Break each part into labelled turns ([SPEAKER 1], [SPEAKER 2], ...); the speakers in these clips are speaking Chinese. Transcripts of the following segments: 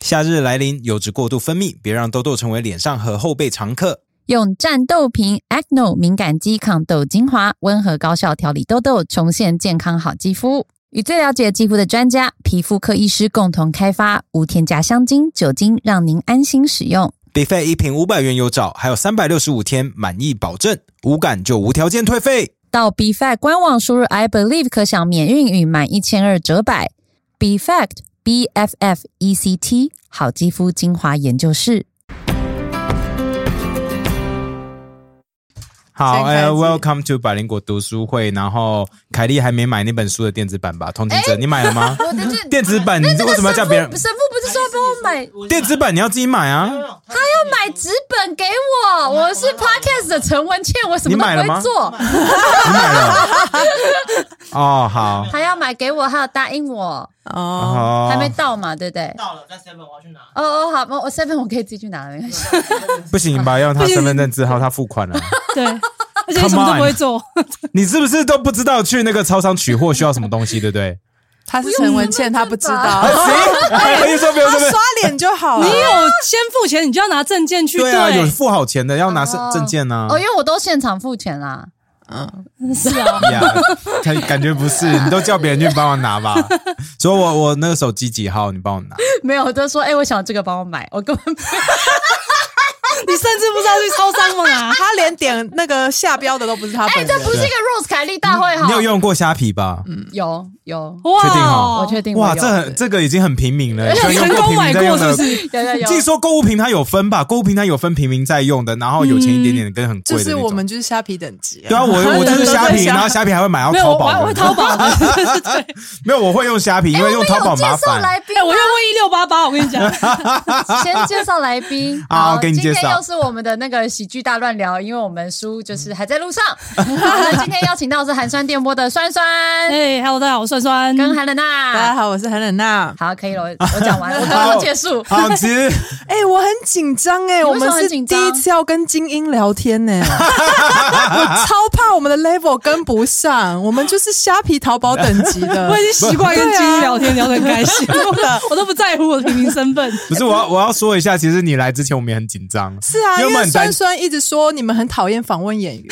[SPEAKER 1] 夏日来临，油脂过度分泌，别让痘痘成为脸上和后背常客。
[SPEAKER 2] 用战斗瓶 Acno 敏感肌抗痘精华，温和高效调理痘痘，重现健康好肌肤。与最了解肌肤的专家、皮肤科医师共同开发，无添加香精、酒精，让您安心使用。
[SPEAKER 1] 比费一瓶五百元有找，还有三百六十五天满意保证，无感就无条件退费。
[SPEAKER 2] 到 B Fact 官网输入 I believe 可享免运与满一千二折百。B Fact B F F E C T 好肌肤精华研究室。
[SPEAKER 1] 好，
[SPEAKER 3] 先开
[SPEAKER 1] 呃
[SPEAKER 3] 始
[SPEAKER 1] ，Welcome to 百灵果读书会。然后凯莉还没买那本书的电子版吧？通勤者，你买了吗？
[SPEAKER 3] 我的 这
[SPEAKER 1] 电子版你为什么要叫别人？
[SPEAKER 3] 神父不是说帮我买
[SPEAKER 1] 电子版你要自己买啊！
[SPEAKER 4] 他要
[SPEAKER 3] 买纸本给我？我是 podcast 的陈文倩，我什么
[SPEAKER 1] 你买了
[SPEAKER 3] 都不
[SPEAKER 1] 吗
[SPEAKER 3] 会做。
[SPEAKER 1] 你买 了？哦，好，
[SPEAKER 3] 他要买给我，还有答应我，
[SPEAKER 2] 哦，
[SPEAKER 1] 哦，
[SPEAKER 3] 还没到嘛，对不对？
[SPEAKER 4] 到了，在 seven 我要去拿。
[SPEAKER 3] 哦哦，好，我我 seven 我可以自己去拿了，没关系。
[SPEAKER 1] 不行吧？要他身份证字号，他付款 了。
[SPEAKER 5] 对，而且你什么都不会做。
[SPEAKER 1] 你是不是都不知道去那个超商取货需要什么东西，对不对？
[SPEAKER 6] 他是陈文倩，他不知道
[SPEAKER 1] 啊，， 谁？我跟你说，不用
[SPEAKER 6] 他
[SPEAKER 1] 这边
[SPEAKER 6] 刷。脸就好
[SPEAKER 5] 你
[SPEAKER 6] 了。
[SPEAKER 5] 有先付钱，你就要拿证件去
[SPEAKER 1] 对啊，有
[SPEAKER 5] 对。
[SPEAKER 1] 付好钱的要拿身
[SPEAKER 3] 哦
[SPEAKER 1] 证件呢
[SPEAKER 3] 哦，。因为我都现场付钱啦。
[SPEAKER 6] 嗯，
[SPEAKER 5] 是啊，
[SPEAKER 1] 呀，感感觉不是，你都叫别人去帮我拿吧。说我我那个手机几号，你帮我拿。
[SPEAKER 3] 没有，我就说，哎、我想要这个帮我买，我根本不
[SPEAKER 5] 你甚至不知道去超商嘛哎 拿。
[SPEAKER 6] 他连点那个下标的都不是他本人。
[SPEAKER 3] 哎不是一个 Rose 凯莉大会好，
[SPEAKER 1] 你有用过虾皮吧？
[SPEAKER 3] 有有，
[SPEAKER 5] 哇，
[SPEAKER 1] 确定哦好
[SPEAKER 3] 我确定我
[SPEAKER 1] 哇，
[SPEAKER 3] 有
[SPEAKER 1] 这很这个已经很平民了，
[SPEAKER 5] 你成功买过是不
[SPEAKER 1] 是？
[SPEAKER 5] 是？
[SPEAKER 3] 有有有，
[SPEAKER 1] 据说购物平台有分吧，购物平台有分平民在用的，然后有钱一点点的跟很
[SPEAKER 6] 就
[SPEAKER 1] 贵的
[SPEAKER 6] 是
[SPEAKER 1] 那
[SPEAKER 6] 我们
[SPEAKER 1] 种。
[SPEAKER 6] 就是虾皮等级、啊。
[SPEAKER 1] 对啊，我我就是虾皮，然后虾皮还会买到
[SPEAKER 5] 没有，
[SPEAKER 1] 啊淘
[SPEAKER 5] 我我还
[SPEAKER 1] 宝
[SPEAKER 5] 会
[SPEAKER 1] 的。
[SPEAKER 5] 淘宝 的。
[SPEAKER 1] 没有，我会用虾皮，因为用淘宝麻
[SPEAKER 3] 介绍
[SPEAKER 1] 烦。。
[SPEAKER 3] 来宾
[SPEAKER 5] 哎，，我用过一六八八，我跟你讲，
[SPEAKER 3] 先介绍来宾
[SPEAKER 1] 好给你介绍
[SPEAKER 3] 今天又是我们的那个喜剧大乱聊，因为我们书就是还在 路上。好那今天邀请到的是寒酸电波的酸酸
[SPEAKER 5] 哎，Hello，大家好，我酸酸。
[SPEAKER 3] 跟韩冷
[SPEAKER 6] 大家
[SPEAKER 3] 娜。
[SPEAKER 6] 好，我是韩冷娜。
[SPEAKER 3] 好，可以了，我我 讲完了，我刚
[SPEAKER 1] 好
[SPEAKER 3] 刚结束。
[SPEAKER 1] 好，其实
[SPEAKER 6] 哎、我很紧张哎，我
[SPEAKER 3] 为什
[SPEAKER 6] 们
[SPEAKER 3] 么很
[SPEAKER 6] 是
[SPEAKER 3] 紧张
[SPEAKER 6] 第一次要跟精英聊天呢、 我超怕我们的 level 跟不上，我们就是虾皮淘宝等级的。
[SPEAKER 5] 我已经习惯跟金英聊天，聊得很开心，
[SPEAKER 1] 啊
[SPEAKER 5] 我都我都不在乎我的平民身份。
[SPEAKER 1] 不是我要我要说一下，其实你来之前我们也很紧张，
[SPEAKER 6] 是啊，
[SPEAKER 1] 因为
[SPEAKER 6] 因
[SPEAKER 1] 我们
[SPEAKER 6] 为
[SPEAKER 1] 很
[SPEAKER 6] 酸
[SPEAKER 1] 担
[SPEAKER 6] 酸一直说你们很讨厌访问演 员，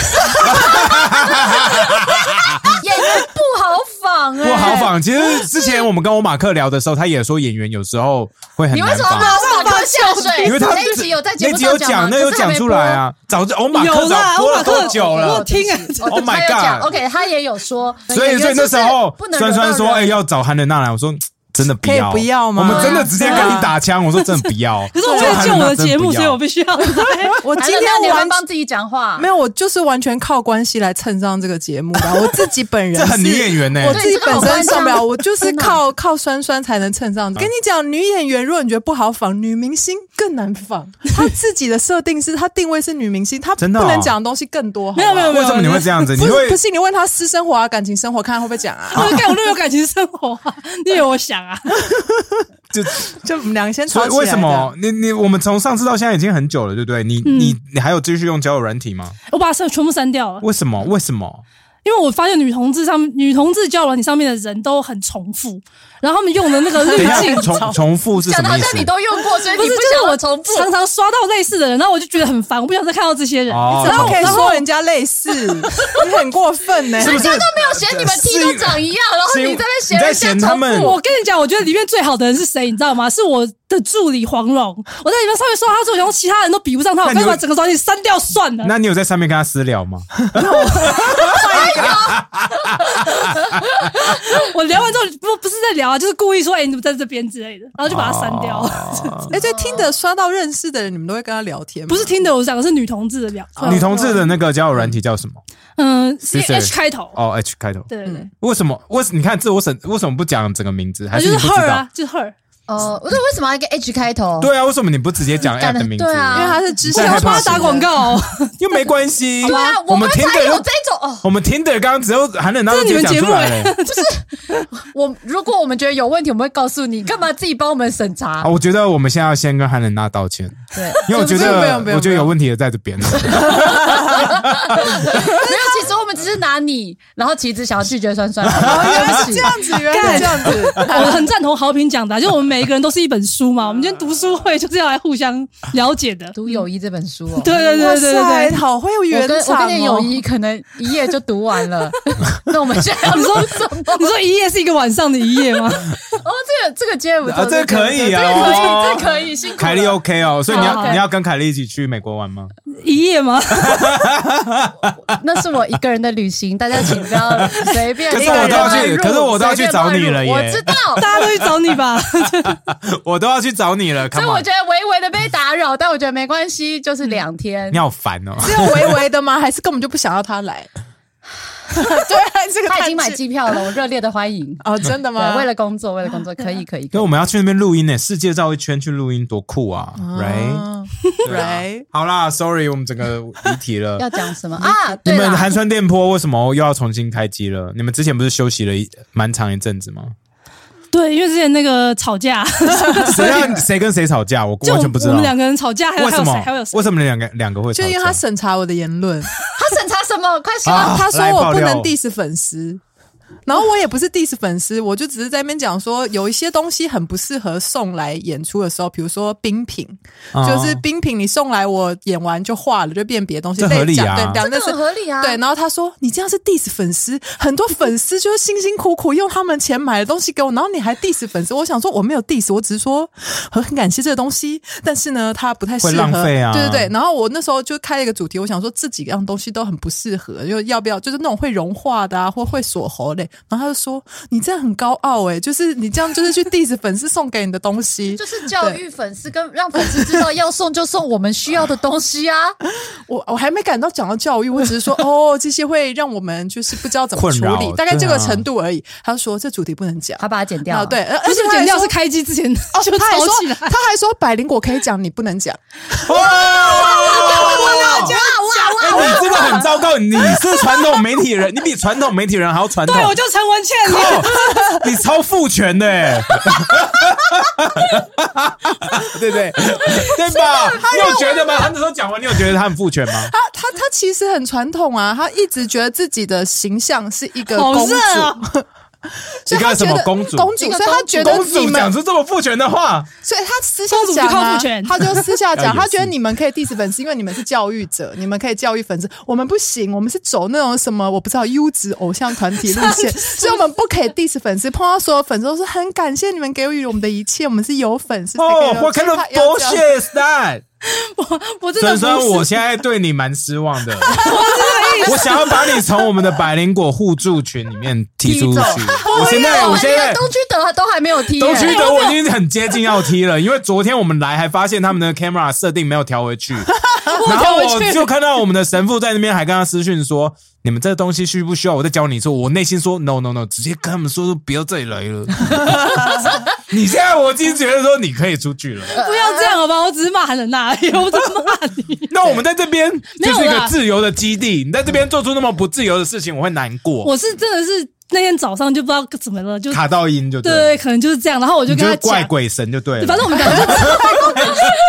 [SPEAKER 3] 演员不好仿 哎、
[SPEAKER 1] 不好仿。其 实之前我们跟我马克聊的时候，他也说演员有时候会很
[SPEAKER 3] 你为
[SPEAKER 1] 难
[SPEAKER 3] 什么
[SPEAKER 1] 仿
[SPEAKER 3] 把。我马克下水？
[SPEAKER 1] 因为他
[SPEAKER 3] 那一集有在节
[SPEAKER 1] 那
[SPEAKER 3] 目
[SPEAKER 1] 集有
[SPEAKER 3] 上
[SPEAKER 1] 讲，
[SPEAKER 3] 吗
[SPEAKER 1] 那有讲出来。啊，早就 我马克
[SPEAKER 5] 有啦
[SPEAKER 1] 早播
[SPEAKER 5] 我
[SPEAKER 1] 了
[SPEAKER 5] 马克
[SPEAKER 1] 多久
[SPEAKER 5] 我
[SPEAKER 1] 了
[SPEAKER 5] 有？听啊，
[SPEAKER 3] 可是还没播哦
[SPEAKER 1] Oh my
[SPEAKER 3] 他有讲
[SPEAKER 1] god
[SPEAKER 3] OK，他也有说，
[SPEAKER 1] 所以
[SPEAKER 3] 演员
[SPEAKER 1] 所以那时候
[SPEAKER 3] 就是不能
[SPEAKER 1] 酸酸说，哎，
[SPEAKER 3] 哎，
[SPEAKER 1] 要找韩冷娜来，我说嗯真的不要，
[SPEAKER 6] 可以不要吗
[SPEAKER 1] 我们真的直接跟你打枪，我说真的不要。
[SPEAKER 5] 可是我为了救我的节
[SPEAKER 1] 真不
[SPEAKER 5] 目，所以
[SPEAKER 1] 要
[SPEAKER 5] 我必须要来。
[SPEAKER 6] 我今
[SPEAKER 3] 今天你
[SPEAKER 6] 天
[SPEAKER 3] 要
[SPEAKER 6] 完
[SPEAKER 3] 帮自己讲话，
[SPEAKER 6] 没有，我就是完全靠关系来蹭上这个节目的。我自己本人
[SPEAKER 1] 这很女
[SPEAKER 6] 是
[SPEAKER 1] 演员欸呢。
[SPEAKER 6] 我自己本身上不
[SPEAKER 3] 对这个好夸
[SPEAKER 6] 了，
[SPEAKER 3] 张
[SPEAKER 6] 我就是靠靠酸酸才能蹭
[SPEAKER 1] 嗯
[SPEAKER 6] 上。跟你讲，女演员如果你觉得不好仿，女明星更难仿。她自己的设定是，她定位是女明星，她不
[SPEAKER 1] 真的哦
[SPEAKER 6] 能讲的东西更多。好不
[SPEAKER 5] 没
[SPEAKER 6] 好
[SPEAKER 5] 有没有没
[SPEAKER 1] 为
[SPEAKER 5] 有，
[SPEAKER 1] 什么你会这样子？你
[SPEAKER 6] 不
[SPEAKER 1] 会
[SPEAKER 6] 是不是，你问她私生活啊、感情生活，看她会不会讲啊？
[SPEAKER 5] 我干我都有感情生活啊，你以为我想啊？
[SPEAKER 1] 就嗯
[SPEAKER 6] 就我们两个先吵
[SPEAKER 1] 所
[SPEAKER 6] 起
[SPEAKER 1] 以
[SPEAKER 6] 来。
[SPEAKER 1] 为 什么你你我们从上次到现在已经很久了，对不对？你你你还有继续用交友软体吗？
[SPEAKER 5] 我把删全部删掉了，
[SPEAKER 1] 为什么？为什么？
[SPEAKER 5] 因为我发现女同志上女同志交友软体上面的人都很重复，然后他们用的那个
[SPEAKER 1] 等
[SPEAKER 5] 滤
[SPEAKER 1] 一 下
[SPEAKER 5] 镜，
[SPEAKER 1] 重重复是
[SPEAKER 3] 讲
[SPEAKER 1] 什
[SPEAKER 3] 的
[SPEAKER 1] 么
[SPEAKER 3] 好
[SPEAKER 1] 意
[SPEAKER 3] 像
[SPEAKER 1] 思
[SPEAKER 3] 你？都用过，所以
[SPEAKER 5] 不
[SPEAKER 3] 你
[SPEAKER 5] 是就是
[SPEAKER 3] 想要
[SPEAKER 5] 我
[SPEAKER 3] 重复。
[SPEAKER 5] 常常刷到类似的人，然后我就觉得很烦，我不想再看到这些人。
[SPEAKER 1] 哦
[SPEAKER 6] 这
[SPEAKER 5] 然
[SPEAKER 6] 么
[SPEAKER 5] 后
[SPEAKER 6] 可以
[SPEAKER 5] 然后
[SPEAKER 6] 说人家类似？你很过分呢、
[SPEAKER 1] 是不是？
[SPEAKER 3] 没有嫌你们踢都长一样，然后
[SPEAKER 1] 是
[SPEAKER 3] 你在那
[SPEAKER 1] 你
[SPEAKER 3] 嫌
[SPEAKER 1] 在
[SPEAKER 3] 人家
[SPEAKER 1] 嫌他们
[SPEAKER 3] 重复
[SPEAKER 5] 我跟你讲，我觉得里面最好的人是谁，你知道吗？是我的助理黄蓉。我在里面上面刷他之后，然后其他人都比不上他，我
[SPEAKER 1] 那你
[SPEAKER 5] 干脆
[SPEAKER 1] 会
[SPEAKER 5] 把整个软体删掉算了。
[SPEAKER 1] 那你有在上面跟他私聊吗？
[SPEAKER 5] 我聊完之后不不是在聊啊，就是故意说，哎、你怎么在这边之类的，然后就把它删掉。
[SPEAKER 1] 哦
[SPEAKER 6] 哎、就听着刷到认识的人，你们都会跟她聊天吗？
[SPEAKER 5] 不是听的，我讲的是女同志的聊，
[SPEAKER 1] 哦女同志的那个交友软体叫什么？
[SPEAKER 5] 嗯、是
[SPEAKER 1] Sister
[SPEAKER 5] H 开头，
[SPEAKER 1] 哦，H 开头。
[SPEAKER 5] 对对对，
[SPEAKER 1] 为什么？为什你看这我什为什么不讲整个名字？还
[SPEAKER 5] 啊
[SPEAKER 1] 是
[SPEAKER 5] 就
[SPEAKER 1] 你
[SPEAKER 5] 是
[SPEAKER 1] 不知
[SPEAKER 5] her
[SPEAKER 1] 道
[SPEAKER 5] 啊？，就是 her。
[SPEAKER 3] 呃，我说为什么要一个 H 开头？
[SPEAKER 1] 对啊，为什么你不直接讲 app
[SPEAKER 3] 干得
[SPEAKER 1] 的名字？
[SPEAKER 3] 对啊
[SPEAKER 6] 因为她是知
[SPEAKER 1] 你在害
[SPEAKER 6] 晓
[SPEAKER 5] 我帮
[SPEAKER 1] 怕
[SPEAKER 5] 他打广告、哦，
[SPEAKER 1] 又没关系。
[SPEAKER 3] 对啊，
[SPEAKER 1] 我们
[SPEAKER 3] 们
[SPEAKER 1] 听
[SPEAKER 3] 才
[SPEAKER 1] 的
[SPEAKER 3] 有
[SPEAKER 1] 又
[SPEAKER 3] 这种哦。
[SPEAKER 1] 我们听的刚刚只有韩冷娜都
[SPEAKER 5] 这
[SPEAKER 1] 直
[SPEAKER 5] 是你
[SPEAKER 1] 接
[SPEAKER 5] 们
[SPEAKER 1] 讲
[SPEAKER 5] 节目
[SPEAKER 1] 出来了。
[SPEAKER 3] 我如果我们觉得有问题，我们会告诉你，干嘛自己帮我们审查
[SPEAKER 1] 啊，？我觉得我们现在要先跟韩冷娜道歉，
[SPEAKER 3] 对，
[SPEAKER 1] 因为我觉
[SPEAKER 6] 不用不用
[SPEAKER 1] 得
[SPEAKER 6] 不用
[SPEAKER 1] 我觉得有问题的在这边。
[SPEAKER 3] 没有，其实我们只是拿你，然后其实想要拒绝酸 酸，
[SPEAKER 6] 哦，原来
[SPEAKER 3] 对不
[SPEAKER 6] 是
[SPEAKER 3] 起
[SPEAKER 6] 这。样子，原来是这样子。
[SPEAKER 5] 我很赞同豪平讲的啊、就是我们每一个人都是一本书嘛，我们今天读书会就是要来互相了解的。
[SPEAKER 3] 读友谊这本书 哦，
[SPEAKER 5] 对对
[SPEAKER 6] 哇
[SPEAKER 5] 对对对
[SPEAKER 6] 塞，
[SPEAKER 5] 对，
[SPEAKER 6] 好会有
[SPEAKER 3] 我
[SPEAKER 6] 原
[SPEAKER 3] 跟我
[SPEAKER 6] 厂
[SPEAKER 3] 跟你的友
[SPEAKER 6] 哦。
[SPEAKER 3] 谊可能一页就读完 了。那我们现在要
[SPEAKER 5] 你
[SPEAKER 3] 录
[SPEAKER 5] 说
[SPEAKER 3] 什么？
[SPEAKER 5] 你说一夜是一个晚上的一夜 吗？
[SPEAKER 3] 哦，这个这个接不
[SPEAKER 1] 啊
[SPEAKER 3] 错，
[SPEAKER 1] 这个可以啊
[SPEAKER 3] 这个可
[SPEAKER 1] 哦
[SPEAKER 3] 以，这个 可以，辛苦了
[SPEAKER 1] 凯莉 OK 哦，所以你
[SPEAKER 5] 好
[SPEAKER 1] 要
[SPEAKER 5] 好
[SPEAKER 1] 你要跟凯莉一起去美国玩吗？
[SPEAKER 5] 一夜吗？
[SPEAKER 3] 那是我一个人的旅行，大家请不要随便
[SPEAKER 1] 可
[SPEAKER 3] 一
[SPEAKER 1] 是
[SPEAKER 3] 个
[SPEAKER 1] 我
[SPEAKER 3] 人
[SPEAKER 1] 都要去
[SPEAKER 3] 乱入
[SPEAKER 1] 可是我都要去找你了耶
[SPEAKER 3] 随便乱入我知道，
[SPEAKER 5] 大家都去找你吧。
[SPEAKER 1] 我都要去找你了，
[SPEAKER 3] 所以
[SPEAKER 1] come on
[SPEAKER 3] 我觉得微微的被打扰，但我觉得没关系，就是两天
[SPEAKER 1] 你。好烦哦。
[SPEAKER 6] 只有微微的吗？还是根本就不想要他来？ 对，这个
[SPEAKER 3] 他已
[SPEAKER 6] 叹
[SPEAKER 3] 经买
[SPEAKER 6] 气
[SPEAKER 3] 机票了，我热烈的欢迎。
[SPEAKER 6] 哦，真的吗？
[SPEAKER 3] 对，为了工作，为了工作，可以可以。可
[SPEAKER 1] 所以
[SPEAKER 3] 以
[SPEAKER 1] 我们要去那边录音呢，世界绕一圈去录音多酷啊，right？
[SPEAKER 6] 嗯
[SPEAKER 1] 对啊
[SPEAKER 6] right
[SPEAKER 1] 好啦，sorry，我们整个离题了。
[SPEAKER 3] 要讲什么啊？
[SPEAKER 1] 你
[SPEAKER 3] 对
[SPEAKER 1] 们
[SPEAKER 3] 了，
[SPEAKER 1] 寒川电波为什么又要重新开机了？你们之前不是休息了一蛮长一阵子吗？
[SPEAKER 5] 对，因为之前那个吵架，
[SPEAKER 1] 谁让谁跟谁吵架？我
[SPEAKER 5] 就
[SPEAKER 1] 完全不知
[SPEAKER 5] 我
[SPEAKER 1] 道
[SPEAKER 5] 们。两个人吵架，还有
[SPEAKER 1] 为
[SPEAKER 5] 还
[SPEAKER 1] 什
[SPEAKER 5] 有
[SPEAKER 1] 么
[SPEAKER 5] 谁？还有？谁？
[SPEAKER 1] 为什么你两个两个会吵
[SPEAKER 6] 就
[SPEAKER 1] 架？
[SPEAKER 6] 因为他审查我的言论，
[SPEAKER 3] 他审查什么？快说！
[SPEAKER 1] 啊
[SPEAKER 6] 他说
[SPEAKER 1] 来
[SPEAKER 6] 我
[SPEAKER 1] 爆
[SPEAKER 6] 不
[SPEAKER 1] 料
[SPEAKER 6] 能 diss 粉丝，然后我也不是 diss 粉丝，我就只是在那边讲说，有一些东西很不适合送来演出的时候，比如说冰品，
[SPEAKER 1] 哦
[SPEAKER 6] 就是冰品你送来我演完就化了，就变别的东西，
[SPEAKER 1] 这合理啊
[SPEAKER 6] 类讲对，讲
[SPEAKER 3] 这
[SPEAKER 6] 那
[SPEAKER 3] 个很
[SPEAKER 6] 是。
[SPEAKER 3] 合理啊。
[SPEAKER 6] 对，然后他说：“你这样是 diss 粉丝，很多粉丝就是辛辛苦苦用他们钱买的东西给我，然后你还 diss 粉丝。”我想说我没有 diss，我只是说很感谢这个东西，但是呢，它不太适合。
[SPEAKER 1] 会浪费啊
[SPEAKER 6] 对对对。然后我那时候就开了一个主题，我想说这几样东西都很不适合，就要不要就是那种会融化的啊，或会锁喉的。然后他就说：“你这样很高傲诶、就是你这样就是去 diss 粉丝送给你的东西。”
[SPEAKER 3] 就是教育粉丝，跟让粉丝知道要送就送我们需要的东西啊。
[SPEAKER 6] 我我还没感到讲到教育，我只是说哦，这些会让我们就是不知道怎么处
[SPEAKER 1] 困
[SPEAKER 6] 理
[SPEAKER 1] 扰，
[SPEAKER 6] 大概这个
[SPEAKER 1] 对啊
[SPEAKER 6] 程度而已。他说这主题不能讲，
[SPEAKER 3] 他把它剪掉
[SPEAKER 6] 啊，
[SPEAKER 1] 哦
[SPEAKER 3] 了。
[SPEAKER 6] 对，而
[SPEAKER 5] 不
[SPEAKER 6] 而且
[SPEAKER 5] 是
[SPEAKER 6] 他还
[SPEAKER 5] 剪掉，
[SPEAKER 6] 说
[SPEAKER 5] 是开机之前
[SPEAKER 6] 哦，
[SPEAKER 5] 就
[SPEAKER 6] 他还
[SPEAKER 5] 吵
[SPEAKER 6] 说
[SPEAKER 5] 起来。
[SPEAKER 6] 他还说百灵果可以讲，你不能讲。啊
[SPEAKER 1] 哎你这个很糟糕，你是传统媒体人，你比传统媒体人还要传统
[SPEAKER 5] 对，。我就陈文茜，你
[SPEAKER 1] 哦你超父权的欸，对不对？对吧？你有觉得吗？他那时候讲完，你有觉得他很父权吗？
[SPEAKER 6] 他他他其实很传统啊，他一直觉得自己的形象是一个
[SPEAKER 5] 好
[SPEAKER 6] 公主
[SPEAKER 5] 热，哦！
[SPEAKER 6] 所以
[SPEAKER 1] 一个
[SPEAKER 6] 他
[SPEAKER 1] 什
[SPEAKER 6] 觉
[SPEAKER 1] 么
[SPEAKER 6] 得
[SPEAKER 1] 公主
[SPEAKER 6] 公主，
[SPEAKER 3] 一个
[SPEAKER 6] 所以他
[SPEAKER 3] 公主
[SPEAKER 6] 觉得
[SPEAKER 1] 公
[SPEAKER 6] 你
[SPEAKER 1] 主
[SPEAKER 6] 们
[SPEAKER 1] 讲出这么父权的话，
[SPEAKER 6] 所以他私下
[SPEAKER 5] 公主不
[SPEAKER 6] 讲
[SPEAKER 5] 靠
[SPEAKER 6] 啊
[SPEAKER 5] 父权
[SPEAKER 6] 他就私下
[SPEAKER 1] 要
[SPEAKER 6] 讲，
[SPEAKER 1] 也
[SPEAKER 6] 他觉得
[SPEAKER 1] 是
[SPEAKER 6] 你们可以 diss 粉丝，因为你们是教育者，你们可以教育粉丝，我们不行，我们是走那种什么我不知道优质偶像团体路 线，所以我们不可以 diss 粉丝。碰到所有粉丝都是很感谢你们给予我们的一切，我们是有粉丝才可以
[SPEAKER 1] 哦
[SPEAKER 6] 有
[SPEAKER 1] ，What kind of
[SPEAKER 6] 才要这样
[SPEAKER 1] bullshit is that？
[SPEAKER 5] 我真的
[SPEAKER 1] 所
[SPEAKER 5] 不
[SPEAKER 1] 以
[SPEAKER 5] 是，
[SPEAKER 1] 说，我现在对你蛮失望的。我想要把你从我们的百灵果互助群里面踢出
[SPEAKER 3] 踢
[SPEAKER 1] 去
[SPEAKER 3] 走。
[SPEAKER 1] 我现在，我
[SPEAKER 3] 哎我
[SPEAKER 1] 现在
[SPEAKER 3] 连东区德都还没有踢耶，哎
[SPEAKER 1] 东区德我已经很接近要踢了，因为昨天我们来还发现他 们的 camera 设定没有调回去，然后我就看到我们的神父在那边还跟他私讯说：“你们这东西需不需要？”我在教你说，我内心说 “no no no”，直接跟他们说不要再来了。 你现在我已经觉得说你可以出 去了，
[SPEAKER 5] 不要这样好吧？我只是骂人 呐，哎我只是骂你。
[SPEAKER 1] 那我们在这边
[SPEAKER 5] 没
[SPEAKER 1] 就
[SPEAKER 5] 有啦
[SPEAKER 1] 是一个自由的基地，你在这边做出那么不自由的事情，我会难过，
[SPEAKER 5] 我是真的是那天早上就不知道怎么了，就
[SPEAKER 1] 卡到音就
[SPEAKER 5] 对，可能就是这样。然后我就
[SPEAKER 1] 你
[SPEAKER 5] 跟
[SPEAKER 1] 就是
[SPEAKER 5] 他
[SPEAKER 1] 怪
[SPEAKER 5] 讲，
[SPEAKER 1] 鬼神就对了。
[SPEAKER 5] 反正我们两个就，我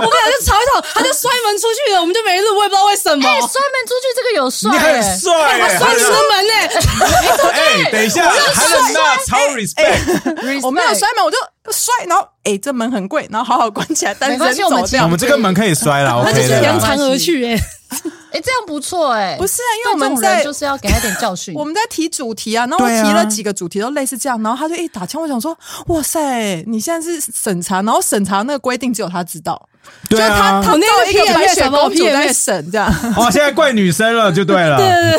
[SPEAKER 5] 们俩就吵一吵，他就摔门出去了，我们就没录，我也不知道为什么。
[SPEAKER 3] 哎，摔门出去这个有帅
[SPEAKER 1] 你
[SPEAKER 3] 耶，
[SPEAKER 5] 哎
[SPEAKER 1] 很帅耶、
[SPEAKER 5] 他摔出门呢、
[SPEAKER 1] 哎、等一下，还有那超 respect，
[SPEAKER 6] 我没有摔门，我就摔，然后哎、这门很贵，然后好好关起来，单
[SPEAKER 3] 没
[SPEAKER 6] 人
[SPEAKER 3] 关系我们
[SPEAKER 6] 走掉
[SPEAKER 1] 我。们这个门可以摔了
[SPEAKER 5] 他就
[SPEAKER 1] ，OK
[SPEAKER 5] 是
[SPEAKER 1] 的
[SPEAKER 5] 扬
[SPEAKER 1] 啦。
[SPEAKER 5] 长而去哎、
[SPEAKER 3] 哎，这样不错哎，
[SPEAKER 6] 不是啊，因
[SPEAKER 3] 对
[SPEAKER 6] 为我
[SPEAKER 3] 这
[SPEAKER 6] 们
[SPEAKER 3] 种
[SPEAKER 6] 在
[SPEAKER 3] 人就是要给他一点教训。
[SPEAKER 6] 我们在提主题啊，然后我
[SPEAKER 1] 对啊
[SPEAKER 6] 提了几个主题都类似这样，然后他就一打枪，我想说，哇塞，你现在是审查，然后审查那个规定只有他知 道，
[SPEAKER 1] 对啊
[SPEAKER 6] 就是他，他
[SPEAKER 5] 我那个
[SPEAKER 6] 造一个
[SPEAKER 5] PMS
[SPEAKER 6] 白雪
[SPEAKER 5] 好不好
[SPEAKER 6] 公主
[SPEAKER 5] PMS
[SPEAKER 6] 在审 这样，
[SPEAKER 1] 哦，现在怪女生了，就对了。
[SPEAKER 5] 对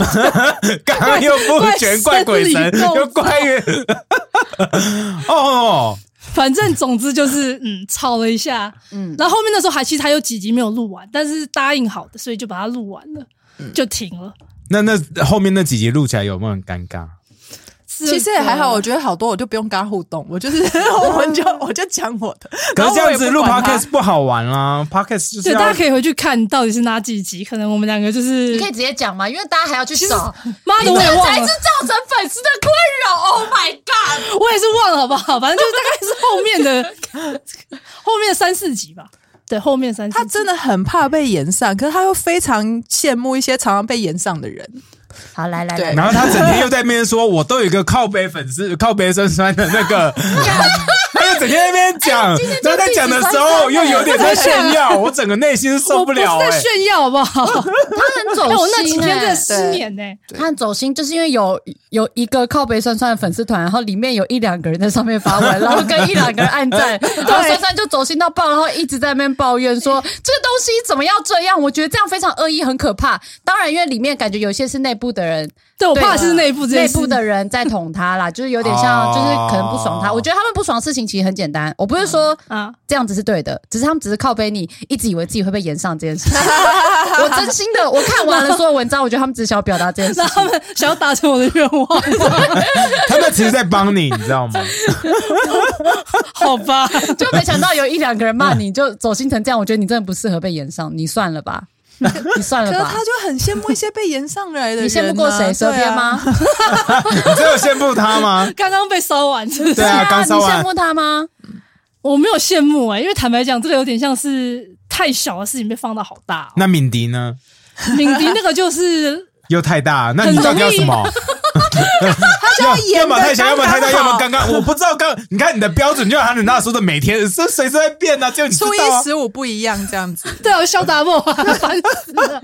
[SPEAKER 5] 对
[SPEAKER 1] 刚刚又不全怪鬼神，又怪月。 哦，
[SPEAKER 5] 反正总之就是嗯吵了一下，嗯，然后后面那时候还其实还有几集没有录完，但是答应好的，所以就把它录完了，
[SPEAKER 3] 嗯
[SPEAKER 5] 就停了。
[SPEAKER 1] 那那后面那几集录起来有没有很尴尬？
[SPEAKER 5] 是
[SPEAKER 6] 其实也还好，我觉得好多我就不用跟他互动，我就是 我们就我就讲我的，
[SPEAKER 1] 可是这样子录
[SPEAKER 6] 然后我也不管他
[SPEAKER 1] podcast 不好玩啦，podcast 就是啊
[SPEAKER 5] 对，大
[SPEAKER 1] 要
[SPEAKER 5] 家可以回去看到底是哪几集，可能我们两个就是
[SPEAKER 3] 你可以直接讲嘛，因为大家还要去 找，
[SPEAKER 5] 妈的，
[SPEAKER 3] 这
[SPEAKER 5] 我也
[SPEAKER 3] 才
[SPEAKER 5] 忘
[SPEAKER 3] 是
[SPEAKER 5] 了，
[SPEAKER 3] 造成粉丝的困扰。Oh my god！
[SPEAKER 5] 我也是忘了，好不好？反正就是大概是后面的后面的三四集吧。对，后面三
[SPEAKER 6] 他
[SPEAKER 5] 次
[SPEAKER 6] 真的很怕被延上，可是他又非常羡慕一些常常被延上的人。
[SPEAKER 3] 好，来来
[SPEAKER 6] 对
[SPEAKER 3] 来，
[SPEAKER 1] 然后他整天又在那边说，我都有一个靠背粉丝、靠背酸酸的那个，他就整天在那边讲，然后在讲的时候又有点在炫耀，我整个内心受
[SPEAKER 5] 我
[SPEAKER 1] 不
[SPEAKER 5] 不是
[SPEAKER 1] 了、
[SPEAKER 5] 在
[SPEAKER 1] 欸。
[SPEAKER 5] 炫耀，好不好？
[SPEAKER 3] 他很走
[SPEAKER 5] 哎，
[SPEAKER 3] 心、欸，
[SPEAKER 5] 我那几天真的失
[SPEAKER 6] 对
[SPEAKER 5] 眠呢、欸
[SPEAKER 3] 他很走心，就是因为有有一个靠北酸酸的粉丝团，然后里面有一两个人在上面发 文，然后跟一两个人暗赞，然后酸酸就走心到爆，然后一直在那边抱怨 说这个东西怎么要这样？我觉得这样非常恶意，很可怕。当然，因为里面感觉有些是内部的人，
[SPEAKER 5] 对，我怕
[SPEAKER 3] 对啊
[SPEAKER 5] 是内部这件
[SPEAKER 3] 哦内
[SPEAKER 5] 事
[SPEAKER 3] 部的人在捅他啦，就是有点像，
[SPEAKER 1] 哦
[SPEAKER 3] 就是可能不爽他。我觉得他们不爽的事情其实很简单，我不是说
[SPEAKER 5] 啊，
[SPEAKER 3] 这样子是对的，只是他们只是靠背你，一直以为自己会被延上这件 事情。我真心的，我看完了所有文章，我觉得他们只是想要表达这件事
[SPEAKER 5] 让
[SPEAKER 3] 情
[SPEAKER 5] 他。们想要达成我的愿望，
[SPEAKER 1] 他们其实在帮你，你知道吗？
[SPEAKER 5] 好吧？
[SPEAKER 3] 就没想到有一两个人骂你，就走心成这样，我觉得你真的不适合被延上，你算了吧，你算
[SPEAKER 6] 可
[SPEAKER 3] 了
[SPEAKER 6] 是
[SPEAKER 3] 吧
[SPEAKER 6] 他。就很羡慕一些被延上来的人、啊。
[SPEAKER 3] 你羡慕过谁？蛇
[SPEAKER 6] 对
[SPEAKER 3] 鞭
[SPEAKER 6] 啊？
[SPEAKER 3] 吗？
[SPEAKER 1] 你只有羡慕他吗？
[SPEAKER 5] 刚刚被烧完，是不是
[SPEAKER 1] 对啊刚
[SPEAKER 3] 你
[SPEAKER 1] 烧完
[SPEAKER 3] 羡慕他吗？
[SPEAKER 5] 我没有羡慕哎、因为坦白讲，这个有点像是太小的事情被放到好大、
[SPEAKER 1] 那敏迪呢？
[SPEAKER 5] 哦。敏迪那个就是
[SPEAKER 1] 又太大，那你到底要什么？
[SPEAKER 6] 他就要演
[SPEAKER 1] 要么太小，要么太大，要么
[SPEAKER 6] 刚
[SPEAKER 1] 刚刚。我不知道刚，你看你的标准就像韩冷大说的，每天这随时在变呢、啊，就你知
[SPEAKER 6] 初
[SPEAKER 1] 道、啊
[SPEAKER 6] 一。十五不一样这样子。
[SPEAKER 5] 对啊，肖达莫 啊，烦死了。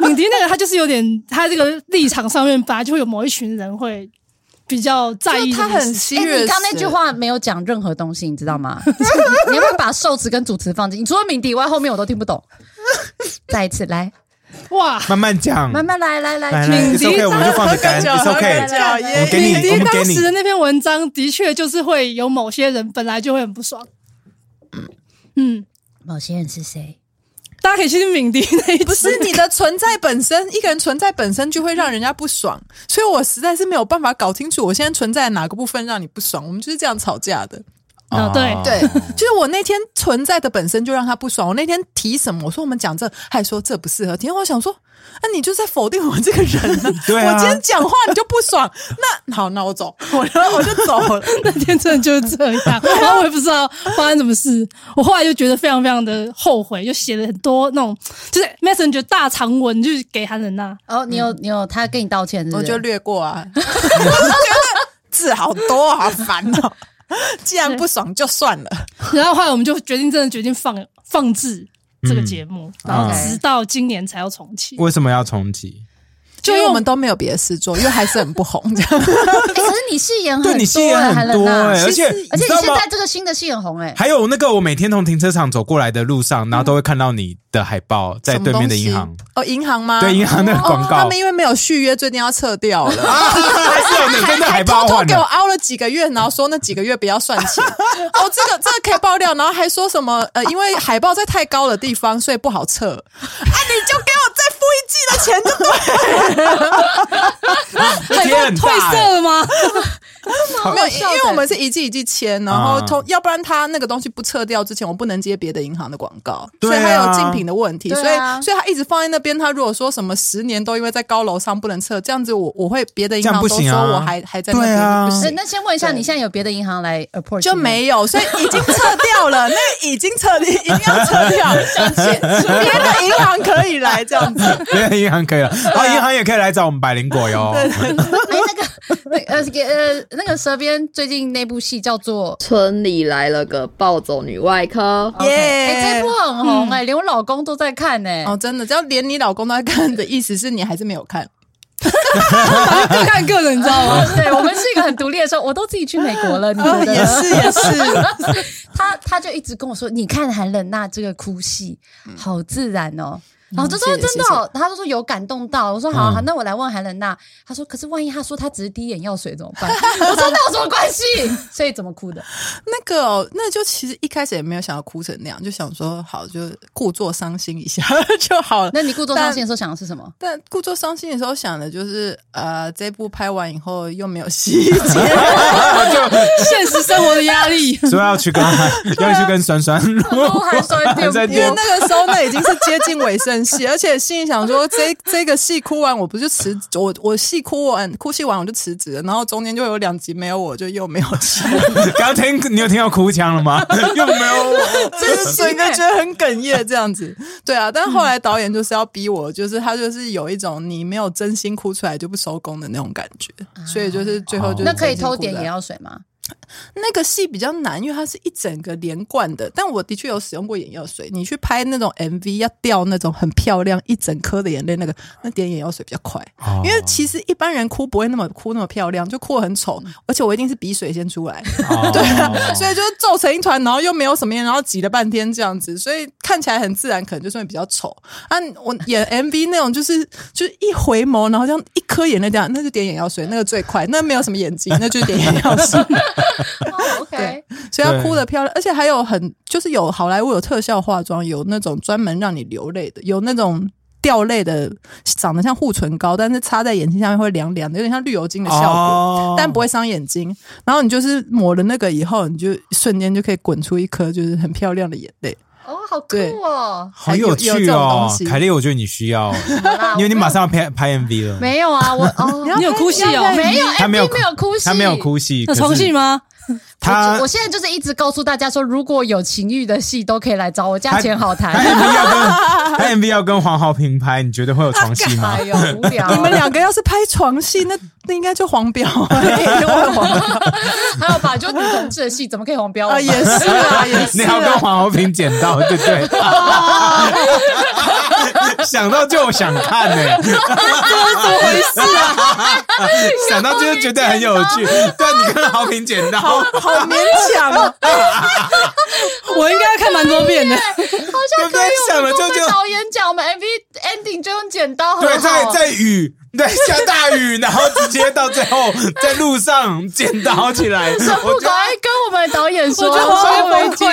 [SPEAKER 5] 敏迪那个他就是有点，他这个立场上面本来就会有某一群人会比较在意
[SPEAKER 6] 就
[SPEAKER 5] 这
[SPEAKER 6] 他
[SPEAKER 5] 件
[SPEAKER 6] 很
[SPEAKER 5] 事，
[SPEAKER 6] serious，、
[SPEAKER 3] 哎，你刚那句话没有讲任何东西，你知道吗？ 你要不要把受词跟主词放进？你除了鸣笛以外，后面我都听不懂。再一次来，
[SPEAKER 5] 哇，
[SPEAKER 1] 慢慢讲，
[SPEAKER 3] 慢慢来，来
[SPEAKER 1] 嗯来来
[SPEAKER 3] 来，
[SPEAKER 5] 敏
[SPEAKER 1] ，it's
[SPEAKER 5] 迪
[SPEAKER 1] OK，
[SPEAKER 5] 真
[SPEAKER 1] 我
[SPEAKER 5] 的
[SPEAKER 1] 们就放着干，it's
[SPEAKER 6] 喝
[SPEAKER 1] OK
[SPEAKER 6] 个。酒耶
[SPEAKER 1] 我给你
[SPEAKER 5] 敏迪
[SPEAKER 1] 我们给
[SPEAKER 5] 当
[SPEAKER 1] 你
[SPEAKER 5] 时的那篇文章的确就是会有某些人本来就会很不爽，嗯，
[SPEAKER 3] 某些人是谁？
[SPEAKER 5] 大家可以去听敏迪那一集，
[SPEAKER 6] 不是你的存在本身，一个人存在本身就会让人家不爽，所以我实在是没有办法搞清楚我现在存在哪个部分让你不爽。我们就是这样吵架的，
[SPEAKER 1] 啊
[SPEAKER 5] 哦对
[SPEAKER 6] 对，就是我那天存在的本身就让他不爽。我那天提什么，我说我们讲这，还说这不适合听。我想说，那、你就在否定我这个人呢、
[SPEAKER 1] 对啊
[SPEAKER 6] 我今天讲话你就不爽，那好，那 我走，我就我就走了。
[SPEAKER 5] 那天真的就是 这样，然后我也不知道发生什么事，我后来就觉得非常非常的后悔，就写了很多那种就是 Messenger 大长文，就是给韩人啊呐、
[SPEAKER 3] 哦，你有你有，他跟你道歉是不
[SPEAKER 6] 我
[SPEAKER 3] 是？
[SPEAKER 6] 就略过 啊，我就觉得字好多，好烦 哦。既然不爽就算了，
[SPEAKER 5] 然后后来我们就决定真的决定放放置这个节目，然后
[SPEAKER 3] OK
[SPEAKER 5] 直到今年才要重启。
[SPEAKER 1] 为什么要重启？
[SPEAKER 6] 就因为我们都没有别的事做，因为还是很不红，这样
[SPEAKER 3] 哎可是你戏
[SPEAKER 6] 啊
[SPEAKER 3] 演很
[SPEAKER 1] 对
[SPEAKER 3] 多欸，
[SPEAKER 1] 你戏也很多
[SPEAKER 3] 韩
[SPEAKER 1] 哎、
[SPEAKER 3] 冷娜
[SPEAKER 1] 而且
[SPEAKER 3] 而
[SPEAKER 1] 你
[SPEAKER 3] 且
[SPEAKER 1] 知
[SPEAKER 3] 你
[SPEAKER 1] 道
[SPEAKER 3] 现
[SPEAKER 1] 吗？
[SPEAKER 3] 在这个新的戏很红哎，
[SPEAKER 1] 还有那个，我每天从停车场走过来的路上，然后都会看到你的海报在对面的银
[SPEAKER 6] 什
[SPEAKER 1] 行
[SPEAKER 6] 么，东西哦，银行吗？
[SPEAKER 1] 对银行那个
[SPEAKER 6] 哦
[SPEAKER 1] 广
[SPEAKER 6] 他
[SPEAKER 1] 告
[SPEAKER 6] 们，因为没有续约，最近要撤掉了。
[SPEAKER 1] 啊还是有你跟 那海
[SPEAKER 6] 还
[SPEAKER 1] 报
[SPEAKER 6] 偷偷
[SPEAKER 1] 换
[SPEAKER 6] 给我
[SPEAKER 1] 的。
[SPEAKER 6] 凹了几个月，然后说那几个月不要算钱。 哦，这个这个可以爆料，然后还说什么呃，因为海报在太高的地方，所以不好撤。 啊，你就给我再付一季的钱就对了
[SPEAKER 1] 那天很
[SPEAKER 5] 褪
[SPEAKER 1] 大欸
[SPEAKER 5] 色了吗？
[SPEAKER 6] 没有，
[SPEAKER 3] 好哦笑的
[SPEAKER 6] 因为我们是一季一季签，然后
[SPEAKER 1] 啊
[SPEAKER 6] 通、要不然他那个东西不撤掉之前，我不能接别的银行的广告，
[SPEAKER 1] 对
[SPEAKER 6] 所以他
[SPEAKER 1] 啊
[SPEAKER 6] 有竞品的问题，
[SPEAKER 3] 对
[SPEAKER 6] 所以
[SPEAKER 3] 啊
[SPEAKER 6] 所以他一直放在那边。他如果说什么十年都因为在高楼上不能撤，这样子我我会别的银行
[SPEAKER 1] 这样不
[SPEAKER 6] 都
[SPEAKER 1] 行
[SPEAKER 6] 说
[SPEAKER 1] 啊
[SPEAKER 6] 我还、还在那边
[SPEAKER 1] 对啊
[SPEAKER 6] 不行
[SPEAKER 3] 哎那先问一下，
[SPEAKER 6] 对
[SPEAKER 3] 你现在有别的银行来 approach
[SPEAKER 6] 就
[SPEAKER 3] 你吗
[SPEAKER 6] 没有，所以已经撤掉了，那个已经撤，已经要撤掉， 别的银行可以来这样子。
[SPEAKER 1] 对，银行可以了，啊，银行也可以来找我们百灵果哟。
[SPEAKER 3] 哎，那个，那个呃呃，那个蛇鞭最近那部戏叫做
[SPEAKER 4] 村里来了个暴走女外科，
[SPEAKER 3] OK，哎，这部很红哎，连我老公都在看哎。
[SPEAKER 6] 哦，真的，只要连你老公都在看的意思是你还是没有看，
[SPEAKER 5] 反正各看各的，你知道 吗？
[SPEAKER 3] 对我们是一个很独立的时候，我都自己去美国了，你
[SPEAKER 6] 哦
[SPEAKER 3] 觉得
[SPEAKER 6] 也
[SPEAKER 3] 呢？
[SPEAKER 6] 是也是。
[SPEAKER 3] 他他就一直跟我说，你看韩冷娜这个哭戏好自然哦。然后我就说
[SPEAKER 6] 谢谢
[SPEAKER 3] 真的哦，他就说有感动到，我说好啊，好那我来问韩冷娜。他说，可是万一他说他只是滴眼药水怎么办？ 我说那有什么关系？所以怎么哭的？
[SPEAKER 6] 那个、哦，那就其实一开始也没有想要哭成那样，就想说好，就故作伤心一下 就好了。
[SPEAKER 3] 那你故作伤心的时候想的是什么？
[SPEAKER 6] 但故作伤心的时候想的就是，呃，这部拍完以后又没有戏接，
[SPEAKER 5] 现实生活的压力，
[SPEAKER 1] 说要去跟要去跟酸酸录
[SPEAKER 3] 哭还酸
[SPEAKER 1] 还在
[SPEAKER 6] 因为
[SPEAKER 1] 丢
[SPEAKER 6] 那个时候那已经是接近尾声很邪， 而且心里想说，这这个戏哭完，我不就辞，我我戏哭完，哭戏完我就辞职了，然后中间就有两集没有我，就又没有戏，
[SPEAKER 1] 刚刚听你有听到哭腔了吗？又没有我，
[SPEAKER 6] 真 是所以就觉得很哽咽这样 子。对啊，但后来导演就是要逼我，就是他就是有一种你没有真心哭出来就不收工的那种感觉，所哦以就是最后就是
[SPEAKER 3] 那可以
[SPEAKER 6] 真心
[SPEAKER 3] 偷
[SPEAKER 6] 哭
[SPEAKER 3] 点
[SPEAKER 6] 的
[SPEAKER 3] 眼药水吗？
[SPEAKER 6] 那个戏比较难，因为它是一整个连贯的。但我的确有使用过眼药水。你去拍那种 MV，要掉那种很漂亮一整颗的眼泪，那个 那点眼药水比较快。
[SPEAKER 1] 哦
[SPEAKER 6] 因为其实一般人哭不会那么哭那么漂亮，就哭得很丑，而且我一定是鼻水先出来，
[SPEAKER 1] 对啊
[SPEAKER 6] 所以就是皱成一团，然后又没有什么烟，然后挤了半天这样子，所以看起来很自然，可能就算比较丑。啊，我演 MV 那种就是就是一回眸，然后这样一颗眼泪这样，那就点眼药水，那个最快，那没有什么眼睛，那就是点眼药水。
[SPEAKER 3] 哦，OK，
[SPEAKER 6] 所以要哭的漂亮，而且还有很就是有好莱坞有特效化妆，有那种专门让你流泪的，有那种掉泪的，长得像护唇膏，但是擦在眼睛下面会凉凉的，有点像绿油精的效果，
[SPEAKER 1] 哦
[SPEAKER 6] 但不会伤眼睛。然后你就是抹了那个以后，你就瞬间就可以滚出一颗就是很漂亮的眼泪。
[SPEAKER 3] 哦，好酷
[SPEAKER 6] 对
[SPEAKER 3] 哦！
[SPEAKER 1] 好有
[SPEAKER 6] 有这
[SPEAKER 1] 趣
[SPEAKER 6] 种
[SPEAKER 1] 哦
[SPEAKER 6] 东，西
[SPEAKER 1] 凯莉，我觉得你需要，
[SPEAKER 3] 好啦
[SPEAKER 1] 因为你
[SPEAKER 3] 我没有
[SPEAKER 1] 马上要拍拍 MV 了，
[SPEAKER 3] 没有啊，我哦，
[SPEAKER 5] 你有哭戏哦？
[SPEAKER 3] 没有，
[SPEAKER 1] 他没有
[SPEAKER 3] MV 没有哭戏，
[SPEAKER 1] 他没有。哭戏，
[SPEAKER 5] 有床戏
[SPEAKER 1] 吗？
[SPEAKER 5] 吗？
[SPEAKER 1] 他
[SPEAKER 3] 我现在就是一直告诉大家说，如果有情欲的戏都可以来找我，价
[SPEAKER 1] 他
[SPEAKER 3] 钱好
[SPEAKER 1] 他
[SPEAKER 3] 谈。
[SPEAKER 1] MV 要跟他 MV 要跟黄豪平拍，你觉得会有床戏吗
[SPEAKER 3] 哎？呦，无聊。
[SPEAKER 6] 你们两个要是拍床戏，那那应该就黄标，啊 一定会黄标
[SPEAKER 3] 还有吧，就女同志的戏怎么可以红标我
[SPEAKER 6] 啊，
[SPEAKER 3] 们？
[SPEAKER 6] 也是啊，也是
[SPEAKER 1] 你还要跟
[SPEAKER 6] 啊。
[SPEAKER 1] 黄豪平捡到，对 不对？想到就想看呢、欸，这是怎么回事啊？ 想到就是觉得很有趣， 对，你跟豪平捡
[SPEAKER 6] 好
[SPEAKER 1] 到，
[SPEAKER 6] 好勉强哦，
[SPEAKER 5] 我应该要看蛮多 遍的。
[SPEAKER 1] 对不对？想了就
[SPEAKER 3] 跟
[SPEAKER 1] 就
[SPEAKER 3] 导演讲，我们 MV ending 就用剪刀，
[SPEAKER 1] 对，
[SPEAKER 3] 很
[SPEAKER 1] 在
[SPEAKER 3] 好。
[SPEAKER 1] 在雨，对，下大雨，然后直接到最后在路上捡到起来，
[SPEAKER 3] 神父
[SPEAKER 1] 我
[SPEAKER 3] 赶快跟我们导演说，
[SPEAKER 5] 我觉得我
[SPEAKER 3] 说我们
[SPEAKER 5] 会
[SPEAKER 3] 已经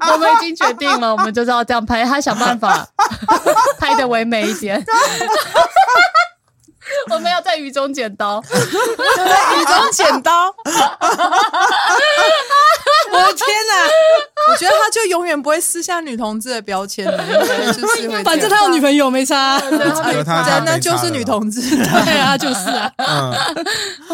[SPEAKER 3] 我们已经决定了，我们就是要这样拍，他想办法 拍的唯美一点。 我们要在雨中剪刀，
[SPEAKER 6] 雨中剪 刀。
[SPEAKER 5] 我的天哪！
[SPEAKER 6] 我觉得他就永远不会撕下女同志的标签了，因为就是会
[SPEAKER 5] 反正他有女朋友没差 啊。
[SPEAKER 3] 对他没
[SPEAKER 1] 有他
[SPEAKER 3] 办法
[SPEAKER 6] 对
[SPEAKER 1] 他
[SPEAKER 6] 那就是女同志。
[SPEAKER 5] 对啊，就是啊。
[SPEAKER 1] 嗯，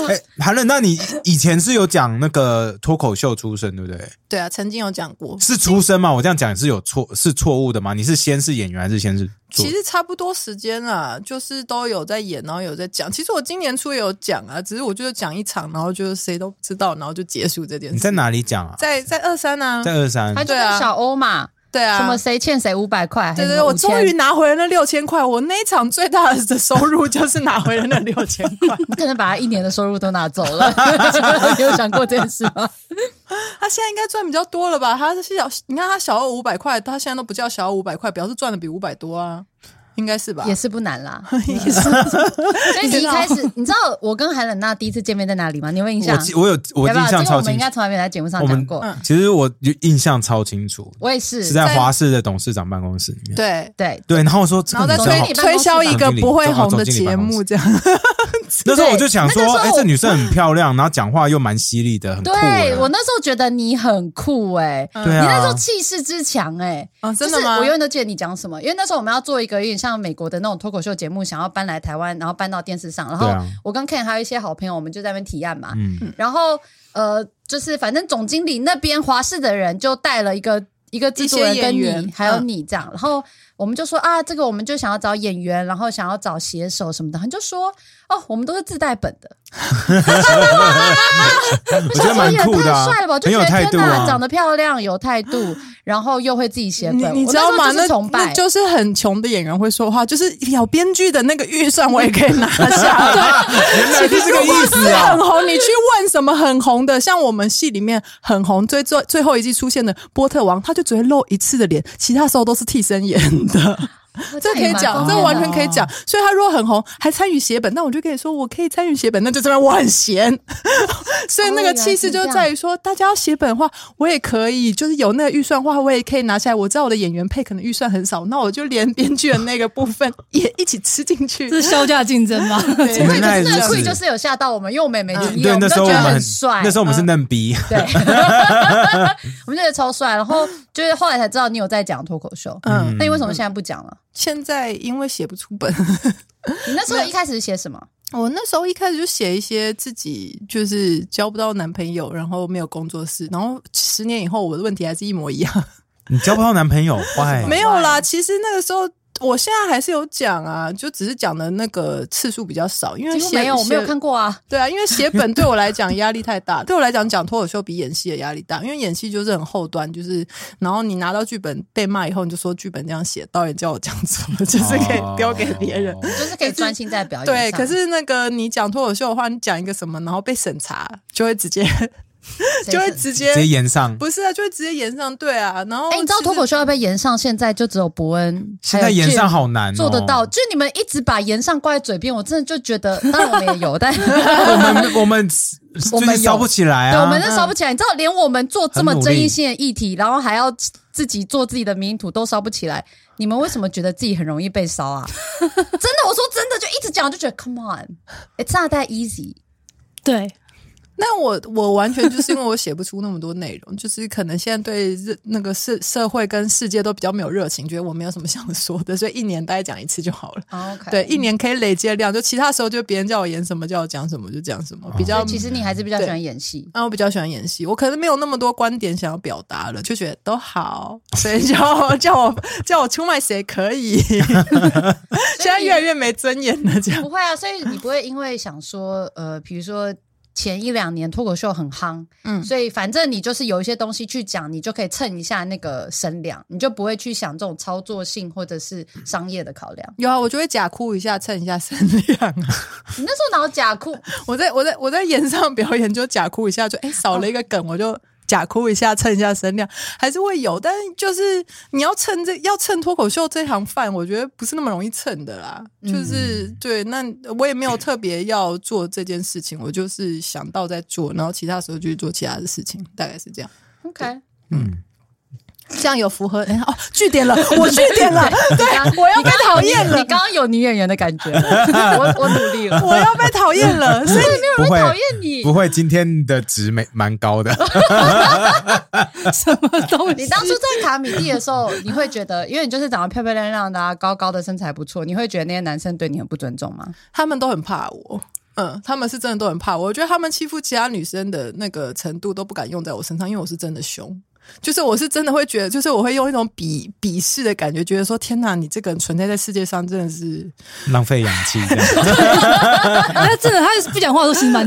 [SPEAKER 1] 哎、韩冷，那你以前是有讲那个脱口秀出身，对不对？
[SPEAKER 6] 对啊，曾经有讲过，
[SPEAKER 1] 是出身吗？我这样讲是有错是错误的吗？你是先是演员还是先是做
[SPEAKER 6] 其？实差不多时间啦，就是都有在演，然后有在讲。其实我今年初也有讲啊，只是我就是讲一场，然后就是谁都不知道，然后就结束这件事。
[SPEAKER 1] 你在？哪里讲啊？
[SPEAKER 6] 在在二三啊，
[SPEAKER 1] 在二三
[SPEAKER 3] 他就跟小欧嘛，
[SPEAKER 6] 对啊，
[SPEAKER 3] 什么谁欠谁五百块，
[SPEAKER 6] 对
[SPEAKER 3] 还
[SPEAKER 6] 对对，
[SPEAKER 3] 是
[SPEAKER 6] 我
[SPEAKER 3] 5000
[SPEAKER 6] 终于拿回了那六千块。我那一场最大的收入就是拿回了那六千 块。
[SPEAKER 3] 你可能把他一年的收入都拿走 了，你有想过这件事吗？
[SPEAKER 6] 他现在应该赚比较多了吧？他是小，你看他小二五百块，他现在都不叫小二五百块，表示赚的比五百多啊，应该是吧？
[SPEAKER 3] 也是不难啦， 也是。所以你一开始，你知道我跟韩冷娜第一次见面在哪里吗？你有没有印象
[SPEAKER 1] 我？记我有我
[SPEAKER 3] 有没有
[SPEAKER 1] 印象
[SPEAKER 3] 这个
[SPEAKER 1] 超
[SPEAKER 3] 我们
[SPEAKER 1] 清
[SPEAKER 3] 应
[SPEAKER 1] 楚
[SPEAKER 3] 该，从来没有在节目上
[SPEAKER 1] 我
[SPEAKER 3] 讲
[SPEAKER 1] 们
[SPEAKER 3] 过。嗯
[SPEAKER 1] 其实我有印象超清楚，
[SPEAKER 3] 我也是，
[SPEAKER 1] 是在华视的董事长办公室里面。
[SPEAKER 6] 对。
[SPEAKER 3] 对，
[SPEAKER 1] 对，然后我说这
[SPEAKER 6] 然
[SPEAKER 1] 个
[SPEAKER 6] 后再
[SPEAKER 1] 女生好
[SPEAKER 6] 推
[SPEAKER 3] 你，
[SPEAKER 6] 推销一个不会红的节目，这样
[SPEAKER 1] 那时候我就想说
[SPEAKER 3] 那个时，候
[SPEAKER 1] 哎，这女生很漂亮，然后讲话又蛮犀利的，很酷
[SPEAKER 3] 对
[SPEAKER 1] 欸。
[SPEAKER 3] 我那时候觉得你很酷哎、
[SPEAKER 1] 对
[SPEAKER 3] 你那时
[SPEAKER 1] 啊
[SPEAKER 3] 候，气势之强哎、
[SPEAKER 6] 啊，
[SPEAKER 3] 就
[SPEAKER 6] 真
[SPEAKER 3] 是
[SPEAKER 6] 的吗
[SPEAKER 3] 我？永远都记得你讲什么，因为那时候我们要做一个有点像美国的那种脱口秀节目，想要搬来台湾，然后搬到电视上，然后
[SPEAKER 1] 对啊
[SPEAKER 3] 我跟 Ken 还有一些好朋友，我们就在那边提案嘛，
[SPEAKER 1] 嗯，
[SPEAKER 3] 然后呃，就是反正总经理那边华视的人就带了一个一个制作人
[SPEAKER 6] 一些
[SPEAKER 3] 跟
[SPEAKER 6] 演
[SPEAKER 3] 你
[SPEAKER 6] 员
[SPEAKER 3] 还有
[SPEAKER 6] 嗯
[SPEAKER 3] 你这样，然后我们就说啊，这个我们就想要找演员，然后想要找写手什么的，他就说哦，我们都是自带本的，
[SPEAKER 1] 我觉
[SPEAKER 3] 小
[SPEAKER 1] 得
[SPEAKER 3] 说
[SPEAKER 1] 蛮
[SPEAKER 3] 也
[SPEAKER 1] 酷的啊
[SPEAKER 3] 太帅了吧，，
[SPEAKER 1] 很
[SPEAKER 3] 就觉
[SPEAKER 1] 有
[SPEAKER 3] 得
[SPEAKER 1] 态
[SPEAKER 3] 天
[SPEAKER 1] 度
[SPEAKER 3] 哪，
[SPEAKER 1] 啊，
[SPEAKER 3] 长得漂亮，有态度，然后又会自己写
[SPEAKER 6] 你
[SPEAKER 3] 本，
[SPEAKER 6] 你
[SPEAKER 3] 我
[SPEAKER 6] 知道
[SPEAKER 3] 那时候
[SPEAKER 6] 吗？
[SPEAKER 3] 就
[SPEAKER 6] 那
[SPEAKER 3] 是崇拜
[SPEAKER 6] 那。就是很穷的演员会说话，就是有编剧的那个预算，我也可以 拿下。
[SPEAKER 1] 原来是这个意思
[SPEAKER 6] 是
[SPEAKER 1] 啊
[SPEAKER 6] 很。红，你去问什么很红的，像我们戏里面很红，最最最后一季出现的波特王，他就只会露一次的脸，其他时候都是替身演的。这可以讲，这完全可以讲。所以他如果很红，还参与写本，那我就跟你说，我可以参与写本，那就证明我很闲。 所以那个气势就在于说，大家要写本的话，我也可以，就是有那个预算的话，我也可以拿下来。我知道我的演员配可能预算很少，那我就连编剧的那个部分 也一起吃进去。
[SPEAKER 5] 这是销价竞争吗？
[SPEAKER 6] 对
[SPEAKER 1] 原来
[SPEAKER 3] 那个
[SPEAKER 1] 如
[SPEAKER 3] Quick
[SPEAKER 1] 此
[SPEAKER 3] 就是有吓到我们，因为我们也没注意，
[SPEAKER 1] 嗯对，
[SPEAKER 3] 我
[SPEAKER 1] 那
[SPEAKER 3] 们
[SPEAKER 1] 时
[SPEAKER 3] 都
[SPEAKER 1] 候我
[SPEAKER 3] 觉得
[SPEAKER 1] 们很
[SPEAKER 3] 很帅，嗯
[SPEAKER 1] 那时候我们是嫩逼，
[SPEAKER 3] 对，我们觉得超帅。然后就是后来才知道你有在讲脱口秀，
[SPEAKER 6] 嗯
[SPEAKER 3] 那你为什么现在不讲了？
[SPEAKER 6] 现在因为写不出本，
[SPEAKER 3] 你那时候一开始写什么？
[SPEAKER 6] 我那时候一开始就写一些自己就是交不到男朋友，然后没有工作室，然后十年以后我的问题还是一模一样。
[SPEAKER 1] 你交不到男 朋友，坏，
[SPEAKER 6] 没有啦，其实那个时候。我现在还是有讲啊，就只是讲的那个次数比较少，因为
[SPEAKER 3] 几乎
[SPEAKER 6] 写
[SPEAKER 3] 没有，我没有看。过啊。
[SPEAKER 6] 对啊，因为写本对我来讲压力太大， 对我来讲讲脱口秀比演戏的压力大，因为演戏就是很后端，就是然后你拿到剧本被骂以后，你就说剧本这样写，导演叫我这样做，就是可以丢给别人。
[SPEAKER 1] 哦
[SPEAKER 3] 就是可以专心在表演
[SPEAKER 6] 对，
[SPEAKER 3] 上。
[SPEAKER 6] 可是那个你讲脱口秀的话，你讲一个什么，然后被审查，就会直接就
[SPEAKER 3] 哎
[SPEAKER 6] 会直接
[SPEAKER 1] 直接延上。
[SPEAKER 6] 不是啊，就会直接延上。对啊，然后
[SPEAKER 3] 哎、你知道
[SPEAKER 6] 其实
[SPEAKER 3] 脱口秀要被延上，现在就只有伯恩
[SPEAKER 1] 现在延上好难、
[SPEAKER 3] 还
[SPEAKER 1] 哦，
[SPEAKER 3] 有 Jim 做得到。。就是你们一直把延上挂在嘴边，我真的就觉得，当然我们也有， 但
[SPEAKER 1] 我 们我们最
[SPEAKER 3] 我们有
[SPEAKER 1] 近烧不起来
[SPEAKER 3] 对，
[SPEAKER 1] 啊，
[SPEAKER 3] 我们那烧不起来。你知道，连我们做这么
[SPEAKER 1] 很努力
[SPEAKER 3] 争议性的议题，然后还要自己做自己的名土，都烧不起来。你们为什么觉得自己很容易被烧 啊？真的，我说真的，就一直讲，就觉得 Come on，it's not that easy。
[SPEAKER 5] 对，
[SPEAKER 6] 那我我完全就是因为我写不出那么多内容，就是可能现在对日那个社社会跟世界都比较没有热情，觉得我没有什么想说的，所以一年大概讲一次就好了。
[SPEAKER 3] 哦 OK，
[SPEAKER 6] 对，，一年可以累积的量，就其他时候就别人叫我演什么，叫我讲什么就讲什么，比较。
[SPEAKER 3] 哦其实你还是比较喜欢演戏。
[SPEAKER 6] 啊，我比较喜欢演戏，我可能没有那么多观点想要表达了，就觉得都好，所以叫我叫我叫我出卖谁可以。 现在越来越没尊严了，这样
[SPEAKER 3] 不会啊，所以你不会因为想说，呃，比如说前一两年脱口秀很夯，嗯，
[SPEAKER 6] 嗯
[SPEAKER 3] 所以反正你就是有一些东西去讲，你就可以蹭一下那个声量，你就不会去想这种操作性或者是商业的考量。
[SPEAKER 6] 有啊，我就会假哭一下，蹭一下声量。啊
[SPEAKER 3] 你那时候哪有假哭？
[SPEAKER 6] 我在我在我在演上表演就假哭一下，就哎、少了一个梗，我就假哭一下蹭一下声量，还是会有，但就是你要蹭这要蹭脱口秀这行饭，我觉得不是那么容易蹭的啦。就是、对，那我也没有特别要做这件事情，我就是想到在做，然后其他时候就去做其他的事情，大概是这样。
[SPEAKER 3] OK，
[SPEAKER 6] 这样有符合、哎 哦，据点了，我据点 了，
[SPEAKER 3] 对，
[SPEAKER 6] 我要被讨厌
[SPEAKER 3] 你
[SPEAKER 6] 了，
[SPEAKER 3] 刚刚有女演员的感觉，我我努力了。
[SPEAKER 6] 我要被讨厌了，所以
[SPEAKER 1] 不会
[SPEAKER 3] 讨厌你
[SPEAKER 1] 不，会，今天的值没蛮高的，
[SPEAKER 5] 什么东西？
[SPEAKER 3] 你当初在卡米蒂的时候，你会觉得，因为你就是长得漂漂亮亮的、啊，高高的身材不错，你会觉得那些男生对你很不尊重吗？
[SPEAKER 6] 他们都很怕我。嗯，他们是真的都很怕我。我觉得他们欺负其他女生的那个程度都不敢用在我身上，因为我是真的凶。就是我是真的会觉得，就是我会用一种鄙鄙视的感觉，觉得说天哪，你这个人存在在世界上真 的是
[SPEAKER 1] 浪费氧气这样。
[SPEAKER 5] 他真的，他不讲话都其实蛮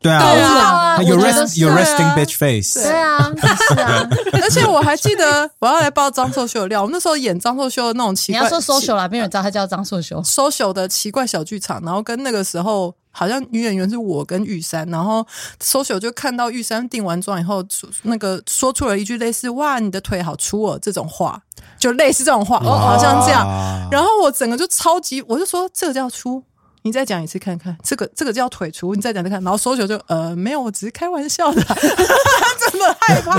[SPEAKER 1] 对
[SPEAKER 5] 对
[SPEAKER 1] 啊，
[SPEAKER 5] 啊
[SPEAKER 3] 啊
[SPEAKER 1] 有
[SPEAKER 3] 我觉得
[SPEAKER 1] rest
[SPEAKER 3] 是
[SPEAKER 1] 有
[SPEAKER 3] 啊
[SPEAKER 1] resting bitch face，
[SPEAKER 3] 对啊，是 啊，
[SPEAKER 6] 而且我还记得我要来爆张寿秀的料，我那时候演张寿秀的那种奇
[SPEAKER 3] 你
[SPEAKER 6] 怪，
[SPEAKER 3] 要说 social 啦，没有人知道他叫张硕修。
[SPEAKER 6] 收秀的奇怪小剧场，然后跟那个时候好像女演员是我跟玉山，然后收秀就看到玉山定完妆以后，说那个说出了一句类似“哇，你的腿好粗哦”这种话，就类似这种话，哦，好像这样。
[SPEAKER 1] 样
[SPEAKER 6] 然后我整个就超级，我就说这个叫粗。你再讲一次看看，这个这个叫腿粗，你再讲再看，然后收球就呃没有，我只是开玩笑的， 真的害怕。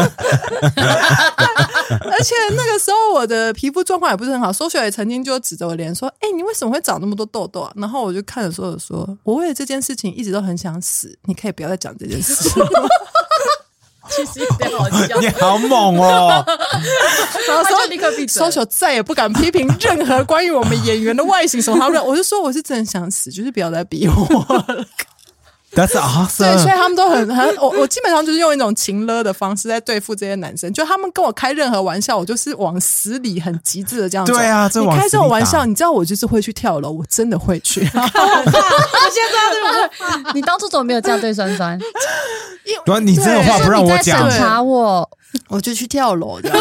[SPEAKER 6] 而且那个时候我的皮肤状况也不是很好，搜雪也曾经就指着我脸说：“哎、你为什么会长那么多痘痘啊？”然后我就看着搜雪说：“我为了这件事情一直都很想死，你可以不要再讲这件事。
[SPEAKER 3] 其实有点好笑
[SPEAKER 1] 你好猛 哦！
[SPEAKER 3] 然后就立刻闭”
[SPEAKER 6] 搜雪再也不敢批评任何关于我们演员的外形什么，他们我就说我是真的想死，就是不要再逼我。
[SPEAKER 1] That's
[SPEAKER 6] 对，所以
[SPEAKER 1] awesome。
[SPEAKER 6] 他们都
[SPEAKER 1] 嗯
[SPEAKER 6] 很很我我基本上就是用一种情勒的方式在对付这些男生，就他们跟我开任何玩笑，我就是往死里很极致的这样走。
[SPEAKER 1] 对啊这
[SPEAKER 6] 你
[SPEAKER 1] 往
[SPEAKER 6] 开
[SPEAKER 1] 死
[SPEAKER 6] 这种
[SPEAKER 1] 里
[SPEAKER 6] 玩
[SPEAKER 1] 打
[SPEAKER 6] 笑，你知道我就是会去跳楼，我真的会去。
[SPEAKER 3] 你当初怎么没有这样对酸 酸？
[SPEAKER 1] 对啊，你这种话不让
[SPEAKER 3] 你
[SPEAKER 1] 我
[SPEAKER 3] 在审
[SPEAKER 1] 讲，
[SPEAKER 3] 查我，
[SPEAKER 6] 我就去跳楼的。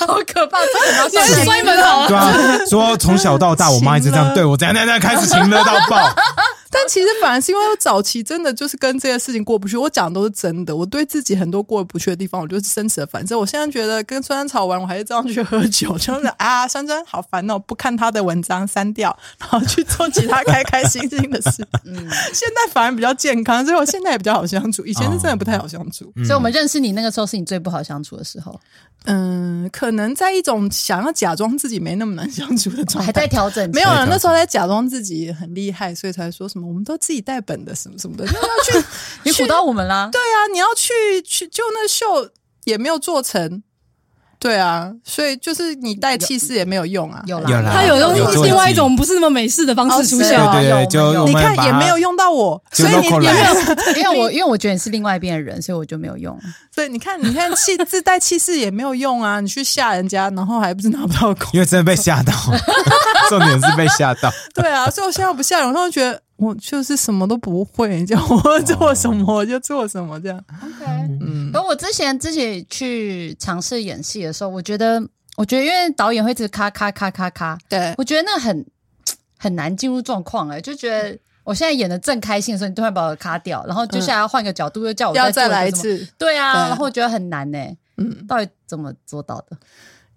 [SPEAKER 3] 好可怕！这个
[SPEAKER 5] 你是摔门好啊，
[SPEAKER 1] 对啊，说从小到大，我妈一直这样对我，怎样怎样怎样，开始情勒到爆。
[SPEAKER 6] 但其实反而是因为我早期真的就是跟这些事情过不去，我讲的都是真的，我对自己很多过不去的地方，我就是生死的反正我现在觉得跟酸酸吵完，我还是照样去喝酒，就是啊，酸酸好烦哦，不看他的文章删掉，然后去做其他开开心心的事。嗯， 现在反而比较健康，所以我现在也比较好相处，以前是真的不太好相处。
[SPEAKER 3] 所以我们认识你那个时候是你最不好相处的时候，
[SPEAKER 6] 嗯，可能在一种想要假装自己没那么难相处的
[SPEAKER 1] 嗯
[SPEAKER 6] 状态，
[SPEAKER 3] 还在调整。
[SPEAKER 6] 没有
[SPEAKER 1] 所以
[SPEAKER 6] 啊，
[SPEAKER 1] 才
[SPEAKER 6] 那时候在假装自己很厉害，所以才说什么我们都自己带本的什么什么的，就要去。
[SPEAKER 3] 你唬到我们啦。
[SPEAKER 6] 对啊，你要去去就那秀也没有做成，对啊，所以就是你带气势也没有用啊。
[SPEAKER 3] 有
[SPEAKER 1] 有啦
[SPEAKER 3] 啦，
[SPEAKER 5] 他有用
[SPEAKER 1] 有做
[SPEAKER 5] 另外
[SPEAKER 1] 自己
[SPEAKER 5] 一种不是那么美式的方式出现
[SPEAKER 1] 对
[SPEAKER 5] 啊，
[SPEAKER 1] 对
[SPEAKER 3] 有我
[SPEAKER 1] 对，
[SPEAKER 3] 们
[SPEAKER 1] 就
[SPEAKER 3] 有
[SPEAKER 1] 我
[SPEAKER 6] 你
[SPEAKER 1] 们
[SPEAKER 6] 看
[SPEAKER 1] 把
[SPEAKER 6] 也
[SPEAKER 1] 它
[SPEAKER 6] 没有用到我，
[SPEAKER 1] 就
[SPEAKER 6] 所以你
[SPEAKER 1] local
[SPEAKER 6] 你
[SPEAKER 1] 来
[SPEAKER 3] 因为我因为我觉得你是另外一边的人，所以我就没有用。
[SPEAKER 6] 所以你看你看气自带气势也没有用啊，你去吓人家，然后还不是拿不到 工？
[SPEAKER 1] 因为真的被吓到，重点是被吓到。
[SPEAKER 6] 对啊，所以我现在不吓人，我就觉得我就是什么都不会，你叫我 做什么我就做什么这样。
[SPEAKER 3] OK，
[SPEAKER 6] 嗯，
[SPEAKER 3] 而我之前自己去尝试演戏的时候，我觉得，我觉得因为导演会一直咔咔咔咔咔，
[SPEAKER 6] 对，
[SPEAKER 3] 我觉得那很很难进入状况哎，就觉
[SPEAKER 6] 嗯
[SPEAKER 3] 得我现在演的正开心的时候，你突然把我咔掉，然后接下来换个角度又叫我
[SPEAKER 6] 要
[SPEAKER 3] 做
[SPEAKER 6] 再
[SPEAKER 3] 个
[SPEAKER 6] 来一
[SPEAKER 3] 什么，
[SPEAKER 6] 次。
[SPEAKER 3] 对啊，
[SPEAKER 6] 对啊
[SPEAKER 3] 然后我觉得很难哎，
[SPEAKER 6] 嗯，
[SPEAKER 3] 到底怎么做到的？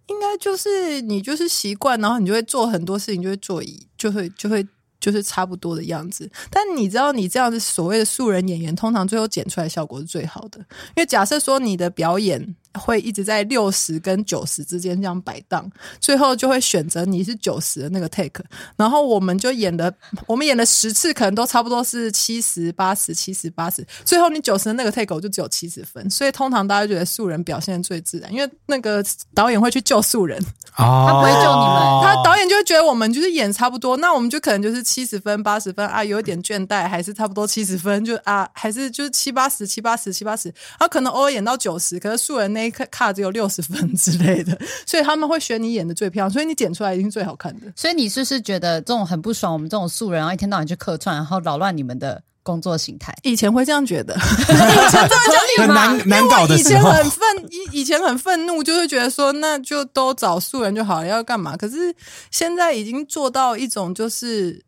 [SPEAKER 6] 应该就是你就是习惯，然后你就会做很多事情，就会做一，就会就会。就是差不多的样子，但你知道，你这样子所谓的素人演员，通常最后剪出来效果是最好的。因为假设说你的表演会一直在六十跟九十之间这样摆荡，最后就会选择你是九十的那个 take，然后我们就演了，我们演了十次，可能都差不多是七十八十、七十八十，最后你九十的那个 take 我就只有七十分，所以通常大家觉得素人表现得最自然，因为那个导演会去救素人，
[SPEAKER 1] 哦，
[SPEAKER 3] 他不会救你们
[SPEAKER 6] 他导演就会觉得我们就是演差不多，那我们就可能就是七十分、八十分啊，有一点倦怠，还是差不多七十分，就啊，还是就是七八十、七八十、七八十，啊，可能偶尔演到九十，可是素人那一刻卡只有六十分之类的，所以他们会选你演的最漂亮，所以你剪出来一定是最好看的。
[SPEAKER 3] 所以你是不是觉得这种很不爽？我们这种素人，然后一天到晚去客串，然后扰乱你们的工作形态，
[SPEAKER 6] 以前会这样觉得，
[SPEAKER 1] 很
[SPEAKER 3] 啊
[SPEAKER 1] 难难搞的
[SPEAKER 6] 以
[SPEAKER 1] 时
[SPEAKER 6] 前
[SPEAKER 1] 候，
[SPEAKER 6] 很愤，以以前很愤怒，就会觉得说那就都找素人就好了，要干嘛？可是现在已经做到一种，就是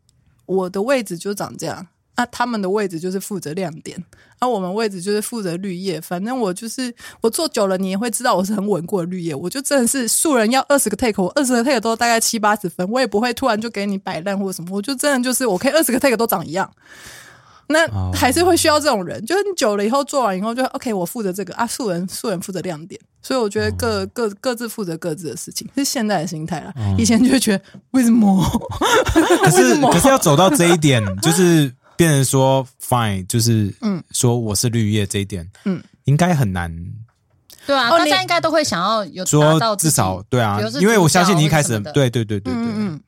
[SPEAKER 6] 我的位置就长这样，啊，他们的位置就是负责亮点，啊，我们位置就是负责绿叶。反正我就是我做久了，你也会知道我是很稳固的绿叶。我就真的是素人要二十个 take，我二十个 take 都大概七八十分，我也不会突然就给你摆烂或者什么，我就真的就是我可以二十个 take 都长一样。那
[SPEAKER 1] 哦
[SPEAKER 6] 还是会需要这种人，就是你久了以后做完以后就 OK，我负责这个啊，素人素人负责亮点，所以我觉得
[SPEAKER 1] 哦
[SPEAKER 6] 各、各各自负责各自的事情，是现在的心态啦。以前就会觉得为什么？
[SPEAKER 1] 可
[SPEAKER 6] 为
[SPEAKER 1] 是
[SPEAKER 6] 什么
[SPEAKER 1] 可是要走到这一 点，就是变成说 fine，就是嗯
[SPEAKER 6] 嗯，
[SPEAKER 1] 说我是绿叶这一点，嗯
[SPEAKER 6] 嗯，
[SPEAKER 1] 应该很难
[SPEAKER 3] 对啊，
[SPEAKER 6] 哦
[SPEAKER 3] 大
[SPEAKER 6] 你
[SPEAKER 3] 家应该都会想要有达嗯到
[SPEAKER 1] 说
[SPEAKER 3] 自己
[SPEAKER 1] 至少对啊
[SPEAKER 3] 比如是，
[SPEAKER 1] 因为我
[SPEAKER 3] 主角
[SPEAKER 1] 相信你一开
[SPEAKER 3] 或
[SPEAKER 1] 始
[SPEAKER 3] 者什么的
[SPEAKER 1] 对对对对对，
[SPEAKER 6] 嗯嗯，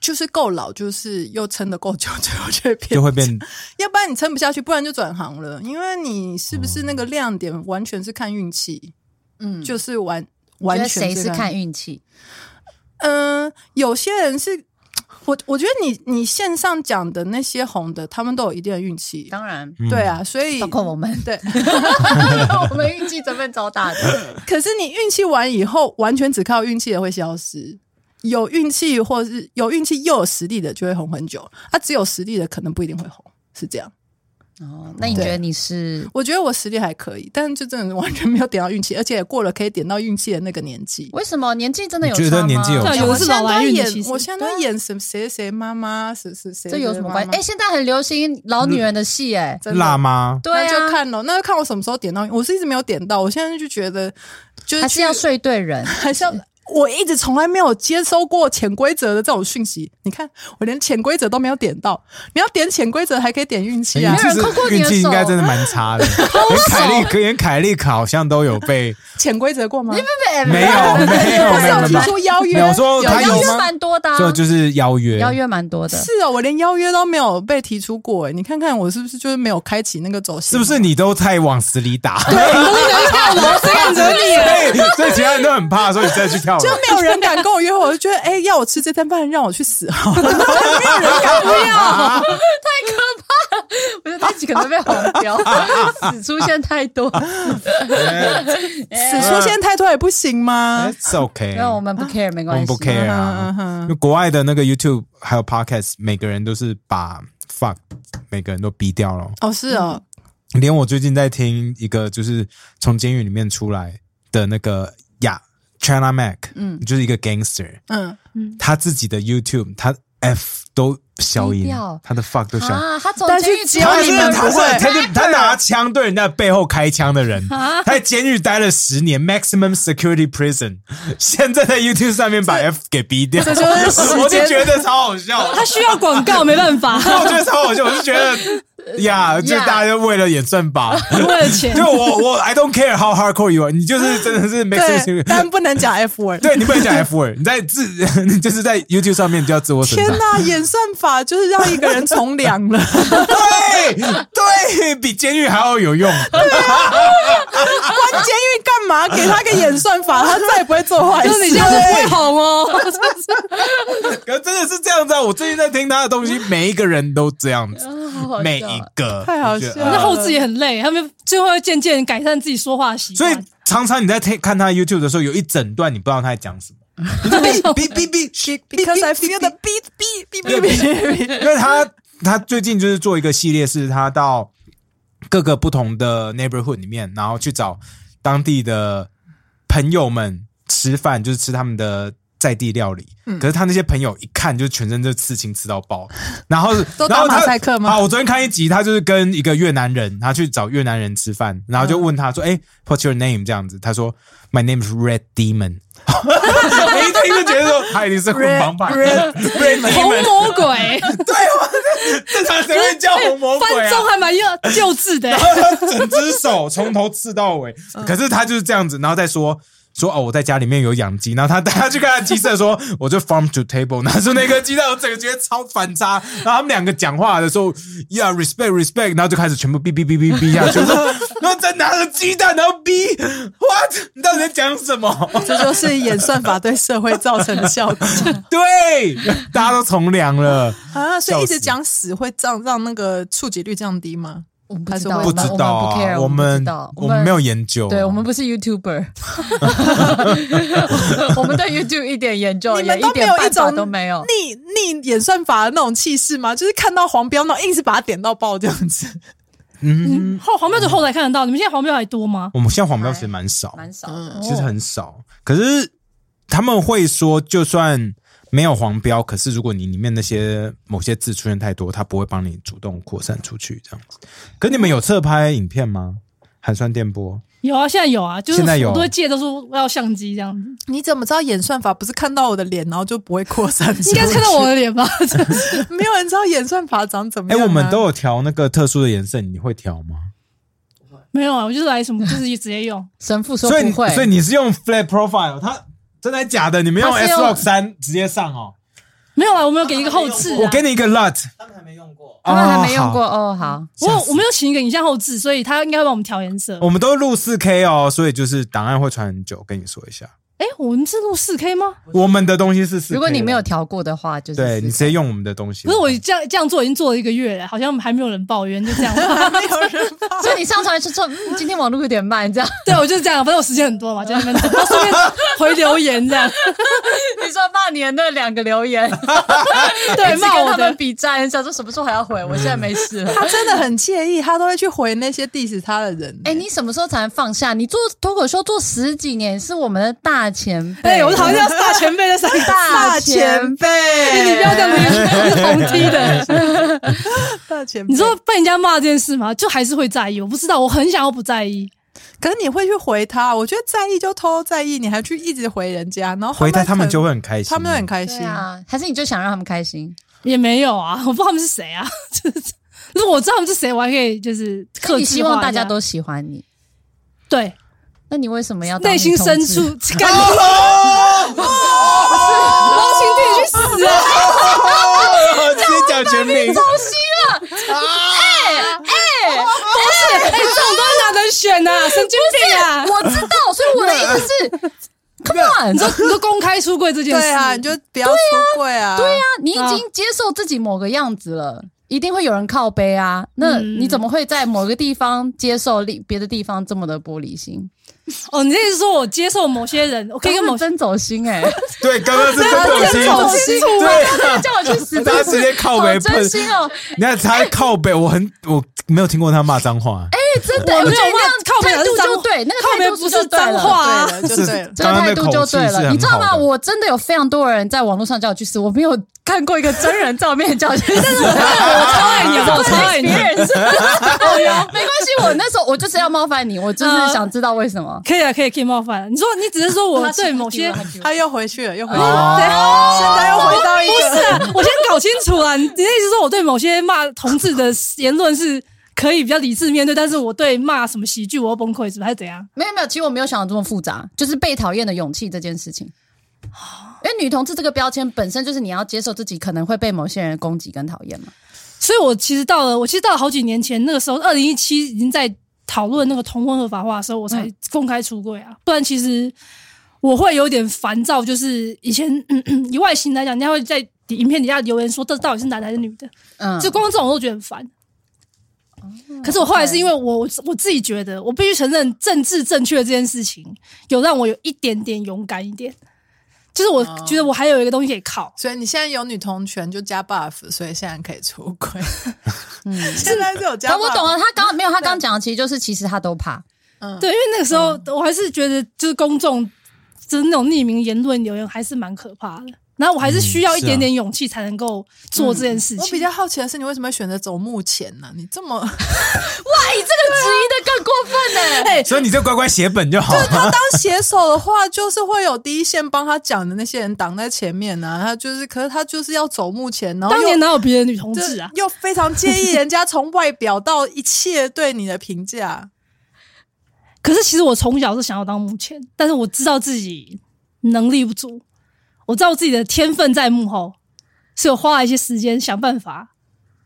[SPEAKER 6] 就是够老，就是又撑得够久， 最后就会变，
[SPEAKER 1] 就会 变
[SPEAKER 6] 要不然你撑不下去，不然就转行了，因为你是不是那个亮点完全是看运气，
[SPEAKER 3] 嗯，就
[SPEAKER 6] 就是完
[SPEAKER 3] 觉
[SPEAKER 6] 完
[SPEAKER 3] 得
[SPEAKER 6] 全
[SPEAKER 3] 谁是
[SPEAKER 6] 看
[SPEAKER 3] 看运气？
[SPEAKER 6] 嗯，有些人是。我我觉得你你线上讲的那些红的，他们都有一定的运气，
[SPEAKER 3] 当然，
[SPEAKER 1] 嗯
[SPEAKER 6] 对啊，所以
[SPEAKER 3] 包括我 们，
[SPEAKER 6] 对。
[SPEAKER 3] 我们运气成分超大的。
[SPEAKER 6] 可是你运气完以后，完全只靠运气的会消失。有运气或是有运气又有实力的就会红很久，啊，只有实力的可能不一定会红，是这样。
[SPEAKER 3] 哦，那你觉得你是？
[SPEAKER 6] 我觉得我实力还可以，但是就真的完全没有点到运气，而 且也过了可以点到运气的那个年纪。
[SPEAKER 3] 为什么年纪真的有
[SPEAKER 1] 你觉得
[SPEAKER 3] 差吗
[SPEAKER 1] 年纪有
[SPEAKER 5] 对啊
[SPEAKER 1] 差
[SPEAKER 5] 有
[SPEAKER 6] 我
[SPEAKER 5] 的是
[SPEAKER 6] 现在
[SPEAKER 5] 老
[SPEAKER 6] 都
[SPEAKER 5] 来
[SPEAKER 6] 在
[SPEAKER 5] 运的
[SPEAKER 6] 演
[SPEAKER 5] 其，实
[SPEAKER 6] 我现在都在演什么谁谁谁妈妈，谁谁谁，
[SPEAKER 3] 啊这有什么关系？哎，
[SPEAKER 6] 哎，
[SPEAKER 3] 现在很流行老女人的戏，哎，
[SPEAKER 6] 真的
[SPEAKER 1] 辣吗？
[SPEAKER 3] 对
[SPEAKER 6] 那就
[SPEAKER 3] 啊，
[SPEAKER 6] 看咯，那就看我什么时候点到。我是一直没有点到，我现在就觉得就是
[SPEAKER 3] 还
[SPEAKER 6] 去
[SPEAKER 3] 是要睡对人。
[SPEAKER 6] 还是要。我一直从来没有接收过潜规则的这种讯息，你看我连潜规则都没有点到，你要点潜规则还可以点运气啊
[SPEAKER 1] 运，气
[SPEAKER 3] 没有人扣过
[SPEAKER 1] 是
[SPEAKER 3] 你
[SPEAKER 1] 哎运
[SPEAKER 3] 的
[SPEAKER 1] 气应该
[SPEAKER 3] 手
[SPEAKER 1] 真的蛮差的， 连凯丽连凯丽卡好像都有被
[SPEAKER 6] 潜规则过吗？
[SPEAKER 1] 没有没有
[SPEAKER 6] 我
[SPEAKER 1] 没
[SPEAKER 6] 是
[SPEAKER 1] 有
[SPEAKER 6] 有
[SPEAKER 1] 没
[SPEAKER 6] 提
[SPEAKER 1] 有，
[SPEAKER 6] 出邀
[SPEAKER 1] 没有
[SPEAKER 6] 约
[SPEAKER 1] 我，说
[SPEAKER 3] 有
[SPEAKER 1] 他
[SPEAKER 3] 邀
[SPEAKER 1] 有
[SPEAKER 3] 约
[SPEAKER 1] 吗？
[SPEAKER 3] 蛮多的啊，
[SPEAKER 1] 就就是邀约，
[SPEAKER 3] 邀约蛮多的。
[SPEAKER 6] 是哦，我连邀约都没有被提出过，哎，你看看我是不是就是没有开启那个走
[SPEAKER 1] 是
[SPEAKER 6] 线？
[SPEAKER 1] 不是你都太往死里打？
[SPEAKER 5] 看着你
[SPEAKER 1] 对， 所以其他人都很怕，所以再去跳
[SPEAKER 6] 就
[SPEAKER 1] 楼。
[SPEAKER 6] 没有人敢跟我约会？我就觉得，哎、要我吃这餐饭，让我 去死好了，没有人
[SPEAKER 1] 啊
[SPEAKER 6] 敢不
[SPEAKER 3] 啊
[SPEAKER 6] 要。
[SPEAKER 3] 不是自己可能被黄标， 死出现太 多。
[SPEAKER 1] 啊
[SPEAKER 6] 死出现太多也不行吗？嗯
[SPEAKER 1] It's OK，
[SPEAKER 3] 没有，我们不 care，没
[SPEAKER 1] 我
[SPEAKER 3] 关
[SPEAKER 1] 们
[SPEAKER 3] 系。嗯
[SPEAKER 1] 不 care 哎啊。因为国外的那个 YouTube 还有 Podcast，每个人都是把 fuck 每个人都逼掉了。
[SPEAKER 6] 哦，是哦，
[SPEAKER 1] 连我最近在听一个就是从监狱里面出来的那个呀 China Mac，嗯，就是一个 gangster，
[SPEAKER 6] 嗯，
[SPEAKER 1] 他自己的 YouTube 他 F 都消
[SPEAKER 3] 低
[SPEAKER 1] 音
[SPEAKER 3] 调，
[SPEAKER 1] 他的 fuck 都消音。
[SPEAKER 3] 啊，他从
[SPEAKER 6] 但是
[SPEAKER 3] 监狱出
[SPEAKER 6] 只有
[SPEAKER 3] 来
[SPEAKER 1] 他
[SPEAKER 6] 你
[SPEAKER 1] 是
[SPEAKER 6] 们
[SPEAKER 1] 他
[SPEAKER 6] 不会啊
[SPEAKER 1] 是他就他拿枪对人家背后开枪的人，他在监狱待了十年，maximum security prison，现在在 YouTube 上面把 F 给逼掉，
[SPEAKER 6] 这就是时间
[SPEAKER 1] 我就觉得超好笑，
[SPEAKER 5] 他需要广告，没办法。
[SPEAKER 1] 我觉得超好笑，我就觉得 呀，就大家就为了演算法。
[SPEAKER 5] 为了钱
[SPEAKER 1] 就，我我 I don't care how hardcore you are，你就是真的是没事情
[SPEAKER 6] 对，。但不能讲 F word。
[SPEAKER 1] 对你不能讲 F word，你在自 你就是在 YouTube 上面就要自我审
[SPEAKER 6] 天
[SPEAKER 1] 查。
[SPEAKER 6] 呐，演算法就是让一个人从良 了。
[SPEAKER 1] 对对，比监狱还要有用。
[SPEAKER 6] 关监狱干嘛？给他个演算法，他再也不会做坏事。
[SPEAKER 5] 就是你这样子会红 哦，
[SPEAKER 1] 可真的是这样子啊！我最近在听他的东西，每一个人都这样子，每一个
[SPEAKER 6] 太好
[SPEAKER 1] 我觉得
[SPEAKER 6] 笑了
[SPEAKER 5] 那后置也很累，他们最后要渐渐改善自己说话习
[SPEAKER 1] 所以
[SPEAKER 5] 惯。
[SPEAKER 1] 常常你在听看他 YouTube 的时候，有一整段你不知道他在讲什么，你就哔哔哔哔哔
[SPEAKER 6] ，because I feel the beat beat beat beat beat。
[SPEAKER 1] 因为他他最近就是做一个系列，是他到各个不同的 neighborhood 里面，然后去找当地的朋友们吃饭，就是吃他们的。在地料理，
[SPEAKER 6] 嗯
[SPEAKER 1] 可是他那些朋友一看就是全身就刺青吃到爆，然后
[SPEAKER 6] 都打
[SPEAKER 1] 然后他
[SPEAKER 6] 马赛克吗
[SPEAKER 1] 啊，我昨天看一集，他就是跟一个越南人，他去找越南人吃饭，然后就问他说：“
[SPEAKER 6] 嗯
[SPEAKER 1] 哎、w h a t s your name？” 这样子，他说：“My name is Red Demon。” 我一听就觉得说他一定是混帮派
[SPEAKER 6] Red-
[SPEAKER 1] Red
[SPEAKER 5] 红
[SPEAKER 1] Demon。
[SPEAKER 5] 魔
[SPEAKER 1] 啊
[SPEAKER 5] 鬼，
[SPEAKER 1] 正常谁会叫红魔
[SPEAKER 6] 哎
[SPEAKER 1] 鬼
[SPEAKER 5] 翻
[SPEAKER 1] 啊？
[SPEAKER 5] 中还蛮要幼稚的，
[SPEAKER 1] 整只手从头刺到尾，
[SPEAKER 3] 嗯
[SPEAKER 1] 可是他就是这样子，然后再说。说哦，我在家里面有养鸡，然后他带他去看他鸡舍，说我就 farm to table，拿出那个鸡蛋，我整个觉得超反差。然后他们两个讲话的时候，yeah respect respect，然后就开始全部哔哔哔哔哔下去，我说然后再拿着鸡蛋，然后哔，what？你到底在讲什么？
[SPEAKER 6] 这就是演算法对社会造成的效果
[SPEAKER 1] 对，大家都从良了，
[SPEAKER 6] 啊！所以
[SPEAKER 1] 笑
[SPEAKER 6] 一直
[SPEAKER 1] 死
[SPEAKER 6] 讲死会让让那个触及率降低吗？
[SPEAKER 3] 我们不
[SPEAKER 6] 还
[SPEAKER 3] 知
[SPEAKER 6] 是
[SPEAKER 3] 道，
[SPEAKER 6] 我
[SPEAKER 1] 不
[SPEAKER 6] 们
[SPEAKER 1] 知
[SPEAKER 3] 我
[SPEAKER 1] 道
[SPEAKER 3] 们不 care，
[SPEAKER 1] 啊，
[SPEAKER 3] 我们不知道
[SPEAKER 1] 们我们没有，研究，啊
[SPEAKER 3] 对我们不是 YouTuber，我们对 YouTube 一点研究，
[SPEAKER 6] 你们
[SPEAKER 3] 也
[SPEAKER 6] 都
[SPEAKER 3] 一
[SPEAKER 6] 没
[SPEAKER 3] 点
[SPEAKER 6] 哦有一
[SPEAKER 3] 办法
[SPEAKER 6] 种
[SPEAKER 3] 都没有。
[SPEAKER 6] 逆逆演算法的那种气势吗？就是看到黄标，那种硬是把它点到爆这样子。
[SPEAKER 1] 嗯，
[SPEAKER 5] 后黄标只后台看得到，你们现在黄标还多吗？
[SPEAKER 1] 我们现在黄标其实蛮少，
[SPEAKER 3] 蛮少的，
[SPEAKER 1] 其实很少。可是他们会说，就算没有黄标，可是如果你里面那些某些字出现太多，它不会帮你主动扩散出去这样子。可你们有侧拍影片
[SPEAKER 3] 嗯
[SPEAKER 1] 吗？寒酸电波
[SPEAKER 5] 有啊，现在有啊，就是
[SPEAKER 1] 现在有
[SPEAKER 5] 我都会借，都说我要相机这 样子，
[SPEAKER 6] 你怎么知道演算法不是看到我的脸，然后就不会扩散？
[SPEAKER 5] 应该是看到我的脸吧？
[SPEAKER 6] 没有人知道演算法长怎么
[SPEAKER 1] 哎、
[SPEAKER 6] 样、啊。
[SPEAKER 1] 我们都有调那个特殊的颜色，你会调吗？
[SPEAKER 5] 没有啊，我就是来什么就是直接用，
[SPEAKER 3] 神父说
[SPEAKER 1] 所以
[SPEAKER 3] 不
[SPEAKER 1] 你
[SPEAKER 3] 会，
[SPEAKER 1] 所以你是用 flat profile，它真的假的？你们用
[SPEAKER 3] 它是
[SPEAKER 1] S
[SPEAKER 3] 用
[SPEAKER 1] Rock 三直接上哦。
[SPEAKER 5] 没有啊，我们有给一个后置啊，
[SPEAKER 1] 我给你一个 LUT，
[SPEAKER 3] 他
[SPEAKER 1] 他们
[SPEAKER 3] 们还
[SPEAKER 1] 还没用过，
[SPEAKER 3] 没用过哦。好，
[SPEAKER 5] 我有我们有请一个影像后置，所以他应该会帮我们调颜色。
[SPEAKER 1] 我们都录四 K 哦，所以就是档案会传很久，跟你说一下。
[SPEAKER 5] 哎，我们是录四 K 吗？
[SPEAKER 1] 我们的东西是四 K，
[SPEAKER 3] 如果你没有
[SPEAKER 1] 的
[SPEAKER 3] 调过的话，就是
[SPEAKER 1] 对你
[SPEAKER 3] 是
[SPEAKER 1] 直接用我们的东西。哦
[SPEAKER 5] 可是我这样这样做已经做了一个月了，好像还没有人抱怨，就这样。
[SPEAKER 6] 没有人发。
[SPEAKER 3] 所以你上传是说，嗯，今天网络有点慢， 这样。
[SPEAKER 5] 对，我就是这样，反正我时间很多嘛，就在那边等，然后顺便回留言 这样。
[SPEAKER 3] 你说骂你的那两个留 言，
[SPEAKER 5] 对，
[SPEAKER 3] 一直
[SPEAKER 5] 骂
[SPEAKER 3] 跟
[SPEAKER 5] 我
[SPEAKER 3] 他
[SPEAKER 5] 的
[SPEAKER 3] 们，比战，想说什么时候还要回？我现在没事 了。
[SPEAKER 6] 他真的很介意，他都会去回那些 diss 他的人。
[SPEAKER 3] 哎、你什么时候才能放下？你做脱口秀做十几年，是我们的大前辈。
[SPEAKER 5] 哎，我好像是大前辈的三个，
[SPEAKER 3] 大前辈，
[SPEAKER 5] 你不要这样连 是同梯的。
[SPEAKER 6] 大前辈，
[SPEAKER 5] 你说被人家骂这件事嘛，就还是会在意。我不知道，我很想要不在意，
[SPEAKER 6] 可是你会去回他，我觉得在意就偷偷在意，你还去一直回人家，然后
[SPEAKER 1] 回答他们
[SPEAKER 6] 可
[SPEAKER 1] 就会很开心，
[SPEAKER 6] 他 们会很开
[SPEAKER 3] 对
[SPEAKER 6] 心。
[SPEAKER 3] 啊，还是你就想让他们开心？
[SPEAKER 5] 也没有啊，我不知道他们是谁啊。 就是如果我知道他们是谁，我还可以就是克
[SPEAKER 3] 你
[SPEAKER 5] 制。
[SPEAKER 3] 希望大家都喜欢你，
[SPEAKER 5] 对
[SPEAKER 3] 那你为什么要当
[SPEAKER 5] 内心
[SPEAKER 3] 女同
[SPEAKER 5] 深
[SPEAKER 3] 志
[SPEAKER 5] 处？感觉。
[SPEAKER 6] 哦
[SPEAKER 5] 我请自己去死啊！
[SPEAKER 1] 哦直接讲全名，
[SPEAKER 5] 哎，这种东西哪能选呐？神经病 啊！
[SPEAKER 3] 我知道，所以我的意思 是，Come on，
[SPEAKER 5] 你说你说公开出柜这件事，
[SPEAKER 6] 对啊，你就不要出柜啊！对啊，
[SPEAKER 3] 你已经接受自己某个样子了，一定会有人靠背啊。那
[SPEAKER 5] 嗯
[SPEAKER 3] 你怎么会在某个地方接受另别的地方这么的玻璃心？
[SPEAKER 5] 哦，你的意思说我接受某些人，我可以跟某
[SPEAKER 3] 我
[SPEAKER 5] 些
[SPEAKER 3] 真走心 哎、
[SPEAKER 1] 对，刚刚是真
[SPEAKER 6] 真走
[SPEAKER 1] 走
[SPEAKER 6] 心
[SPEAKER 1] 心，对啊，
[SPEAKER 3] 叫我去死！
[SPEAKER 1] 大家直接靠北
[SPEAKER 3] 好真心哦、
[SPEAKER 1] 你看他靠背，我很我没有听过他骂脏话，哎，
[SPEAKER 3] 对，真的，
[SPEAKER 5] 我没有
[SPEAKER 3] 觉得那
[SPEAKER 5] 骂
[SPEAKER 3] 样
[SPEAKER 5] 靠北
[SPEAKER 3] 态度
[SPEAKER 5] 是脏
[SPEAKER 3] 就对，那个
[SPEAKER 5] 靠北
[SPEAKER 3] 态度
[SPEAKER 5] 不
[SPEAKER 3] 就是对
[SPEAKER 5] 脏
[SPEAKER 3] 了
[SPEAKER 5] 话啊
[SPEAKER 6] 对了，就对了。
[SPEAKER 3] 这个态度就对了，你知道吗？
[SPEAKER 1] 我
[SPEAKER 3] 我真的有非常多人在网络上叫我去死，我没有看过一个真人照面叫我 去死，但是我
[SPEAKER 5] 超爱你，我超爱你。
[SPEAKER 3] 哦哟，没关系，我那时候我就是要冒犯你，我就是想知道为什么。
[SPEAKER 5] 可以啊，可以，可以冒犯。你说你只是说我对某些，不
[SPEAKER 6] 他又回去了，又回去了，
[SPEAKER 1] 哦，
[SPEAKER 6] 现在又回到一
[SPEAKER 5] 是
[SPEAKER 6] 个。
[SPEAKER 5] 啊，我先搞清楚啊。你的意思是说我对某些骂同志的言论是可以比较理智面对，但是我对骂什么喜剧我要崩溃，是不是还是怎样？
[SPEAKER 3] 没有没有，其实我没有想的这么复杂，就是被讨厌的勇气这件事情。因为女同志这个标签本身就是你要接受自己可能会被某些人攻击跟讨厌嘛。
[SPEAKER 5] 所以我其实到了，我其实到了好几年前，那个时候二零一七已经在讨论那个同婚合法化的时候，我才公开出柜啊。不然其实我会有点烦躁，就是以前 嗯嗯以外形来讲，人家会在影片底下留言说这到底是男的还是女的，
[SPEAKER 3] 嗯，
[SPEAKER 5] 就光这种我都觉得很烦。
[SPEAKER 6] 哦
[SPEAKER 5] 可是我后来是因为我我我自己觉得，我必须承认政治正确这件事情有让我有一点点勇敢一点，就是我
[SPEAKER 6] 哦
[SPEAKER 5] 觉得我还有一个东西可以靠，
[SPEAKER 6] 所以你现在有女同权就加 buff，所以现在可以出轨。现在是有加
[SPEAKER 3] 他
[SPEAKER 6] buff，
[SPEAKER 3] 我懂啊了，他刚没有他刚讲的，其实就是其实他都怕。
[SPEAKER 6] 嗯
[SPEAKER 5] 对，因为那个时候、我还是觉得，就是公众就是那种匿名言论留言还是蛮可怕的。然后我还是需要一
[SPEAKER 6] 嗯
[SPEAKER 5] 点点勇气才能够做这件事情。
[SPEAKER 6] 啊我比较好奇的是，你为什么会选择走幕前呢、你这么
[SPEAKER 3] 哎，这个质疑的更过分欸呢、
[SPEAKER 5] 哎、
[SPEAKER 1] 所以你就乖乖写本就好
[SPEAKER 6] 就是他
[SPEAKER 1] 了。
[SPEAKER 6] 当写手的话，就是会有第一线帮他讲的那些人挡在前面呢、他就是，可是他就是要走幕前，然后
[SPEAKER 5] 当
[SPEAKER 6] 又
[SPEAKER 5] 年哪有别的女同
[SPEAKER 6] 就
[SPEAKER 5] 志啊？
[SPEAKER 6] 又非常介意人家从外表到一切对你的评价。
[SPEAKER 5] 可是其实我从小是想要当幕前，但是我知道自己能力不足，我知道自己的天分在幕后，所以我花了一些时间想办法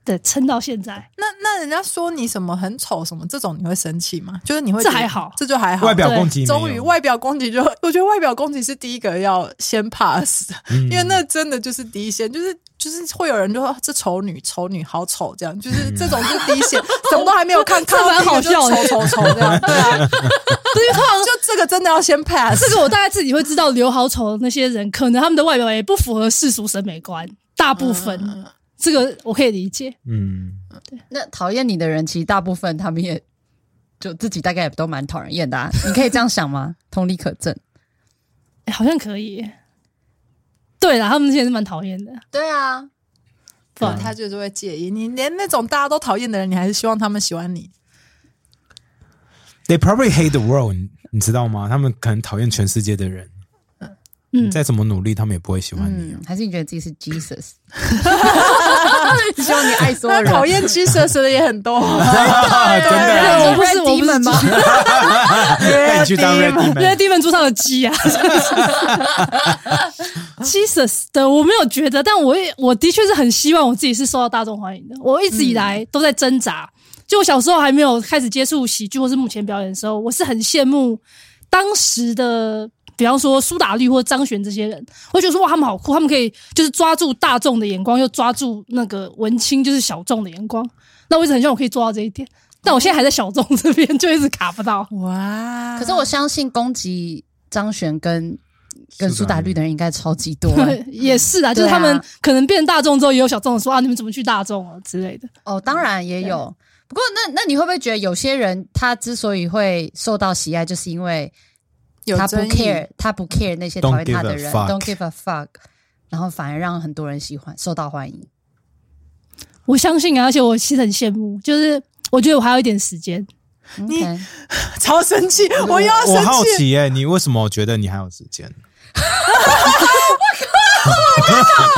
[SPEAKER 5] 的撑到现在。
[SPEAKER 6] 那那人家说你什么很丑什么这种，你会生气吗？就是你会
[SPEAKER 5] 这
[SPEAKER 6] 觉得
[SPEAKER 5] 还好
[SPEAKER 6] 这就还好。
[SPEAKER 1] 外表攻击没有哦
[SPEAKER 6] 终于外表攻击就，我觉得外表攻击是第一个要先 pass 的，
[SPEAKER 1] 嗯
[SPEAKER 6] 因为那真的就是第一线，就是就是会有人就说啊这丑女丑女好丑这样，就是这种就是第一 线，什么都还没有看，
[SPEAKER 5] 这
[SPEAKER 6] 看到
[SPEAKER 5] 蛮
[SPEAKER 6] 第一个就
[SPEAKER 5] 好笑的
[SPEAKER 6] 丑丑丑这样，对 啊，
[SPEAKER 5] 对，因为后来
[SPEAKER 6] 就这个真的要先 pass
[SPEAKER 5] 这。个我大概自己会知道，刘好丑的那些人，可能他们的外表也不符合世俗审美观，大部分、嗯这个我可以理解。
[SPEAKER 1] 嗯，
[SPEAKER 3] 那讨厌你的人，其实大部分他们也就自己大概也都蛮讨人厌的、啊。你可以这样想 吗？同理可证。
[SPEAKER 5] 哎，好像可以耶。对啦，他们之前是蛮讨厌的，
[SPEAKER 3] 对啊，
[SPEAKER 5] 不然
[SPEAKER 6] 啊他就是会介意你，连那种大家都讨厌的人，你还是希望他们喜欢你。
[SPEAKER 1] They probably hate the world，你你知道吗？他们可能讨厌全世界的人。
[SPEAKER 5] 嗯
[SPEAKER 1] 你再怎么努力，他们也不会喜欢你啊。
[SPEAKER 3] 嗯还是你觉得自己是 Jesus？希望你爱所有
[SPEAKER 6] 那
[SPEAKER 3] 人。
[SPEAKER 6] 讨厌 Jesus 的也很多，啊
[SPEAKER 1] 真的哎
[SPEAKER 5] 对哎我不是
[SPEAKER 3] Red
[SPEAKER 5] 我不是
[SPEAKER 3] Demon 吗
[SPEAKER 5] 鸡
[SPEAKER 6] 嗯
[SPEAKER 1] 带你去当 Red
[SPEAKER 5] 因为
[SPEAKER 1] Demon，
[SPEAKER 5] 地门猪上的鸡啊，Jesus 的我没有觉得，但我也我的确是很希望我自己是受到大众欢迎的。我一直以来都在挣扎，就我小时候还没有开始接触喜剧或是幕前表演的时候，我是很羡慕当时的，比方说苏打绿或张悬这些人，我就觉得说哇，他们好酷，他们可以就是抓住大众的眼光，又抓住那个文青就是小众的眼光。那我一直很希望我可以做到这一点，但我现在还在小众这边，就一直卡不到。
[SPEAKER 6] 哇！
[SPEAKER 3] 可是我相信攻击张悬跟跟苏打绿的人应该超级多。
[SPEAKER 5] 对，也是啊，就是
[SPEAKER 3] 对啊
[SPEAKER 5] 他们可能变大众之后，也有小众的说啊，你们怎么去大众了之类的。
[SPEAKER 3] 哦，当然也有。不过那那你会不会觉得有些人他之所以会受到喜爱，就是因为
[SPEAKER 6] 有
[SPEAKER 3] 他不
[SPEAKER 6] 争议
[SPEAKER 3] care，他不 care 那些
[SPEAKER 1] Don't
[SPEAKER 3] 讨厌他
[SPEAKER 1] give a
[SPEAKER 3] 的人
[SPEAKER 1] fuck
[SPEAKER 3] ，don't give a fuck，然后反而让很多人喜欢，受到欢迎。
[SPEAKER 5] 我相信啊，而且我其实很羡慕，就是我觉得我还有一点时间，
[SPEAKER 6] 你
[SPEAKER 3] OK
[SPEAKER 6] 超生气，我又要
[SPEAKER 1] 我
[SPEAKER 6] 生
[SPEAKER 1] 好
[SPEAKER 6] 气。
[SPEAKER 1] 奇耶、你为什么觉得你还有时间？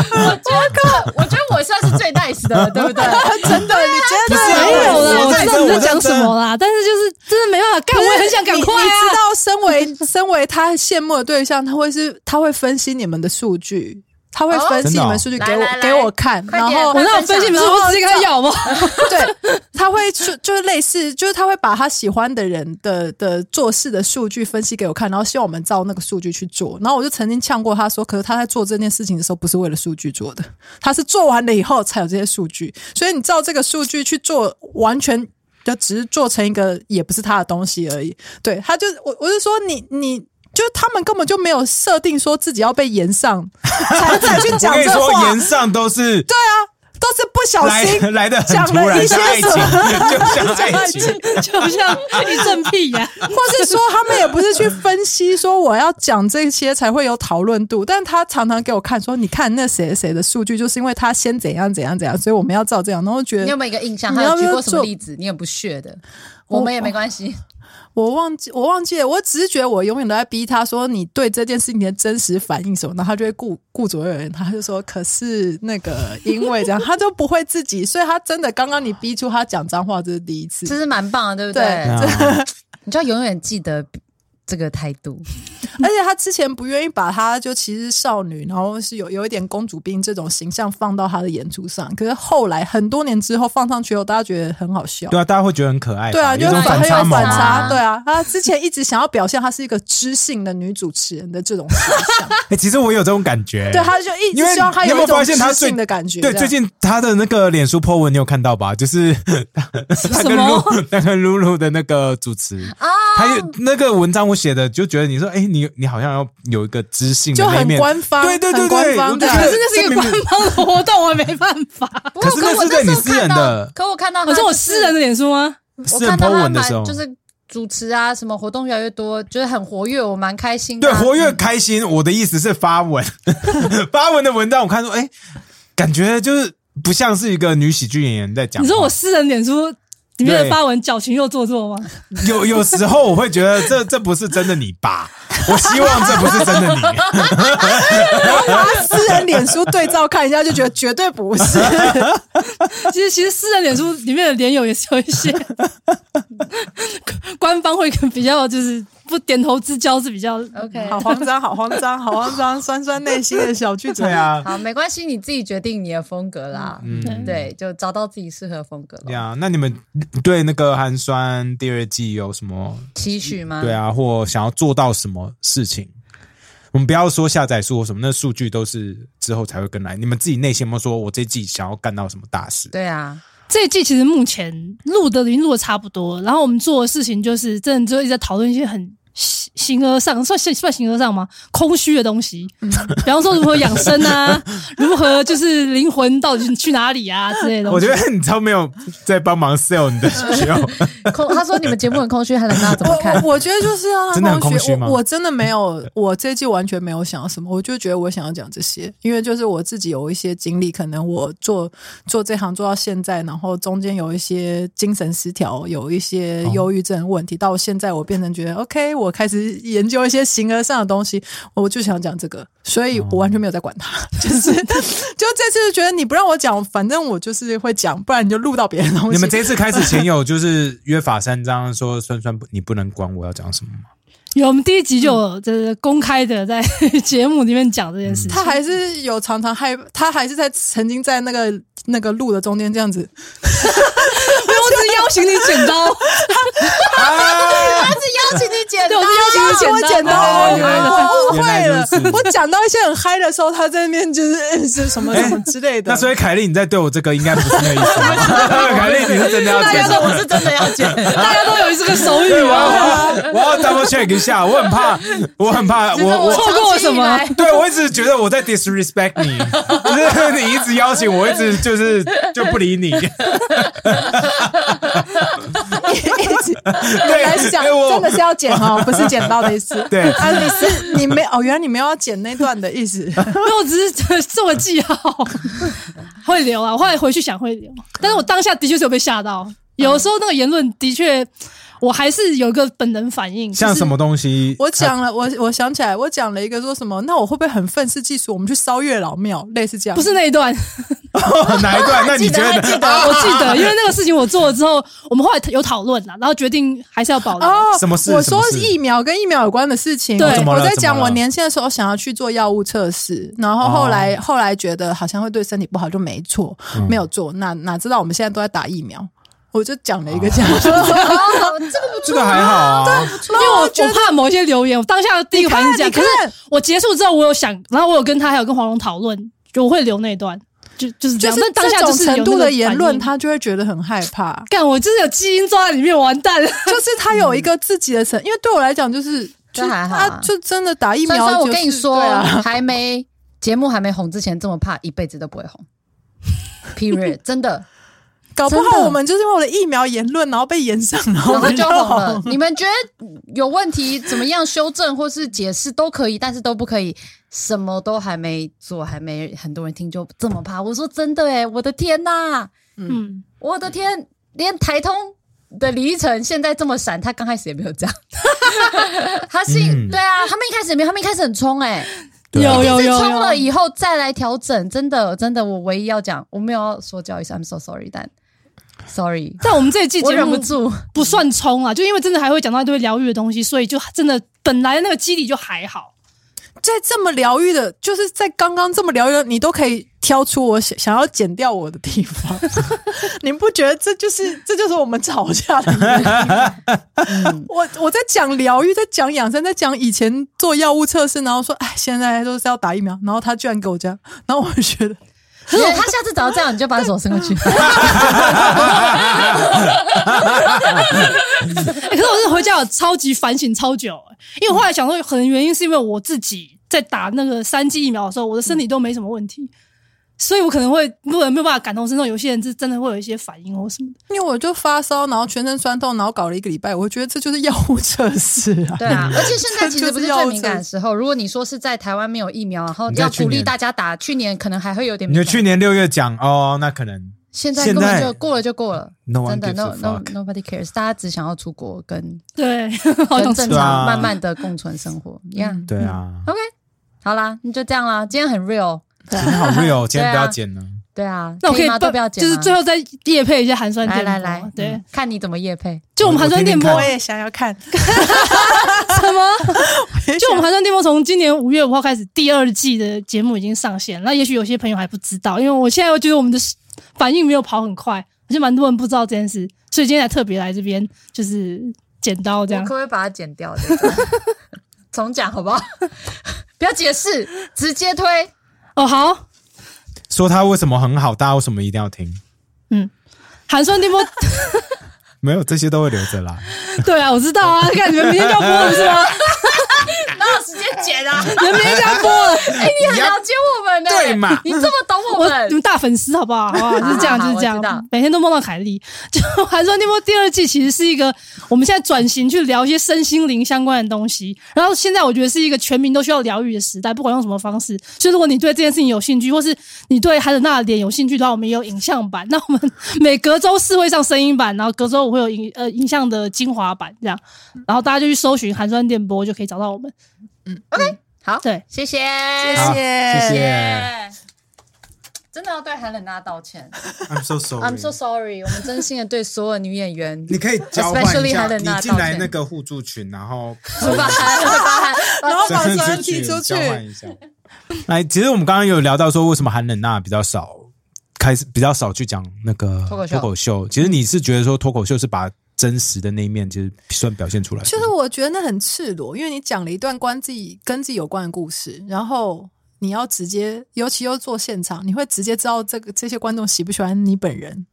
[SPEAKER 3] 我觉得我算是最 nice 的了，对不对？
[SPEAKER 6] 真的，你觉
[SPEAKER 1] 不是啊
[SPEAKER 6] 得
[SPEAKER 5] 没有啦，
[SPEAKER 1] 我
[SPEAKER 5] 我
[SPEAKER 1] 在
[SPEAKER 5] 知道你
[SPEAKER 1] 我
[SPEAKER 5] 在
[SPEAKER 1] 在
[SPEAKER 5] 讲什么啦，但是就是真的没办法干，我也很想赶快
[SPEAKER 6] 你你知
[SPEAKER 5] 啊。
[SPEAKER 6] 道，身为身为他羡慕的对象，他会是他会分析你们的数据，他会分析你们数据
[SPEAKER 3] 哦
[SPEAKER 6] 给我
[SPEAKER 3] 来来来
[SPEAKER 6] 给我看，
[SPEAKER 3] 快
[SPEAKER 6] 然
[SPEAKER 3] 点
[SPEAKER 6] 后
[SPEAKER 5] 我那我分析不是我直接跟他要吗？
[SPEAKER 6] 对，他会就就是类似，就是他会把他喜欢的人的的做事的数据分析给我看，然后希望我们照那个数据去做。然后我就曾经呛过他说，可是他在做这件事情的时候不是为了数据做的，他是做完了以后才有这些数据，所以你照这个数据去做，完全。就只是做成一个也不是他的东西而已，对，他就我我是说你你就是他们根本就没有设定说自己要被延上，才才去
[SPEAKER 1] 我
[SPEAKER 6] 讲
[SPEAKER 1] 跟你
[SPEAKER 6] 这
[SPEAKER 1] 说，
[SPEAKER 6] 话，
[SPEAKER 1] 言上都是对啊，
[SPEAKER 6] 都是不小心
[SPEAKER 1] 来来的很
[SPEAKER 6] 讲
[SPEAKER 1] 突
[SPEAKER 6] 了
[SPEAKER 1] 然，
[SPEAKER 6] 一些
[SPEAKER 1] 像爱情，
[SPEAKER 6] 什
[SPEAKER 1] 就 像 爱情，
[SPEAKER 5] 就像一阵 屁呀、
[SPEAKER 6] 或是说他们也不是去分析说我要讲这些才会有讨论度，但他常常给我看说，你看那谁谁的数据，就是因为他先怎样怎样怎样，所以我们要照这样。然后我觉
[SPEAKER 3] 你有
[SPEAKER 6] 得
[SPEAKER 3] 没有一个印象？
[SPEAKER 6] 你
[SPEAKER 3] 他
[SPEAKER 6] 要
[SPEAKER 3] 有
[SPEAKER 6] 不
[SPEAKER 3] 举
[SPEAKER 6] 要
[SPEAKER 3] 过什么
[SPEAKER 6] 做
[SPEAKER 3] 例子？你很不屑的，我们也没关系。
[SPEAKER 6] 我忘记我忘记了，我只是觉得我永远都在逼他说你对这件事情的真实反应什么，然后他就会顾顾左右而言他，就说可是那个因为这样，他就不会自己，所以他真的刚刚你逼出他讲脏话，这是第一次。
[SPEAKER 3] 这是蛮棒的，对不
[SPEAKER 6] 对
[SPEAKER 3] 对？
[SPEAKER 1] 啊
[SPEAKER 3] 你就要永远记得这个态度。
[SPEAKER 6] 而且她之前不愿意把她就其实少女，然后是有有一点公主病这种形象放到她的演出上，可是后来很多年之后放上去后，大家觉得很好笑。
[SPEAKER 1] 对啊，大家会觉得很可爱吧，
[SPEAKER 6] 对啊，
[SPEAKER 1] 有
[SPEAKER 6] 就
[SPEAKER 1] 一
[SPEAKER 6] 是
[SPEAKER 1] 种反
[SPEAKER 6] 反很有
[SPEAKER 1] 差萌
[SPEAKER 6] 反
[SPEAKER 1] 啊
[SPEAKER 6] 差，对啊，她之前一直想要表现她是一个知性的女主持人的这种形象，
[SPEAKER 1] 哎，其实我有这种感觉，
[SPEAKER 6] 对，她就一
[SPEAKER 1] 因为
[SPEAKER 6] 直希望她
[SPEAKER 1] 你有没有
[SPEAKER 6] 一
[SPEAKER 1] 发
[SPEAKER 6] 种
[SPEAKER 1] 现他
[SPEAKER 6] 知
[SPEAKER 1] 最
[SPEAKER 6] 性的感觉。
[SPEAKER 1] 对，
[SPEAKER 6] 这样
[SPEAKER 1] 最近他的那个脸书 po 文，你有看到吧？ 就是他跟
[SPEAKER 5] 么
[SPEAKER 1] 露他跟露露的那个主持啊，他有那个文章我写的，就觉得你说，哎、你你好像要有一个知性的
[SPEAKER 6] 就
[SPEAKER 1] 那一
[SPEAKER 6] 很
[SPEAKER 1] 面，
[SPEAKER 6] 官方，
[SPEAKER 1] 对对对
[SPEAKER 6] 很
[SPEAKER 1] 对，
[SPEAKER 6] 官
[SPEAKER 1] 我
[SPEAKER 6] 方
[SPEAKER 1] 就
[SPEAKER 6] 的
[SPEAKER 1] 觉。
[SPEAKER 5] 可
[SPEAKER 1] 得
[SPEAKER 5] 是那是一个
[SPEAKER 1] 明明
[SPEAKER 5] 官方的活动，我也没办 法。
[SPEAKER 3] 不
[SPEAKER 1] 可
[SPEAKER 3] 过
[SPEAKER 1] 是那
[SPEAKER 3] 我
[SPEAKER 1] 是对
[SPEAKER 3] 那
[SPEAKER 1] 你
[SPEAKER 3] 时候
[SPEAKER 1] 私人
[SPEAKER 3] 看到
[SPEAKER 1] 的，
[SPEAKER 3] 可我看到
[SPEAKER 5] 我
[SPEAKER 3] 他
[SPEAKER 5] 说我
[SPEAKER 3] 就是
[SPEAKER 5] 私人的脸书吗？
[SPEAKER 3] 我
[SPEAKER 1] 私人
[SPEAKER 3] 看到
[SPEAKER 1] po
[SPEAKER 3] 他
[SPEAKER 1] 文的
[SPEAKER 3] 蛮
[SPEAKER 1] 时候，
[SPEAKER 3] 就是主持啊，什么活动越来越多，就是很活跃，我蛮开心的
[SPEAKER 1] 对
[SPEAKER 3] 啊。
[SPEAKER 1] 活跃开心。我的意思是发文，发文的文章我看说，哎、感觉就是不像是一个女喜剧演员在讲话。
[SPEAKER 5] 你说我私人脸书里面
[SPEAKER 1] 对
[SPEAKER 5] 的发文矫情又做作吗？
[SPEAKER 1] 有有时候我会觉得这这不是真的你吧？我希望这不是真的你。
[SPEAKER 6] 然后拿私人脸书对照看一下，就觉得绝对 不是。
[SPEAKER 5] 其实其实私人脸书里面的脸友也是有一些 官方会比较就是不点头之交是比较
[SPEAKER 3] OK，
[SPEAKER 6] 好慌张，好慌张，好慌张，酸酸内心的小剧场。
[SPEAKER 1] 对啊，
[SPEAKER 3] 好，没关系，你自己决定你的风格啦。
[SPEAKER 1] 嗯，
[SPEAKER 3] 对，就找到自己适合的风格
[SPEAKER 1] 对
[SPEAKER 3] 了。
[SPEAKER 1] 啊。那你们对那个寒酸第二季有什么？
[SPEAKER 3] 期许吗？
[SPEAKER 1] 对，啊，或想要做到什么事情？我们不要说下载数或什么，那数据都是之后才会跟来。你们自己内心有没有说，我这季想要干到什么大事？
[SPEAKER 3] 对啊，
[SPEAKER 5] 这一季其实目前录的已经录的差不多，然后我们做的事情就是真的就一直在讨论一些很形形而上，算算算形而上吗？空虚的东西，
[SPEAKER 3] 嗯
[SPEAKER 5] 比方说如何养生啊，如何就是灵魂到底去哪里啊之类的东
[SPEAKER 1] 我
[SPEAKER 5] 西。
[SPEAKER 1] 觉得你超没有在帮忙 sell 你的需求，
[SPEAKER 3] 空他说你们节目很空虚，还能那怎么看
[SPEAKER 6] 我？我我觉得就是要让
[SPEAKER 1] 真的
[SPEAKER 6] 他
[SPEAKER 1] 很空
[SPEAKER 6] 空
[SPEAKER 1] 虚
[SPEAKER 6] 虚。
[SPEAKER 1] 吗
[SPEAKER 6] 我我真的没有，我这一季完全没有想到什么，我就觉得我想要讲这些，因为就是我自己有一些经历，可能我做做这行做到现在，然后中间有一些精神失调，有一
[SPEAKER 1] 哦
[SPEAKER 6] 些忧郁症问题，到现在我变成觉得 OK，我开始研究一些形而上的东西，我就想讲这个，所以我完全没有在管
[SPEAKER 1] 哦
[SPEAKER 6] 他，就是 就这次就觉得你不让我讲，反正我就是会讲，不然你就录到别人的东西。
[SPEAKER 1] 你们这一次开始前有就是约法三章，说酸酸不，你不能管我要讲什么吗？
[SPEAKER 5] 有我们第一集就有就是公开的在 节目里面讲这件事情。
[SPEAKER 6] 他还是有常常害，他还是在曾经在那个那个路的中间这样子，
[SPEAKER 5] 没有，我只是邀请你剪刀，
[SPEAKER 3] 哎
[SPEAKER 1] 啊，
[SPEAKER 3] 邀请你啊姐
[SPEAKER 5] 对，我是邀请
[SPEAKER 6] 啊我
[SPEAKER 5] 你
[SPEAKER 6] 剪刀，
[SPEAKER 1] 哦
[SPEAKER 6] 我
[SPEAKER 1] 原来
[SPEAKER 6] 我误
[SPEAKER 1] 原来
[SPEAKER 6] 会了
[SPEAKER 1] 如此。
[SPEAKER 6] 我讲到一些很嗨的时候，他在那边就是呃是 什么什么之类的。
[SPEAKER 1] 那所以凯莉你在对我这个应该不是那个意思吧，凯莉你是真的要
[SPEAKER 3] 大
[SPEAKER 1] 接
[SPEAKER 3] 家
[SPEAKER 1] 受
[SPEAKER 3] 说。我是真的要剪，
[SPEAKER 5] 哎大家都有这个手
[SPEAKER 1] 对，
[SPEAKER 5] 语
[SPEAKER 1] 我要
[SPEAKER 5] 啊。
[SPEAKER 1] 我要我要 double check 一下，我很怕，我很怕，
[SPEAKER 3] 只是
[SPEAKER 1] 我我
[SPEAKER 5] 错过了什么
[SPEAKER 3] 长期以来
[SPEAKER 1] 对我一直觉得我在 disrespect 你，就是你一直邀请我，一直就是就不理你。
[SPEAKER 6] 原来是讲
[SPEAKER 1] 哎对我
[SPEAKER 6] 真的是要剪哦，不是剪刀的意思。
[SPEAKER 1] 对
[SPEAKER 6] 啊，你是你没哦，原来你没有要剪那段的意思。
[SPEAKER 5] 没有，我只是做个记号，会留啊。我后来回去想会留，但是我当下的确是有被吓到。有时候那个言论的确，我还是有一个本能反应，
[SPEAKER 1] 像
[SPEAKER 5] 就是
[SPEAKER 1] 什么东西？
[SPEAKER 6] 我讲了，我我想起来，我讲了一个说什么，那我会不会很愤世嫉俗？我们去烧月老庙，类似这样。
[SPEAKER 5] 不是那 一段，
[SPEAKER 1] 哦哪一段？那你觉得？
[SPEAKER 5] 我记得，因为那个事情我做了之后，我们后来有讨论啦，然后决定还是要保留。
[SPEAKER 6] 哦，
[SPEAKER 1] 什么事
[SPEAKER 6] 我
[SPEAKER 1] 什么
[SPEAKER 6] 说
[SPEAKER 1] 事
[SPEAKER 6] 疫苗跟疫苗有关的事情。
[SPEAKER 5] 对
[SPEAKER 1] 怎么
[SPEAKER 6] 我
[SPEAKER 1] 了
[SPEAKER 6] 在讲
[SPEAKER 1] 怎么了
[SPEAKER 6] 我年轻的时候想要去做药物测试，然后后来、
[SPEAKER 1] 哦
[SPEAKER 6] 后来觉得好像会对身体不好，就没做，
[SPEAKER 1] 嗯
[SPEAKER 6] 没有做。哪哪知道我们现在都在打疫苗，我就讲了一个这样。
[SPEAKER 3] 哦这个不
[SPEAKER 1] 这个还好啊，
[SPEAKER 5] 因为我我怕某一些留言，我当下的第一个反应是这样。
[SPEAKER 6] 你
[SPEAKER 5] 可
[SPEAKER 6] 看
[SPEAKER 5] 是
[SPEAKER 6] 你看
[SPEAKER 5] 我结束之后，我有想，然后我有跟他还有跟黄蓉讨论，就我会留那一段，就就是这
[SPEAKER 6] 就
[SPEAKER 5] 样。
[SPEAKER 6] 是
[SPEAKER 5] 但当
[SPEAKER 6] 这
[SPEAKER 5] 下
[SPEAKER 6] 种
[SPEAKER 5] 就是有那
[SPEAKER 6] 程
[SPEAKER 5] 个
[SPEAKER 6] 度的言
[SPEAKER 5] 反
[SPEAKER 6] 论，
[SPEAKER 5] 应
[SPEAKER 6] 他就会觉得很害怕。
[SPEAKER 5] 干，我就是有基因抓在里面，完蛋了。
[SPEAKER 6] 就是他有一个自己的层，因为对我来讲就是，就
[SPEAKER 3] 这还好啊
[SPEAKER 6] 他就真的打疫
[SPEAKER 3] 酸
[SPEAKER 6] 苗、就是。
[SPEAKER 3] 酸，我跟你说，
[SPEAKER 6] 对啊，
[SPEAKER 3] 还没节目还没红之前这么怕，一辈子都不会红。 period，真 的，
[SPEAKER 6] 搞不
[SPEAKER 3] 真
[SPEAKER 6] 好
[SPEAKER 3] 的
[SPEAKER 6] 我们就是因为我的疫苗言论，然后被延上，然后我
[SPEAKER 3] 然后
[SPEAKER 6] 们
[SPEAKER 3] 就
[SPEAKER 6] 红
[SPEAKER 3] 红
[SPEAKER 1] 哦
[SPEAKER 3] 了。你们觉得有问题怎么样修正或是解释都可以，但是都不可以，什么都还没做，还没很多人听就这么怕。我说真的哎、我的天呐、
[SPEAKER 5] 嗯，
[SPEAKER 3] 我的天，连台通的李依晨现在这么闪，他刚开始也没有这样， 他是、
[SPEAKER 1] 嗯
[SPEAKER 3] 对啊，他们一开始也没有，他们一开始很冲哎、
[SPEAKER 1] 对啊
[SPEAKER 5] 有有
[SPEAKER 3] 是
[SPEAKER 5] 有
[SPEAKER 3] 冲了
[SPEAKER 5] 有，
[SPEAKER 3] 以后再来调整，真的真的，我唯一要讲，我没有要说教育，I'm so sorry，但 sorry，
[SPEAKER 5] 在我们这一季
[SPEAKER 3] 我
[SPEAKER 5] 节
[SPEAKER 3] 忍不
[SPEAKER 5] 目
[SPEAKER 3] 住，
[SPEAKER 5] 不算冲啊，就因为真的还会讲到一堆疗愈的东西，所以就真的本来那个基底就 还好。
[SPEAKER 6] 在这么疗愈的，就是在刚刚这么疗愈的，你都可以挑出我想想要剪掉我的地方，你不觉得这就是这就是我们吵架的原因吗？我我在讲疗愈，在讲养生，在讲以前做药物测试，然后说哎，现在都是要打疫苗，然后他居然给我这样，然后我就觉得
[SPEAKER 3] 可是他下次只要这样，你就把手伸过 去。
[SPEAKER 5] 欸可是我是回家有超级反省超久、欸因为我后来想说，可能原因是因为我自己在打那个三剂疫苗的时候，我的身体都没什么问题，所以我可能会如果没有办法感同身受，有些人是真的会有一些反应或什么的。
[SPEAKER 6] 因为我就发烧，然后全身酸痛，然后搞了一个礼拜，我觉得这就是药物测试啊。
[SPEAKER 3] 对
[SPEAKER 1] 嗯
[SPEAKER 3] 啊，而且现在其实不是最敏感的
[SPEAKER 6] 这
[SPEAKER 3] 时候。如果你说是在台湾没有疫苗，然后
[SPEAKER 1] 你在
[SPEAKER 3] 要
[SPEAKER 1] 去
[SPEAKER 3] 鼓励
[SPEAKER 1] 年
[SPEAKER 3] 大家打，去年可能还会有点
[SPEAKER 1] 你
[SPEAKER 3] 敏
[SPEAKER 1] 就
[SPEAKER 3] 感。
[SPEAKER 1] 去年六月讲哦，那可能
[SPEAKER 3] 现在
[SPEAKER 1] 现
[SPEAKER 3] 根本
[SPEAKER 1] 在
[SPEAKER 3] 就过了就过了
[SPEAKER 1] No one
[SPEAKER 3] 真的
[SPEAKER 1] gives
[SPEAKER 3] no
[SPEAKER 1] a
[SPEAKER 3] no
[SPEAKER 1] fuck
[SPEAKER 3] nobody cares，大家只想要出国跟
[SPEAKER 5] 对， 好
[SPEAKER 3] 跟
[SPEAKER 5] 想
[SPEAKER 3] 正
[SPEAKER 1] 对啊
[SPEAKER 3] 常慢慢的共存生
[SPEAKER 5] 嗯
[SPEAKER 3] 活。Yeah，
[SPEAKER 1] 对啊，
[SPEAKER 3] OK，好啦，那就这样啦，今天很 real。
[SPEAKER 1] 今天 好 real，今天不要
[SPEAKER 3] 对啊
[SPEAKER 1] 剪了。
[SPEAKER 3] 对啊，
[SPEAKER 5] 那我可以
[SPEAKER 3] 吗？都不要剪
[SPEAKER 5] 就
[SPEAKER 3] 吗，
[SPEAKER 5] 是最后再夜配一下寒酸
[SPEAKER 3] 来
[SPEAKER 5] 电波。
[SPEAKER 3] 来来，
[SPEAKER 5] 啊对
[SPEAKER 3] 嗯，，看你怎么夜配。
[SPEAKER 5] 就我们寒酸电波
[SPEAKER 1] 我，
[SPEAKER 6] 也想要看，
[SPEAKER 5] 什么？就我
[SPEAKER 6] 就
[SPEAKER 5] 们寒酸电波从今年五月五号开始，第二季的节目已经上线。那也许有些朋友还不知道，因为我现在觉得我们的反应没有跑很快，而且蛮多人不知道这件事，所以今天才特别来这边，就是剪刀这
[SPEAKER 3] 我
[SPEAKER 5] 样
[SPEAKER 3] 可。不可以把它剪掉？ 这个重讲好不好？ 不要解释，直接推。
[SPEAKER 5] 哦，好，
[SPEAKER 1] 说他为什么很好，大家为什么一定要听？
[SPEAKER 5] 寒酸电波，
[SPEAKER 1] 没有，这些都会留着 啦。
[SPEAKER 5] 对啊，我知道啊，看你们明天就要播了是吗？
[SPEAKER 3] 哪有时间剪啊？
[SPEAKER 5] 你们明天就要播 了，
[SPEAKER 3] 哎、你很了解我们呢、
[SPEAKER 1] 对嘛
[SPEAKER 3] 你这么懂我
[SPEAKER 5] 我你
[SPEAKER 3] 们
[SPEAKER 5] 们，大粉丝好不好？好不好？就是这样，
[SPEAKER 3] 好好
[SPEAKER 5] 就是这
[SPEAKER 3] 我知道
[SPEAKER 5] 样，每天都梦到凯莉。就《寒酸电波》第二季其实是一个我们现在转型去聊一些身心灵相关的东西，然后现在我觉得是一个全民都需要疗愈的时代，不管用什么方式。所以如果你对这件事情有兴趣，或是你对海伦娜的脸有兴趣的话，我们也有影像版。那我们每隔周四会上声音版，然后隔周五会有影呃影像的精华版这样，然后大家就去搜寻《寒酸电波》就可以找到我们。
[SPEAKER 3] 嗯好，
[SPEAKER 5] 对，
[SPEAKER 3] 谢谢，
[SPEAKER 1] 好
[SPEAKER 3] 谢
[SPEAKER 1] 谢谢
[SPEAKER 3] 真的要对韩冷娜道歉
[SPEAKER 1] ，I'm so sorry。。
[SPEAKER 3] ，I'm so sorry，我们真心的对所有女演员
[SPEAKER 1] 你可以交换一
[SPEAKER 3] Especially
[SPEAKER 1] 下，
[SPEAKER 3] 啊 Helena，
[SPEAKER 1] 你进来那个互助群，然 后
[SPEAKER 3] 我把韩把韩
[SPEAKER 6] 然后把
[SPEAKER 1] 身
[SPEAKER 6] 酸
[SPEAKER 1] 份
[SPEAKER 6] 踢出 去
[SPEAKER 1] 交，换一下。来，其实我们刚刚有聊到说，为什么韩冷娜比较少开始比较少去讲那个
[SPEAKER 3] 脱口秀
[SPEAKER 1] 脱口秀？其实你是觉得说脱口秀是把真实的那一面，其实算表现出来的。
[SPEAKER 6] 就是我觉得那很赤裸，因为你讲了一段关自己跟自己有关的故事，然后你要直接，尤其又做现场，你会直接知道这个这些观众喜不喜欢你本人。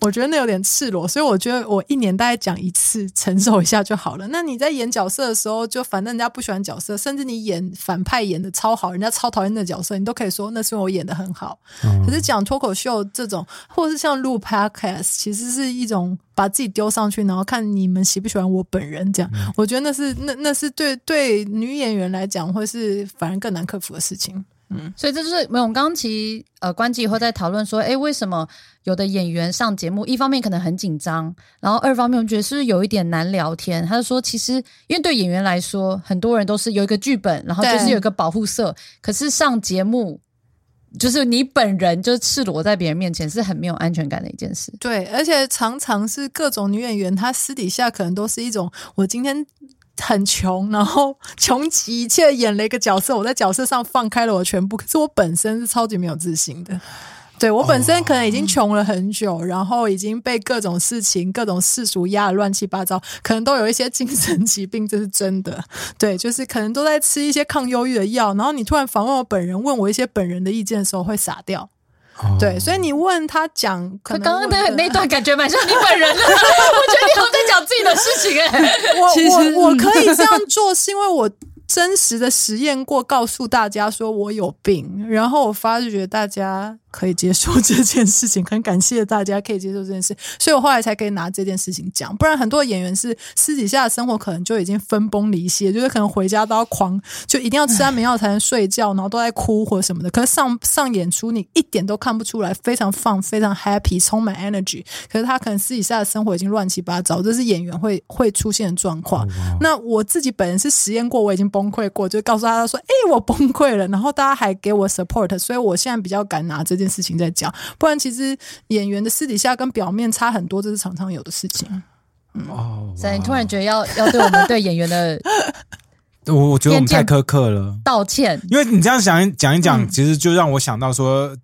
[SPEAKER 6] 我觉得那有点赤裸，所以我觉得我一年大概讲一次，承受一下就好了。那你在演角色的时候，就反正人家不喜欢角色，甚至你演反派演的超好，人家超讨厌的角色，你都可以说那是因为我演的很好。
[SPEAKER 1] 嗯
[SPEAKER 6] 可是讲脱口秀这种，或是像录 podcast，其实是一种把自己丢上去，然后看你们喜不喜欢我本人这样。我觉得那是那那是对对女演员来讲，会是反而更难克服的事情。
[SPEAKER 3] 所以这就是没有。我们刚刚其实呃关机以后在讨论说，诶，为什么有的演员上节目，一方面可能很紧张，然后二方面我们觉得是不是有一点难聊天？他就说，其实因为对演员来说，很多人都是有一个剧本，然后
[SPEAKER 6] 对
[SPEAKER 3] 就是有一个保护色，可是上节目。就是你本人就是赤裸在别人面前是很没有安全感的一件事，
[SPEAKER 6] 对，而且常常是各种女演员，她私底下可能都是一种我今天。很穷，然后 穷极一切演了一个角色，我在角色上放开了我全部。可是我本身是超级没有自信的，对我本身可能已经穷了很久，然后已经被各种事情、各种世俗压得乱七八糟，可能都有一些精神疾病，这是真的。对，就是可能都在吃一些抗忧郁的药，然后你突然访问我本人，问我一些本人的意见的时候，会傻掉。
[SPEAKER 1] 哦
[SPEAKER 6] 对，所以你问他讲，可
[SPEAKER 3] 刚
[SPEAKER 6] 能
[SPEAKER 3] 刚那
[SPEAKER 6] 问
[SPEAKER 3] 那段感觉蛮像你本人的，我觉得你好像在讲自己的事情哎、
[SPEAKER 5] 其实嗯
[SPEAKER 6] 我我我可以这样做，是因为我真实的实验过，告诉大家说我有病，然后我发觉大家可以接受这件事情，很感谢大家可以接受这件事，所以我后来才可以拿这件事情讲，不然很多演员是私底下的生活可能就已经分崩离析了，就是可能回家都要狂，就一定要吃安眠药才能睡觉，然后都在哭或什么的。可是上上演出你一点都看不出来，非常放，非常 happy，充满 energy。可是他可能私底下的生活已经乱七八糟，这是演员会会出现的状况。那我自己本人是实验过，我已经崩溃过，就告诉大家说，哎、我崩溃了，然后大家还给我 support，所以我现在比较敢拿这件事情在讲。不然其实演员的私底下跟表面差很多，这是常常有的事情。
[SPEAKER 1] 哦，
[SPEAKER 3] 所以突然觉得要要对我们对演员的
[SPEAKER 1] 我我觉得我们太
[SPEAKER 3] 偏见
[SPEAKER 1] 苛刻了，
[SPEAKER 3] 道歉，
[SPEAKER 1] 因为你这样想一讲一
[SPEAKER 6] 嗯
[SPEAKER 1] 讲，其实就让我想到说。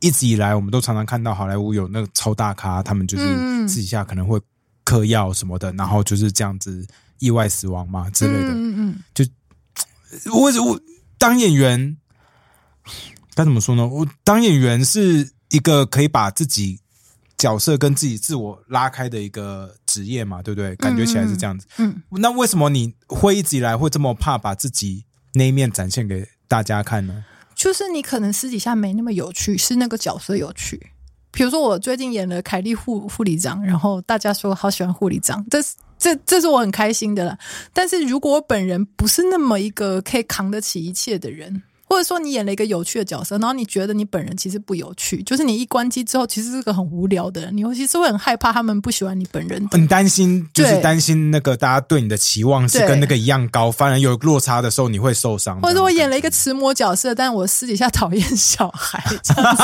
[SPEAKER 1] 一直以来，我们都常常看到好莱坞有那个超大咖，他们就是
[SPEAKER 6] 嗯
[SPEAKER 1] 私底下可能会嗑药什么的，然后就是这样子意外死亡嘛之类的。
[SPEAKER 6] 嗯嗯。
[SPEAKER 1] 我我当演员该怎么说呢？我当演员是一个可以把自己角色跟自己自我拉开的一个职业嘛，对不对？感觉起来是这样子。
[SPEAKER 6] 嗯
[SPEAKER 1] 那为什么你会一直以来会这么怕把自己那一面展现给大家看呢？
[SPEAKER 6] 就是你可能私底下没那么有趣，是那个角色有趣。比如说，我最近演了凯莉护护理长，然后大家说好喜欢护理长，这是这这是我很开心的啦。但是如果我本人不是那么一个可以扛得起一切的人，或者说你演了一个有趣的角色，然后你觉得你本人其实不有趣，就是你一关机之后，其实是个很无聊的人，你尤其是会很害怕他们不喜欢你本人的。
[SPEAKER 1] 很担心，就是
[SPEAKER 6] 对
[SPEAKER 1] 担心那个大家对你的期望是
[SPEAKER 6] 对
[SPEAKER 1] 跟那个一样高，反而有落差的时候你会受伤。
[SPEAKER 6] 或者我演
[SPEAKER 1] 了，
[SPEAKER 6] 了一个慈母角色，但我私底下讨厌小孩，这样子。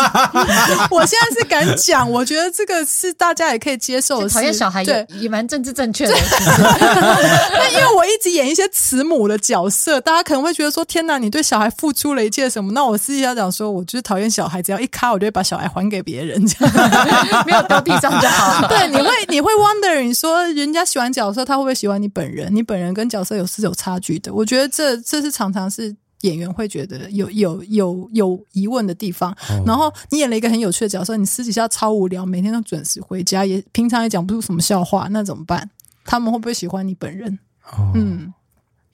[SPEAKER 6] 我现在是敢讲，我觉得这个是大家也可以接受的事。
[SPEAKER 3] 讨厌小孩也
[SPEAKER 6] 对，
[SPEAKER 3] 也蛮政治正确的。
[SPEAKER 6] 那因为我一直演一些慈母的角色，大家可能会觉得说：“天哪，你对小孩付出了一切什么？”那我私底下讲说，我就是讨厌小孩，只要一卡，我就会把小孩还给别人，这样。
[SPEAKER 3] 没有丢地上就好。
[SPEAKER 6] 对，你会你会 wonder，你说人家喜欢角色，他会不会喜欢你本人？你本人跟角色有是有差距的。我觉得这这是常常是演员会觉得有有有有疑问的地方。然后你演了一个很有趣的角色，你私底下超无聊，每天都准时回家，也平常也讲不出什么笑话，那怎么办？他们会不会喜欢你本人？
[SPEAKER 1] 嗯，
[SPEAKER 6] 嗯，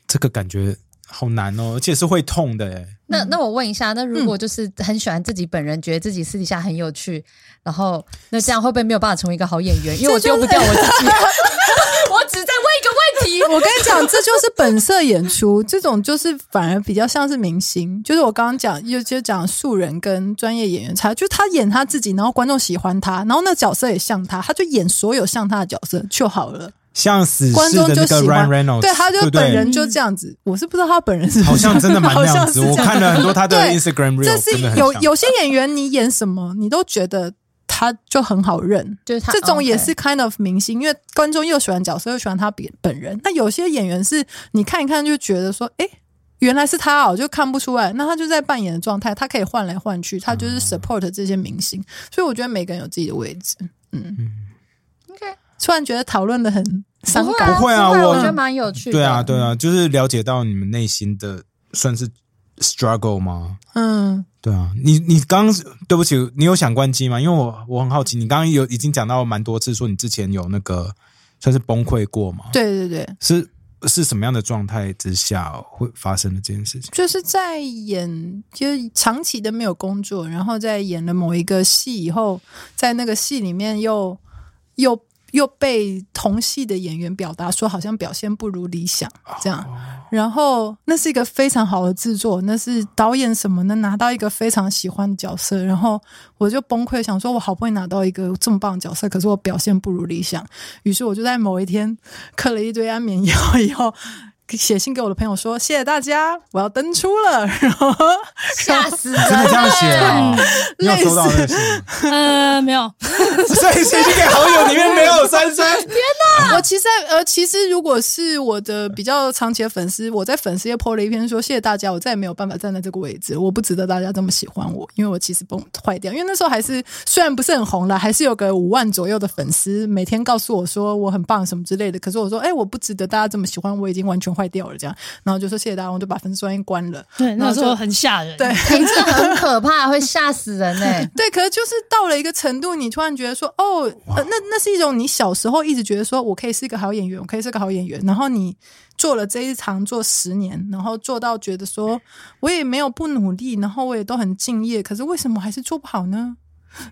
[SPEAKER 1] 这个感觉好难哦，而且是会痛的哎。
[SPEAKER 3] 那那我问一下，那如果就是很喜欢自己本人，觉得自己私底下很有趣，然后那这样会不会没有办法成为一个好演员？因为我丢不掉我自己。我只在问一个问题，
[SPEAKER 6] 我跟你讲，这就是本色演出，这种就是反而比较像是明星，就是我刚刚讲，又就讲素人跟专业演员差，就是他演他自己，然后观众喜欢他，然后那角色也像他，他就演所有像他的角色就好了，
[SPEAKER 1] 像死
[SPEAKER 6] 观
[SPEAKER 1] 侍
[SPEAKER 6] 众
[SPEAKER 1] 的
[SPEAKER 6] 就
[SPEAKER 1] 那个
[SPEAKER 6] 喜
[SPEAKER 1] Ryan
[SPEAKER 6] 欢。
[SPEAKER 1] Reynolds，
[SPEAKER 6] 对，他就
[SPEAKER 1] 不
[SPEAKER 6] 本人就这样子，我是不知道他本人是不
[SPEAKER 1] 哦
[SPEAKER 6] 是
[SPEAKER 1] 好像真的蛮那样子。
[SPEAKER 6] 好像是
[SPEAKER 1] 我
[SPEAKER 6] 这
[SPEAKER 1] 看了很多他的
[SPEAKER 6] 对
[SPEAKER 1] Instagram
[SPEAKER 6] 这
[SPEAKER 1] reels，真的
[SPEAKER 6] 是
[SPEAKER 1] 很
[SPEAKER 6] 有
[SPEAKER 1] 像
[SPEAKER 6] 有些演员，你演什么，你都觉得他就很好认，
[SPEAKER 3] 就是他哦
[SPEAKER 6] 这种也是 kind of 明星，因为观众又喜欢角色，又喜欢他本本人。那有些演员是你看一看就觉得说，诶，原来是他哦，就看不出来。那他就在扮演的状态，他可以换来换去，他就是
[SPEAKER 3] 嗯
[SPEAKER 6] support 这些明星。所以我觉得每个人有自己的位置。嗯
[SPEAKER 3] OK
[SPEAKER 6] 突然觉得讨论的很伤
[SPEAKER 3] 不会
[SPEAKER 6] 感，
[SPEAKER 3] 啊
[SPEAKER 1] 不会啊
[SPEAKER 3] 不
[SPEAKER 1] 我
[SPEAKER 3] 我觉得蛮有趣的。
[SPEAKER 1] 对啊，对啊，就是了解到你们内心的算是 struggle 吗？
[SPEAKER 6] 嗯，
[SPEAKER 1] 对啊，你你刚对不起，你有想关机吗？因为我我很好奇，你刚刚有已经讲到蛮多次，说你之前有那个算是崩溃过嘛？，
[SPEAKER 6] 对对对。
[SPEAKER 1] 是是什么样的状态之下会发生的这件事情？
[SPEAKER 6] 就是在演，就是长期的没有工作，然后在演了某一个戏以后，在那个戏里面又又又被同戏的演员表达说好像表现不如理想这样，然后那是一个非常好的制作，那是导演什么呢？拿到一个非常喜欢的角色，然后我就崩溃，想说我好不容易拿到一个这么棒的角色，可是我表现不如理想，于是我就在某一天嗑了一堆安眠药以后。写信给我的朋友说：“谢谢大家，我要登出了。” 然后
[SPEAKER 3] 吓死人！
[SPEAKER 1] 真的这样写 啊？你有收到那个信吗？
[SPEAKER 5] 呃，没有，
[SPEAKER 1] 所以写信给好友里面没有珊珊，
[SPEAKER 6] 我其实呃，其实如果是我的比较长期的粉丝，我在粉丝页 po 了一篇说谢谢大家，我再也没有办法站在这个位置，我不值得大家这么喜欢我，因为我其实崩坏掉，因为那时候还是虽然不是很红啦，还是有个五万左右的粉丝，每天告诉我说我很棒什么之类的，可是我说哎、我不值得大家这么喜欢，我已经完全坏掉了这样，然后就说谢谢大家，我就把粉丝专业关了。
[SPEAKER 5] 对，那
[SPEAKER 6] 然后
[SPEAKER 5] 时
[SPEAKER 6] 就
[SPEAKER 5] 候很吓人。
[SPEAKER 6] 对
[SPEAKER 3] 哎这很可怕，会吓死人呢、
[SPEAKER 6] 对，可是就是到了一个程度，你突然觉得说，哦，呃、那那是一种你小时候一直觉得说我可以是一个好演员，我可以是个好演员。然后你做了这一行做十年，然后做到觉得说我也没有不努力，然后我也都很敬业，可是为什么还是做不好呢？